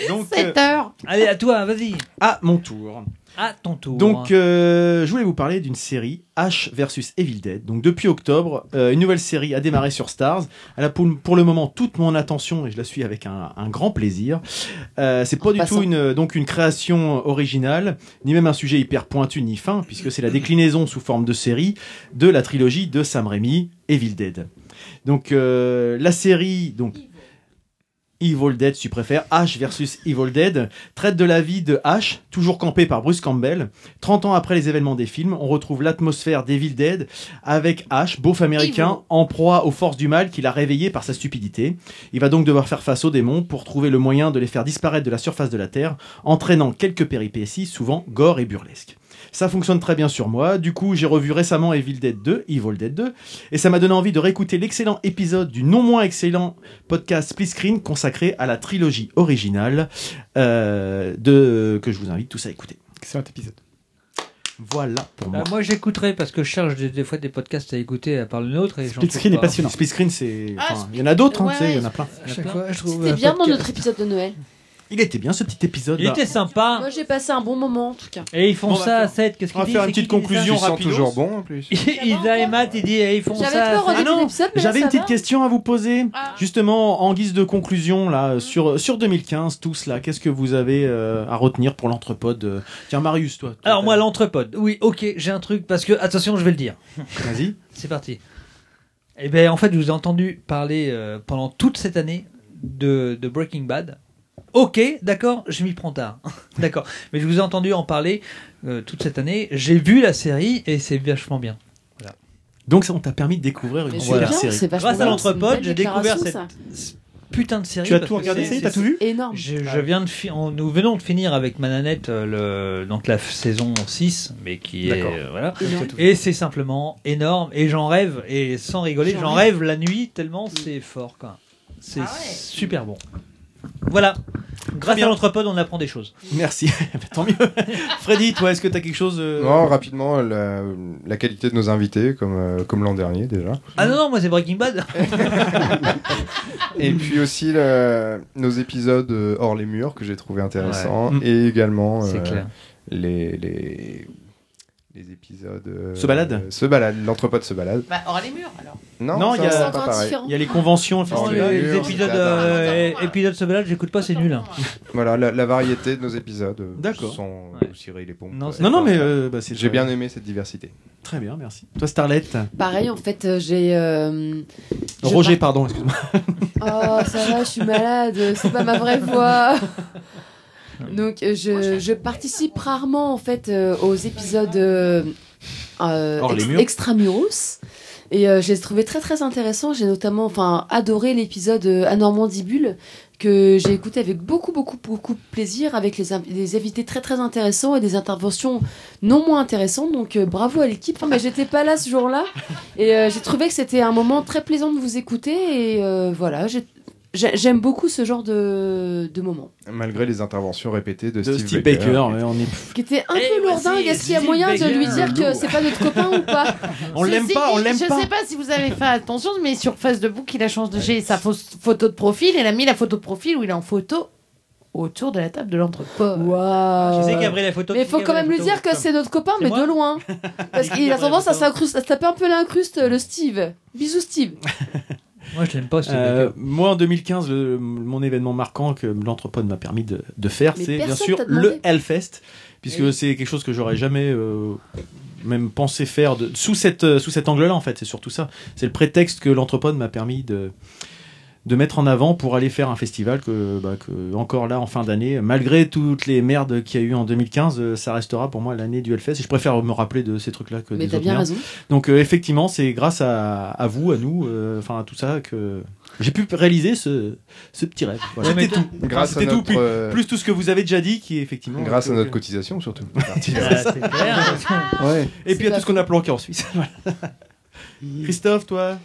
C: Donc, euh,
F: Sept heures.
A: Allez, à toi, vas-y.
C: À mon tour.
A: À ton tour. hein.
C: Donc, euh, je voulais vous parler d'une série H versus Evil Dead. Donc, depuis octobre, euh, une nouvelle série a démarré sur Stars. Elle a pour, pour le moment toute mon attention et je la suis avec un, un grand plaisir. Euh, c'est pas du
J: passant.
C: tout une, donc une création originale, ni même un sujet hyper pointu ni fin, puisque c'est la déclinaison sous forme de série de la trilogie de Sam Raimi, Evil Dead. Donc, euh, la série, donc. Evil Dead, si tu préfères, H versus Evil Dead, traite de la vie de H, toujours campé par Bruce Campbell. 30 ans après les événements des films, on retrouve l'atmosphère d'Evil Dead avec H, beauf américain,
J: Evil.
C: en proie aux forces du mal qu'il a réveillé par sa stupidité. Il va donc devoir faire face aux démons pour trouver le moyen de les faire disparaître de la surface de la Terre, entraînant quelques péripéties, souvent gore et burlesques. Ça fonctionne très bien sur moi. Du coup, j'ai revu récemment Evil Dead 2, Evil Dead 2, et ça m'a donné envie de réécouter l'excellent épisode du non moins excellent podcast Split Screen consacré à la trilogie originale euh, de que je vous invite tous à écouter.
K: Excellent épisode.
C: Voilà pour
A: Bah,
C: moi.
A: moi, j'écouterai parce que je cherche des, des fois des podcasts à écouter à part le nôtre. Et j'en
C: Split
A: trouve
C: Screen est
A: pas.
C: passionnant. Split Screen, c'est. enfin, il y en a d'autres, hein,
A: Ah, Ouais,
C: tu sais, il y en
A: ouais,
C: a plein.
A: à chaque fois, je trouve euh,
G: C'était
A: un
G: bien dans
A: podcast.
G: notre épisode de Noël.
C: Il était bien ce petit épisode.
A: Il était sympa.
G: Moi j'ai passé un bon moment en tout cas.
A: Et ils font
G: Bon, on va
A: ça à
G: faire-
A: 7. Qu'est-ce
G: on va
A: qu'ils
C: faire
A: disent
C: une
A: C'est
C: petite
A: qui qui dit ça
C: conclusion
H: Ils sont
C: rapidos.
H: toujours bons en
C: [LAUGHS]
H: plus.
A: Isa et Matt, ils disent eh, ils font ça.
G: J'avais peur au
A: à
C: Ah
G: début
A: sept.
G: de l'épisode, mais là,
C: J'avais
G: ça
C: une petite
G: va.
C: question à vous poser, justement en guise de conclusion là sur sur 2015 tous là. Qu'est-ce que vous avez euh, à retenir pour l'entrepode euh Tiens Marius toi.
A: Alors moi l'entrepode. Oui, ok, j'ai un truc parce que attention, je vais le dire.
C: Vas-y.
A: C'est parti. Eh bien, en fait, je vous ai entendu parler euh, pendant toute cette année de, de Breaking Bad. Ok, d'accord, je m'y prends tard. [LAUGHS] d'accord. Mais je vous ai entendu en parler euh, toute cette année. J'ai vu la série et c'est vachement bien.
C: Donc ça on t'a permis de découvrir une
A: Mais c'est
C: super
A: bien,
C: série.
A: c'est vachement Grâce à bien. l'entrepode, j'ai découvert cette- Putain de série.
C: Tu as
A: parce
C: tout
A: que
C: regardé,
A: c'est-
C: ça y est, t'as tout vu
G: Énorme.
A: Je,
C: Ah
A: je viens de fi- on- nous venons de finir avec Mananette euh, le, donc la f- saison 6, mais qui est.
J: D'accord.
A: euh, voilà.
J: Et donc-
A: Et c'est simplement énorme. Et j'en rêve, et sans rigoler,
J: J'en
A: j'en
J: rêve.
A: rêve la nuit tellement c'est fort. quoi. C'est
F: Ah
A: super bon. Voilà. Grâce
C: bien.
A: à l'entrepode, on apprend des choses.
C: Merci. [LAUGHS] Tant mieux. Freddy, toi est-ce que t'as quelque chose euh,
H: Non, rapidement, la, la qualité de nos invités, comme, euh, comme l'an dernier
C: [LAUGHS]
H: déjà.
A: Ah non, non, moi c'est Breaking Bad.
H: Et puis aussi la- nos épisodes euh, hors les murs que j'ai trouvé intéressants.
A: Ouais. Mm.
H: Et également
A: C'est
H: euh,
A: clair.
H: les, les, les épisodes. euh,
C: Se balade
H: Se balade, l'entrepôt se balade.
R: Bah, hors les murs alors.
H: Non,
C: Non, il y
H: ça,
C: a- C'est
H: c'est
C: encore
H: pas pareil.
R: différent.
C: [LAUGHS] Il y a les conventions, Oh, le
H: Hors
C: festival.
H: les
A: Oh, Les
H: murs,
A: épisodes,
H: c'était à-
A: euh, épisodes ce balade, j'écoute pas, c'est nul. hein.
H: Voilà, la, la variété de nos épisodes. euh,
C: D'accord.
H: Sont aussi les pompes.
C: Non,
H: euh,
C: c'est- non, non, mais, euh, bah, c'est-
H: J'ai bien aimé cette diversité.
C: Très bien, merci. Toi Starlette.
G: Pareil en fait euh, j'ai... euh, je
C: Roger,
G: par-
C: pardon, excuse-moi.
G: Oh ça va, je suis malade, c'est pas ma vraie voix.
A: [LAUGHS]
G: Donc euh, je, je participe rarement en fait euh, aux épisodes euh, euh,
C: Hors les
G: ex-
C: murs.
G: extramuros. Et euh, je les trouvais très très intéressants. J'ai notamment enfin adoré l'épisode euh, à Normandibule que j'ai écouté avec beaucoup beaucoup beaucoup de plaisir avec les inv- des invités très très intéressants et des interventions non moins intéressantes. Donc euh, bravo à l'équipe. Enfin, mais j'étais pas là ce jour-là et euh, j'ai trouvé que c'était un moment très plaisant de vous écouter et euh, voilà, j'ai- j'ai- j'aime beaucoup ce genre de, de moment.
H: Malgré les interventions répétées de,
C: De
H: Steve,
C: Steve
H: Baker.
C: Baker, ouais, on est
G: qui était
C: Eh
G: un peu lourdingue. Est-ce qu'il y a moyen de lui dire que c'est pas notre copain ou pas
C: [LAUGHS] On l'aime
F: Ceci
C: pas, on
F: dit,
C: l'aime pas.
F: Je sais pas si vous avez fait attention, mais sur Facebook, il a changé de j'ai sa fausse photo de profil. Elle a mis la photo de profil où il est en photo autour de la table de l'entrepôt.
G: Waouh
A: Je sais qu'il y a pris la photo.
G: Mais il faut quand même lui dire que c'est notre copain, mais de loin. Parce qu'il a tendance à, s'incruste- à se taper un peu l'incruste, le Steve. Bisous, Steve.
D: Ah,
A: Moi, je l'aime pas, Steve
C: Euh,
A: Baker.
C: moi, en 2015, le- mon événement marquant que l'entrepôt m'a permis de, de faire,
G: Mais
C: c'est bien
G: personne
C: sûr
G: t'a demandé.
C: le Hellfest, puisque c'est quelque chose que j'aurais jamais euh, même pensé faire de- sous, cette, euh, sous cet angle-là, en fait. C'est surtout ça. C'est le prétexte que l'entrepôt m'a permis de, de mettre en avant pour aller faire un festival que, bah, que encore là, en fin d'année, malgré toutes les merdes qu'il y a eu en 2015, euh, ça restera pour moi l'année du Hellfest. Et je préfère me rappeler de ces trucs-là que
G: Mais
C: des
G: t'as
C: autres
G: bien
C: merdes.
G: raison.
C: Donc euh, effectivement, c'est grâce à, à vous, à nous, euh, enfin à tout ça que j'ai pu réaliser ce, ce petit rêve. Voilà.
H: Ouais, mais
C: C'était tout.
H: grâce
C: C'était
H: à
C: tout
H: notre,
C: plus,
H: euh,
C: plus tout ce que vous avez déjà dit, qui est effectivement euh,
H: Grâce à
C: que-
H: notre cotisation,
C: [LAUGHS]
H: surtout.
C: C'est ça. [LAUGHS] Et puis à tout ce qu'on a planqué en Suisse. [LAUGHS] Voilà. Christophe, toi,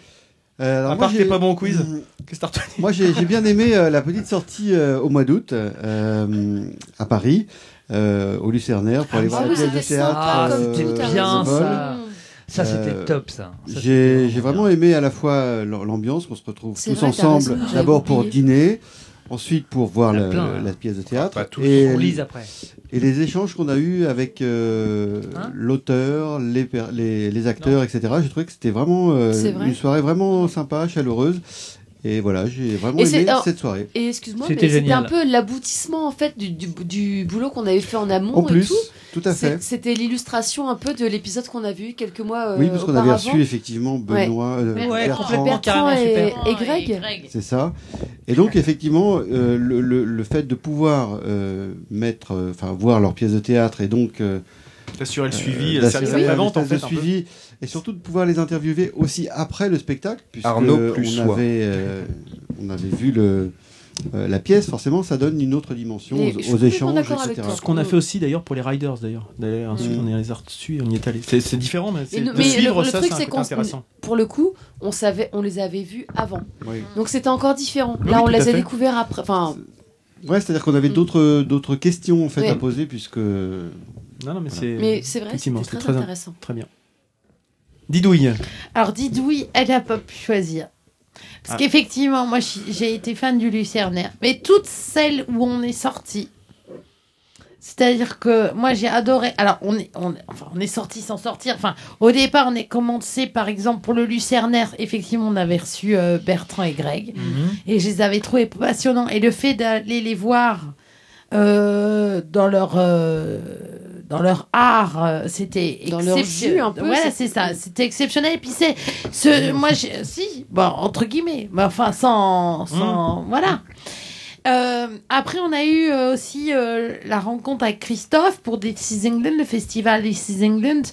C: à part que t'es pas bon au quiz, qu'est-ce que t'as retenu
D: Moi, j'ai j'ai bien aimé euh, la petite sortie euh, au mois d'août euh, à Paris, euh, au Lucernaire, pour aller voir
A: Ah
D: la
A: oui,
D: pièce de
A: c'était
D: théâtre.
A: sympa comme
D: euh,
A: c'était bien,
D: de Vol.
A: ça. Ça, c'était
D: Euh,
A: top, ça. Ça, c'était
D: J'ai j'ai vraiment aimé à la fois euh, l'ambiance, on se retrouve
A: C'est
D: tous
A: vrai, t'as
D: ensemble,
A: raison, j'avais
D: d'abord pour
A: oublié.
D: dîner. ensuite pour voir
A: Il y en a
D: la,
A: plein, hein.
D: la pièce de théâtre.
A: Pas tous. On lise après.
D: Et les échanges qu'on a eus avec euh,
A: Hein
D: l'auteur, les, per- les, les acteurs, etc. J'ai trouvé que c'était vraiment euh,
J: C'est vrai.
D: une soirée vraiment sympa, chaleureuse. Et voilà, j'ai vraiment
J: Et
D: aimé
J: c'est- alors,
D: cette soirée.
J: Et excuse-moi, mais c'était un peu l'aboutissement en fait du, du- du boulot qu'on avait fait en amont
D: En plus,
J: et tout.
D: tout à
J: C'est-
D: fait.
J: C'était l'illustration un peu de l'épisode qu'on a vu quelques mois. euh,
D: Oui, parce qu'on avait
J: auparavant.
D: reçu effectivement Benoît, euh,
J: Ouais,
D: Bertrand.
J: Bertrand
D: Carrément,
J: et,
D: super.
J: et Greg.
D: C'est ça. Et donc effectivement, euh, le, le- le fait de pouvoir euh, mettre, euh, enfin voir leur pièce de théâtre et donc euh,
C: D'assurer le suivi,
D: d'assurer
C: service après-vente,
D: un
C: en
D: espèce
C: fait, un
D: de
C: peu.
D: suivi et surtout de pouvoir les interviewer aussi après le spectacle, puisque
H: Arnaud plus
D: on
H: soi.
D: avait euh, on avait vu le euh, la pièce, forcément, ça donne une autre dimension
C: Mais
D: aux-
C: je suis
D: aux,
C: complètement
D: échanges,
C: d'accord
D: etc. Mm.
C: avec toi. Ce qu'on a fait aussi d'ailleurs pour les riders d'ailleurs. D'ailleurs, ensuite, on les a reçus, on y est allé. C'est c'est différent, mais, c'est
J: Mais,
C: de
J: nous- mais
C: suivre
J: le, le
C: ça,
J: truc,
C: c'est un
J: c'est
C: côté
J: qu'on,
C: intéressant.
J: pour le coup, on savait, on les avait vus avant.
D: Oui.
J: Donc c'était encore différent.
D: Oui,
J: Là, on
D: tout à
J: les a
D: fait.
J: découverts après. Enfin,
D: Ouais, c'est-à-dire qu'on avait d'autres d'autres questions en fait
J: Ouais.
D: à poser puisque non
C: non mais
J: c'est- Mais c'est vrai,
C: Effectivement,
J: c'était
C: c'était
J: très
C: in-
J: intéressant.
C: Très bien. Didouille.
F: Alors, dites oui, elle n'a pas pu choisir. Parce
C: Ah.
F: qu'effectivement, moi, j'ai j'ai été fan du Lucernaire. Mais toutes celles où on est sorti. C'est-à-dire que moi, j'ai adoré. Alors, on est, on, enfin, on est sorti sans sortir. Enfin, au départ, on est commencé, par exemple, pour le Lucernaire. Effectivement, on avait reçu euh, Bertrand et Greg. Et je les avais trouvés passionnants. Et le fait d'aller les voir euh, dans leur euh, dans leur art, euh, c'était
J: Dans leur
F: exception-
J: jus, un peu,
F: Voilà, c'est
J: c'est-
F: ça. C'était exceptionnel. Et puis c'est ce, moi, j'ai- si,
A: bah,
F: bon, entre guillemets, mais enfin sans, sans,
J: Mmh.
C: Hum.
F: voilà. Euh, après, on a eu euh, aussi euh, la rencontre avec Christophe pour This is England, le festival This is England,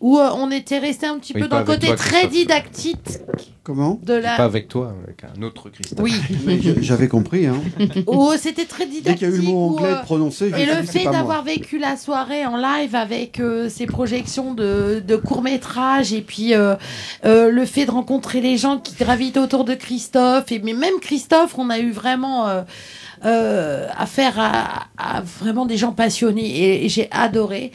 F: où euh, on était resté un petit
H: Oui,
F: peu dans
H: pas
F: le
H: avec
F: côté
H: toi,
F: très
H: Christophe.
F: didactique [LAUGHS]
D: Comment
F: de la.
H: Pas avec toi, avec un autre Christophe.
F: Oui.
D: Mais je- j'avais compris. Hein.
F: Oh, c'était très didactique.
D: Dès qu'il y a eu le mot
F: où,
D: anglais
F: euh,
D: prononcé, je
F: Et
D: me
F: le
D: suis dit, c'est
F: fait
D: pas moi.
F: d'avoir vécu la soirée en live avec euh, ces projections de, de courts-métrages et puis euh, euh, le fait de rencontrer les gens qui gravitent autour de Christophe et mais même Christophe, on a eu vraiment euh, euh, affaire à, à vraiment des gens passionnés et, et j'ai adoré.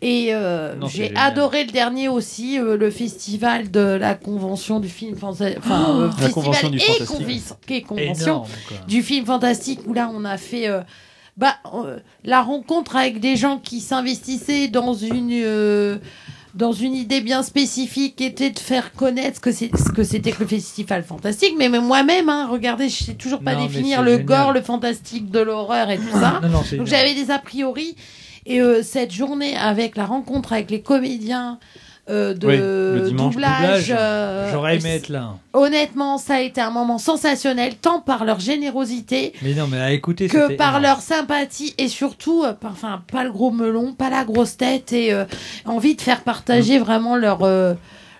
F: Et euh,
J: Non, c'est
F: j'ai
J: génial.
F: adoré le dernier aussi, euh, le festival de la convention du film français. Enfin,
J: Oh
F: euh,
J: La
F: festival
J: convention du
F: et
J: fantastique.
F: convi- et convention
J: Énorme, quoi.
F: du film fantastique où là on a fait euh, bah, euh, la rencontre avec des gens qui s'investissaient dans une euh, dans une idée bien spécifique qui était de faire connaître ce que c'est ce que c'était que le festival fantastique mais, mais moi-même hein, regardez je sais toujours pas
A: Non, mais
F: définir
A: c'est
F: le
A: génial.
F: gore le fantastique de l'horreur et tout ça
A: Non, non, c'est énorme.
F: donc j'avais des a priori et euh, cette journée avec la rencontre avec les comédiens euh, de
A: Oui, le dimanche.
F: doublage,
A: Doublage,
F: euh,
A: J'aurais aimé être là.
F: Honnêtement, ça a été un moment sensationnel, tant par leur générosité
A: Mais non, mais à écouter,
F: que
A: c'était
F: par
A: énorme.
F: leur sympathie et surtout, euh, par- enfin, pas le gros melon, pas la grosse tête et euh, envie de faire
A: Mm.
F: partager vraiment leur, euh,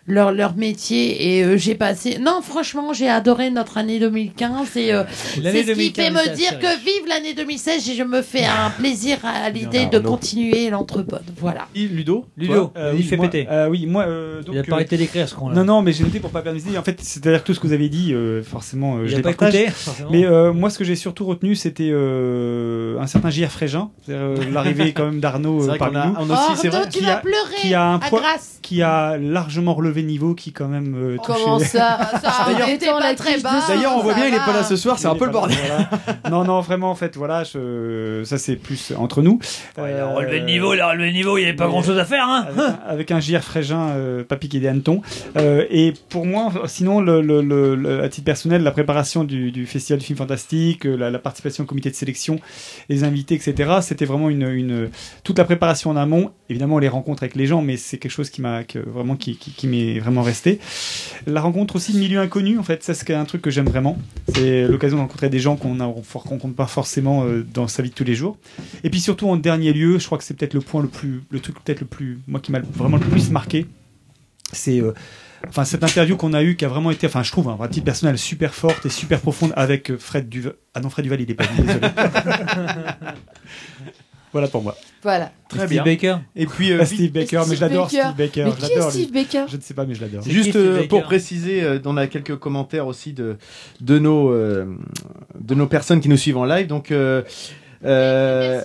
F: leur, leur métier. Et euh, j'ai passé. Non, franchement, j'ai adoré notre année 2015 et euh,
A: L'année
F: c'est ce qui
A: 2015
F: fait
A: était
F: me dire
A: assez
F: que vive l'année 2016 et je me
A: [LAUGHS]
F: fais un plaisir à l'idée de
K: Arnaud.
F: continuer l'entrepode. Voilà.
C: Ludo
A: Ludo,
K: Toi, euh,
A: il
K: oui,
A: fait
K: moi-
A: péter.
K: euh, oui, moi. euh, donc,
A: Il a pas
K: euh,
A: arrêté d'écrire ce qu'on
K: Non, non, mais j'ai noté pour pas perdre mes idées. En fait, c'est-à-dire que tout ce que vous avez dit, euh, forcément, euh,
A: Il
K: je
A: a
K: les
A: pas
K: partage.
A: écouté, forcément.
K: Mais euh, moi, ce que j'ai surtout retenu, c'était euh, un certain J.R. Frégin, c'est-à-dire
A: [LAUGHS]
K: euh, l'arrivée quand même d'Arnaud
C: C'est
K: euh,
C: vrai qu'on
K: parmi
C: a-
K: nous.
C: on a aussi, Oh, c'est
F: Arnaud, vrai. tu
K: Qui
F: vas
K: a-
F: pleurer
K: Qui a un
F: à
K: poids-
F: Grasse.
K: qui a largement relevé le niveau, qui quand même euh, touchait-
A: [LAUGHS]
J: Comment ça
K: [LAUGHS]
J: Ça
F: D'ailleurs-
J: Ah, était pas
F: la
J: très
F: tige de-
J: bas.
F: D'ailleurs, on voit
J: ça
F: bien, il est
J: va.
F: pas là ce
K: soir,
C: c'est un peu le bordel.
K: [LAUGHS] non, non, vraiment, en fait, voilà, je- ça c'est plus entre nous. Euh,
A: Relever le niveau, il a relevé le niveau, il n'y avait pas grand chose à faire. Hein
K: avec, un- avec un JR Frégin, euh, pas piqué des hannetons. Euh, et pour moi, sinon, le, le- le- le- à titre personnel, la préparation du, du festival du film fantastique, euh, la, la participation au comité de sélection, les invités, etc., c'était vraiment une, une- toute la préparation en amont. Évidemment, les rencontres avec les gens, mais c'est quelque chose qui m'a que- vraiment qui, qui- qui m'est vraiment resté. La rencontre aussi de milieux inconnus, en fait, ça c'est un truc que j'aime vraiment. C'est l'occasion de rencontrer des gens qu'on ne rencontre pas forcément euh, dans sa vie de tous les jours. Et puis surtout en dernier lieu, je crois que c'est peut-être le point le plus, le truc peut-être le plus, moi qui m'a vraiment le plus marqué, c'est euh, enfin cette interview qu'on a eue qui a vraiment été enfin je trouve hein, à titre personnel super forte et super profonde avec euh, Fred Duval ah non Fred Duval il est pas venu, désolé
F: [LAUGHS]
K: voilà pour moi
J: Voilà.
K: Très bien.
C: Et puis
K: [LAUGHS]
C: euh,
K: Steve Baker mais je l'adore Steve Baker
J: Mais
K: je
J: qui est
K: l'adore, lui.
J: Steve Baker
K: je ne sais pas mais je l'adore
C: Juste euh, pour préciser, euh, on a quelques commentaires aussi de, de, nos, euh, de nos personnes qui nous suivent en live. Donc, euh, euh,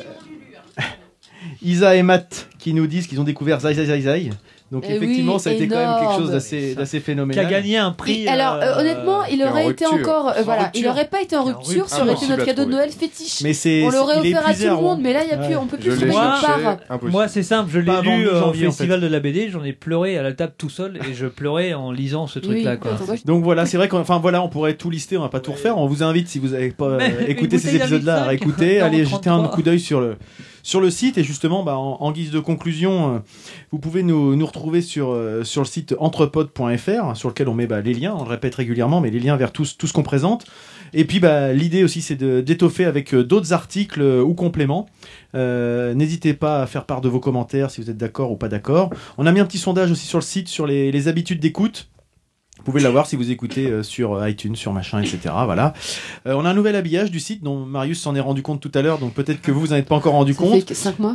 C: Isa et Matt qui nous disent qu'ils ont découvert Zai Zai Zai Zai Donc
J: Eh oui,
C: effectivement, ça a été quand même quelque chose
J: énorme.
C: d'assez d'assez phénoménal.
A: Qui a gagné un prix,
J: Et alors, euh, honnêtement, il aurait été encore. euh, voilà, il
C: aurait
J: aurait pas été en rupture, ça aurait été
C: Impossible à
J: notre cadeau de
C: trouver.
J: Noël fétiche.
C: Mais c'est-
J: on l'aurait
C: il est
J: offert à tout
C: épuisé
J: le
C: à Rouen.
J: monde, mais là, il y a plus,
C: Ouais.
J: on peut plus
C: Je
J: trouver
C: l'ai
J: nulle
C: cherché,
J: part.
C: impossible.
A: Moi, c'est simple, je l'ai
C: Pas avant
A: lu euh, au
C: mi-janvier, en
A: festival de la BD, j'en ai pleuré à la table tout seul et je pleurais en lisant ce truc-là. quoi.
C: Donc voilà, c'est vrai qu'on enfin voilà, on pourrait tout lister, on va pas tout refaire. On vous invite si vous n'avez pas euh,
A: Mais une
C: écouté ces
A: bouteille à
C: épisodes-là, à
A: 25,
C: écouter,
A: dans
C: allez jeter un
A: 33.
C: coup d'œil sur le sur le site et justement bah, en, en guise de conclusion, euh, vous pouvez nous, nous retrouver sur euh, sur le site entrepod.fr sur lequel on met bah, les liens, on le répète régulièrement mais les liens vers tout ce- tout ce qu'on présente. Et puis bah, l'idée aussi c'est de- d'étoffer avec euh, d'autres articles euh, ou compléments. Euh, N'hésitez pas à faire part de vos commentaires si vous êtes d'accord ou pas d'accord. On a mis un petit sondage aussi sur le site sur les, les habitudes d'écoute. Vous pouvez l'avoir si vous écoutez euh, sur euh, iTunes, sur machin, etc. Voilà. Euh, on a un nouvel habillage du site dont Marius s'en est rendu compte tout à l'heure, donc peut-être que vous vous en êtes pas encore rendu compte. Euh,
J: fait 5 mois.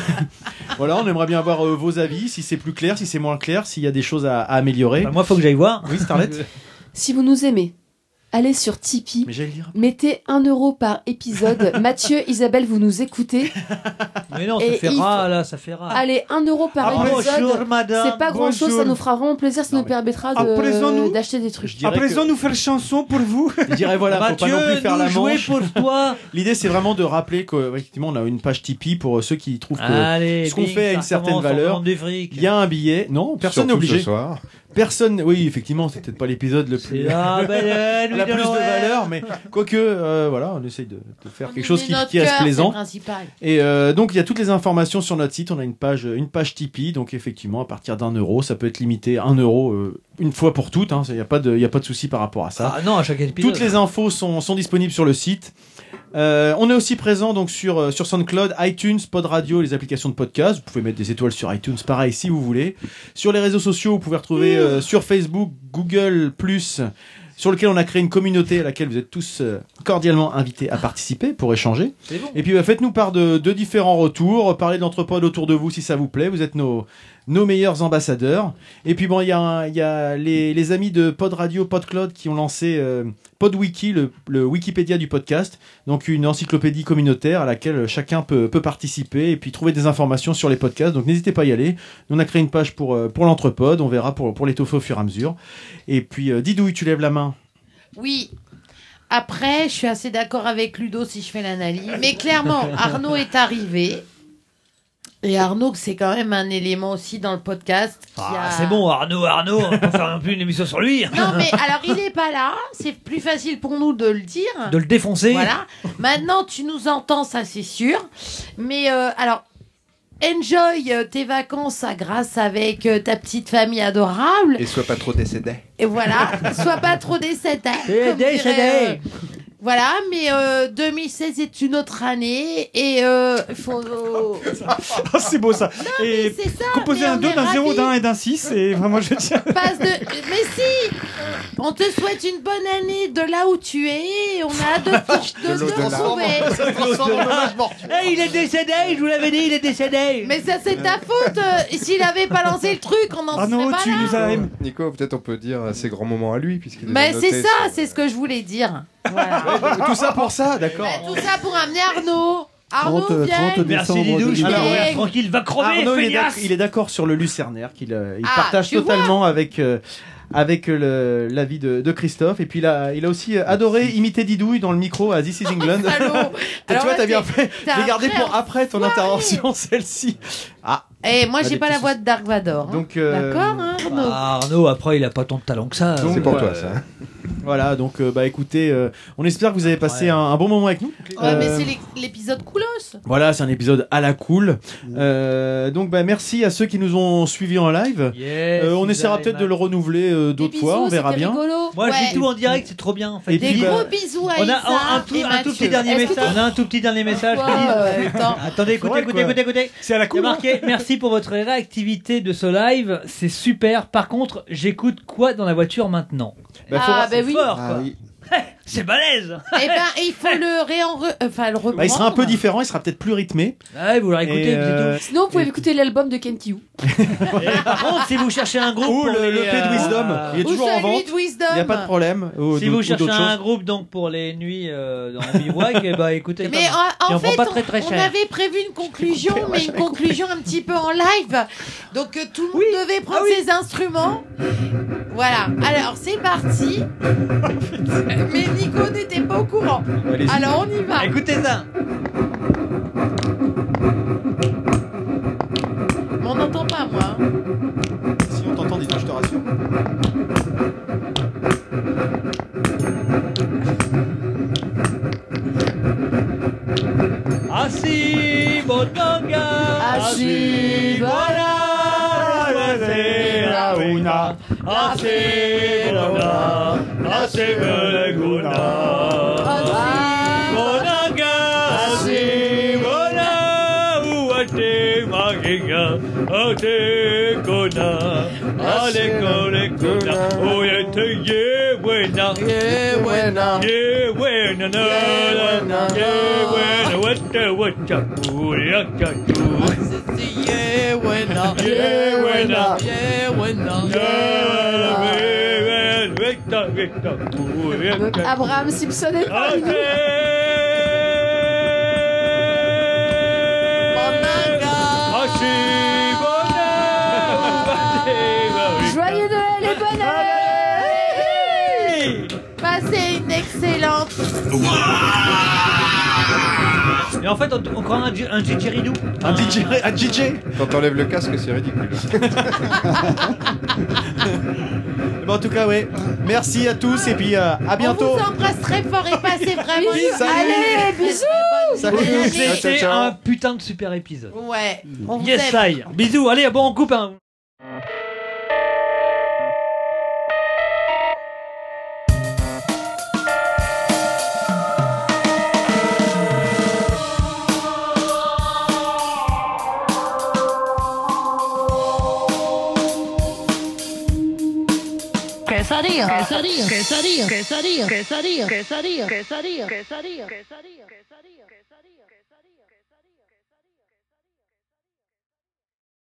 C: [LAUGHS] voilà, on aimerait bien avoir euh, vos avis, si c'est plus clair, si c'est moins clair, s'il y a des choses à, à améliorer.
A: Bah, moi, faut que j'aille voir.
C: Oui, Starlet.
A: [LAUGHS]
J: Si vous nous aimez, allez sur Tipeee.
C: Mais j'allais le dire.
J: Mettez 1 euro par
C: [LAUGHS]
J: épisode. Mathieu, Isabelle, vous nous écoutez.
A: Mais non,
J: Et
A: ça fait
J: il
A: rare là, ça fait rare.
J: Allez, 1 euro par
A: Ah,
J: épisode.
A: bonjour, madame.
J: C'est pas grand chose,
A: Bonjour.
J: ça nous fera vraiment plaisir, ça nous permettra
K: Ah, plaisons-nous.
J: de- d'acheter des trucs.
C: dirais À présent, que-
K: nous faire chanson pour vous.
C: Je dirais voilà, faut
A: Mathieu,
C: pas non plus faire la
A: nous jouer
C: manche.
A: pour toi.
C: [LAUGHS] L'idée c'est vraiment de rappeler que, effectivement, on a une page Tipeee pour euh, ceux qui trouvent que
A: Allez,
C: ce qu'on
A: bing,
C: fait a
A: ça
C: une certaine
A: recommence, on
C: valeur.
A: demande du fric.
C: Il y a un billet. Non, personne n'est
H: Surtout
C: obligé.
H: ce soir.
C: Personne. Oui, effectivement, c'est peut-être pas l'épisode le plus. [LAUGHS]
A: la belle nuit
C: la
A: de
C: plus de
A: Noël.
C: valeur, mais quoique, euh, voilà, on essaye de, de faire quelque
F: met
C: chose qui,
F: notre
C: qui reste
F: cœur, c'est
C: plaisant.
F: le principal.
C: Et euh, donc, il y a toutes les informations sur notre site. On a une page, une page Tipeee. Donc, effectivement, à partir d'un euro, ça peut être limité à un euro euh, une fois pour toutes. hein. Il n'y a pas de, il y a pas de souci par rapport à ça.
A: Ah non, à chaque épisode.
C: Toutes les infos sont, sont disponibles sur le site. Euh, on est aussi présent donc sur, euh, sur SoundCloud, iTunes, Pod Radio, les applications de podcast. Vous pouvez mettre des étoiles sur iTunes, pareil si vous voulez. Sur les réseaux sociaux, vous pouvez retrouver
A: Mmh.
C: euh, sur Facebook, Google sur lequel on a créé une communauté à laquelle vous êtes tous euh, cordialement invités à participer pour échanger.
A: C'est bon.
C: Et puis bah, faites-nous part de, de différents retours, parlez d'entrepreneurs autour de vous si ça vous plaît, vous êtes nos, nos meilleurs ambassadeurs. Et puis bon, il y a, un- il y a les, les amis de Pod Radio, PodCloud qui ont lancé euh, PodWiki, le, le Wikipédia du podcast, donc une encyclopédie communautaire à laquelle chacun peut, peut participer et puis trouver des informations sur les podcasts. Donc n'hésitez pas à y aller. Nous, on a créé une page pour, euh, pour l'entrepod, on verra pour, pour l'étoffer au fur et à mesure. Et puis euh, Didouille, tu lèves la main.
F: Oui. Après, je suis assez d'accord avec Ludo si je fais l'analyse. Mais clairement, Arnaud est arrivé. Et Arnaud, c'est quand même un élément aussi dans le podcast. qui
A: Ah,
F: a-
A: c'est bon, Arnaud, Arnaud, on peut faire non plus une émission sur lui.
F: Non, mais alors il n'est pas là. C'est plus facile pour nous de le dire.
A: De le défoncer.
F: Voilà. Maintenant, tu nous entends, ça c'est sûr. Mais euh, alors, enjoy euh, tes vacances à Grasse avec euh, ta petite famille adorable.
H: Et sois pas trop décédé.
F: Et voilà, sois pas trop décédé. comme
A: Décédé.
F: dirait, euh, voilà, mais euh, 2016 est une autre année et euh, faut.
K: Ah, c'est beau ça. et
F: c'est ça,
K: composer
F: mais
K: un
F: on
K: 2,
F: est
K: d'un 0,
F: ravis.
K: d'un 1 et d'un 6. Et vraiment,
F: [LAUGHS]
K: je tiens.
F: Passe de. Mais si On te souhaite une bonne année de là où tu es et on a hâte de te- [LAUGHS] de te retrouver.
A: Eh, il est décédé, je vous l'avais dit, il est décédé.
F: Mais ça, c'est ta faute euh, S'il avait pas lancé le truc, on n'en serait pas là
H: Nico, peut-être on peut dire euh, ses grands moments à lui. puisqu'il les a
F: Mais
H: notés
F: c'est ça,
H: sur-
F: c'est ce que je voulais dire.
C: Tout ça pour ça, d'accord.
F: Tout ça pour amener Arnaud Arnaud,
C: 30,
F: viens
C: 30
A: Merci Didou,
C: décembre
A: je
C: 2000.
A: vais
C: Alors,
A: mourir
F: ouais.
A: tranquille, va crever,
C: Arnaud, il est
A: feignasse.
C: d'ac- il est d'accord sur le lucernaire qu'il euh, il
A: Ah,
C: partage
A: tu vois.
C: totalement avec euh, avec euh, le- l'avis de, de Christophe. Et puis là, il a aussi euh, adoré imiter Didouille dans le micro à This is England. [LAUGHS] tu
F: Ah, Alors
C: vois,
F: là,
C: t'as bien
F: t'es-
C: fait.
F: t'as
C: J'ai gardé
F: un
C: pour
F: vrai
C: après ton intervention, [LAUGHS] celle-ci. Ah.
F: Et Eh, moi,
C: Ah,
F: j'ai
C: des
F: pas la
C: petits
F: voix de Dark Vador. hein.
C: Donc, euh,
F: D'accord, hein, Arnaud
A: Ah, Arnaud, après, il a pas tant de talent que ça.
C: Donc,
A: Euh,
C: euh, Voilà, donc euh, bah écoutez, euh, on espère que vous avez passé un, un bon moment avec nous.
F: Ouais, mais
C: Euh,
F: c'est l'é- l'épisode Koulos
C: Voilà, c'est un épisode à la cool. Euh, donc, bah, merci à ceux qui nous ont suivis en live.
A: Yes,
C: Euh, on
A: ils
C: essaiera
A: arrivent,
C: peut-être de
A: hein.
C: le renouveler euh, d'autres fois, on verra bien.
A: Moi, je
F: Ouais.
A: dis tout en direct, c'est trop bien. En fait.
C: Et Des puis, gros bah,
F: bisous à
A: on a
F: Isa
A: un, un tout,
F: et
A: un tout
F: Mathieu.
A: petit dernier
F: Est-ce que
A: message.
F: tu-
A: On a un tout petit dernier message.
F: Pourquoi,
A: qui dit-
F: euh, attends.
A: [LAUGHS] Attendez, écoutez,
F: Ouais,
A: écoutez,
F: quoi.
A: écoutez, écoutez.
K: C'est à la hein.
A: Il y a marqué merci pour votre réactivité de ce live, c'est super. Par contre, j'écoute quoi dans la voiture maintenant
F: Ah, bah oui.
A: Fort,
F: Ah
A: quoi.
M: [LAUGHS]
F: oui.
M: C'est balèze
A: [LAUGHS]
F: Eh ben, il faut le réenre... euh, Enfin, le reprendre.
C: Bah, il sera un peu différent, il sera peut-être plus rythmé. euh,
M: Ouais, vous l'aurez
C: écouté,
G: Sinon, vous pouvez écouter l'album de Kenty Wu.
M: Par contre, si vous cherchez un groupe.
C: Ou
M: pour
C: le,
M: les,
C: le P de
M: euh,
C: Wisdom, il est
M: ou
C: toujours en
M: celui
C: vente.
M: de
F: Wisdom.
C: Il n'y a pas de problème.
M: si
C: Ou d'autres-
M: vous
C: ou
M: cherchez
C: d'autres choses.
M: un groupe donc pour les nuits euh,
A: [LAUGHS]
M: en bivouac, eh ben, écoutez.
F: Mais
M: ça va.
F: en, en
M: Et on
F: fait,
M: vend pas très très
F: on- on
M: cher.
F: avait prévu une conclusion, mais une conclusion un petit peu en live. Donc euh, tout le monde devait prendre ses instruments. Voilà. Alors c'est parti. [LAUGHS] mais Nico n'était pas au courant.
M: Allez-y.
F: Alors on y va.
M: Écoutez ça.
F: On n'entend pas moi.
C: Si on t'entend, dis-toi, je te rassure.
M: Ah, Así, botonga. Así, Ah,
F: Ah,
M: voilà. Ah, la una.
A: Ah,
M: Así, botonga. Así, botonga. Botonga. Así, botonga. Uate, maginga. Ate, kona. Ale, kone, kona. Oye, te, ye, buena. Ye, buena. Ye, buena, na, na. Ye, buena, wata, wata. Uya, cha, chu. Ye, buena. Ye, buena. Ye, buena. Ye, buena. Vecta, vecta. Uya, cha, chu.
G: Abraham Simpson est parmi nous. [LAUGHS]
F: Joyeux Noël et bonne année. Passez une excellente.
M: Et en fait, on, on prend un, dj- un didgeridoo. Un DJ
C: Un DJ
H: Quand t'enlèves le casque, c'est ridicule.
C: Bon, en tout cas, ouais. Merci à tous et puis euh, à bientôt.
F: On vous embrasse très fort et passez vraiment.
C: Bisous.
F: une- Allez, bisous.
C: Salut.
F: Bonne année.
M: C'était un putain de super épisode.
F: Ouais. On vous
M: Yes,
F: aime.
M: I. Bisous. Allez, bon, on coupe. Hein.
J: Quesadilla.
S: Quesadilla.
J: Quesadilla. Quesadilla.
S: Quesadilla.
J: Quesadilla.
S: Quesadilla.
J: Quesadilla. Quesadilla.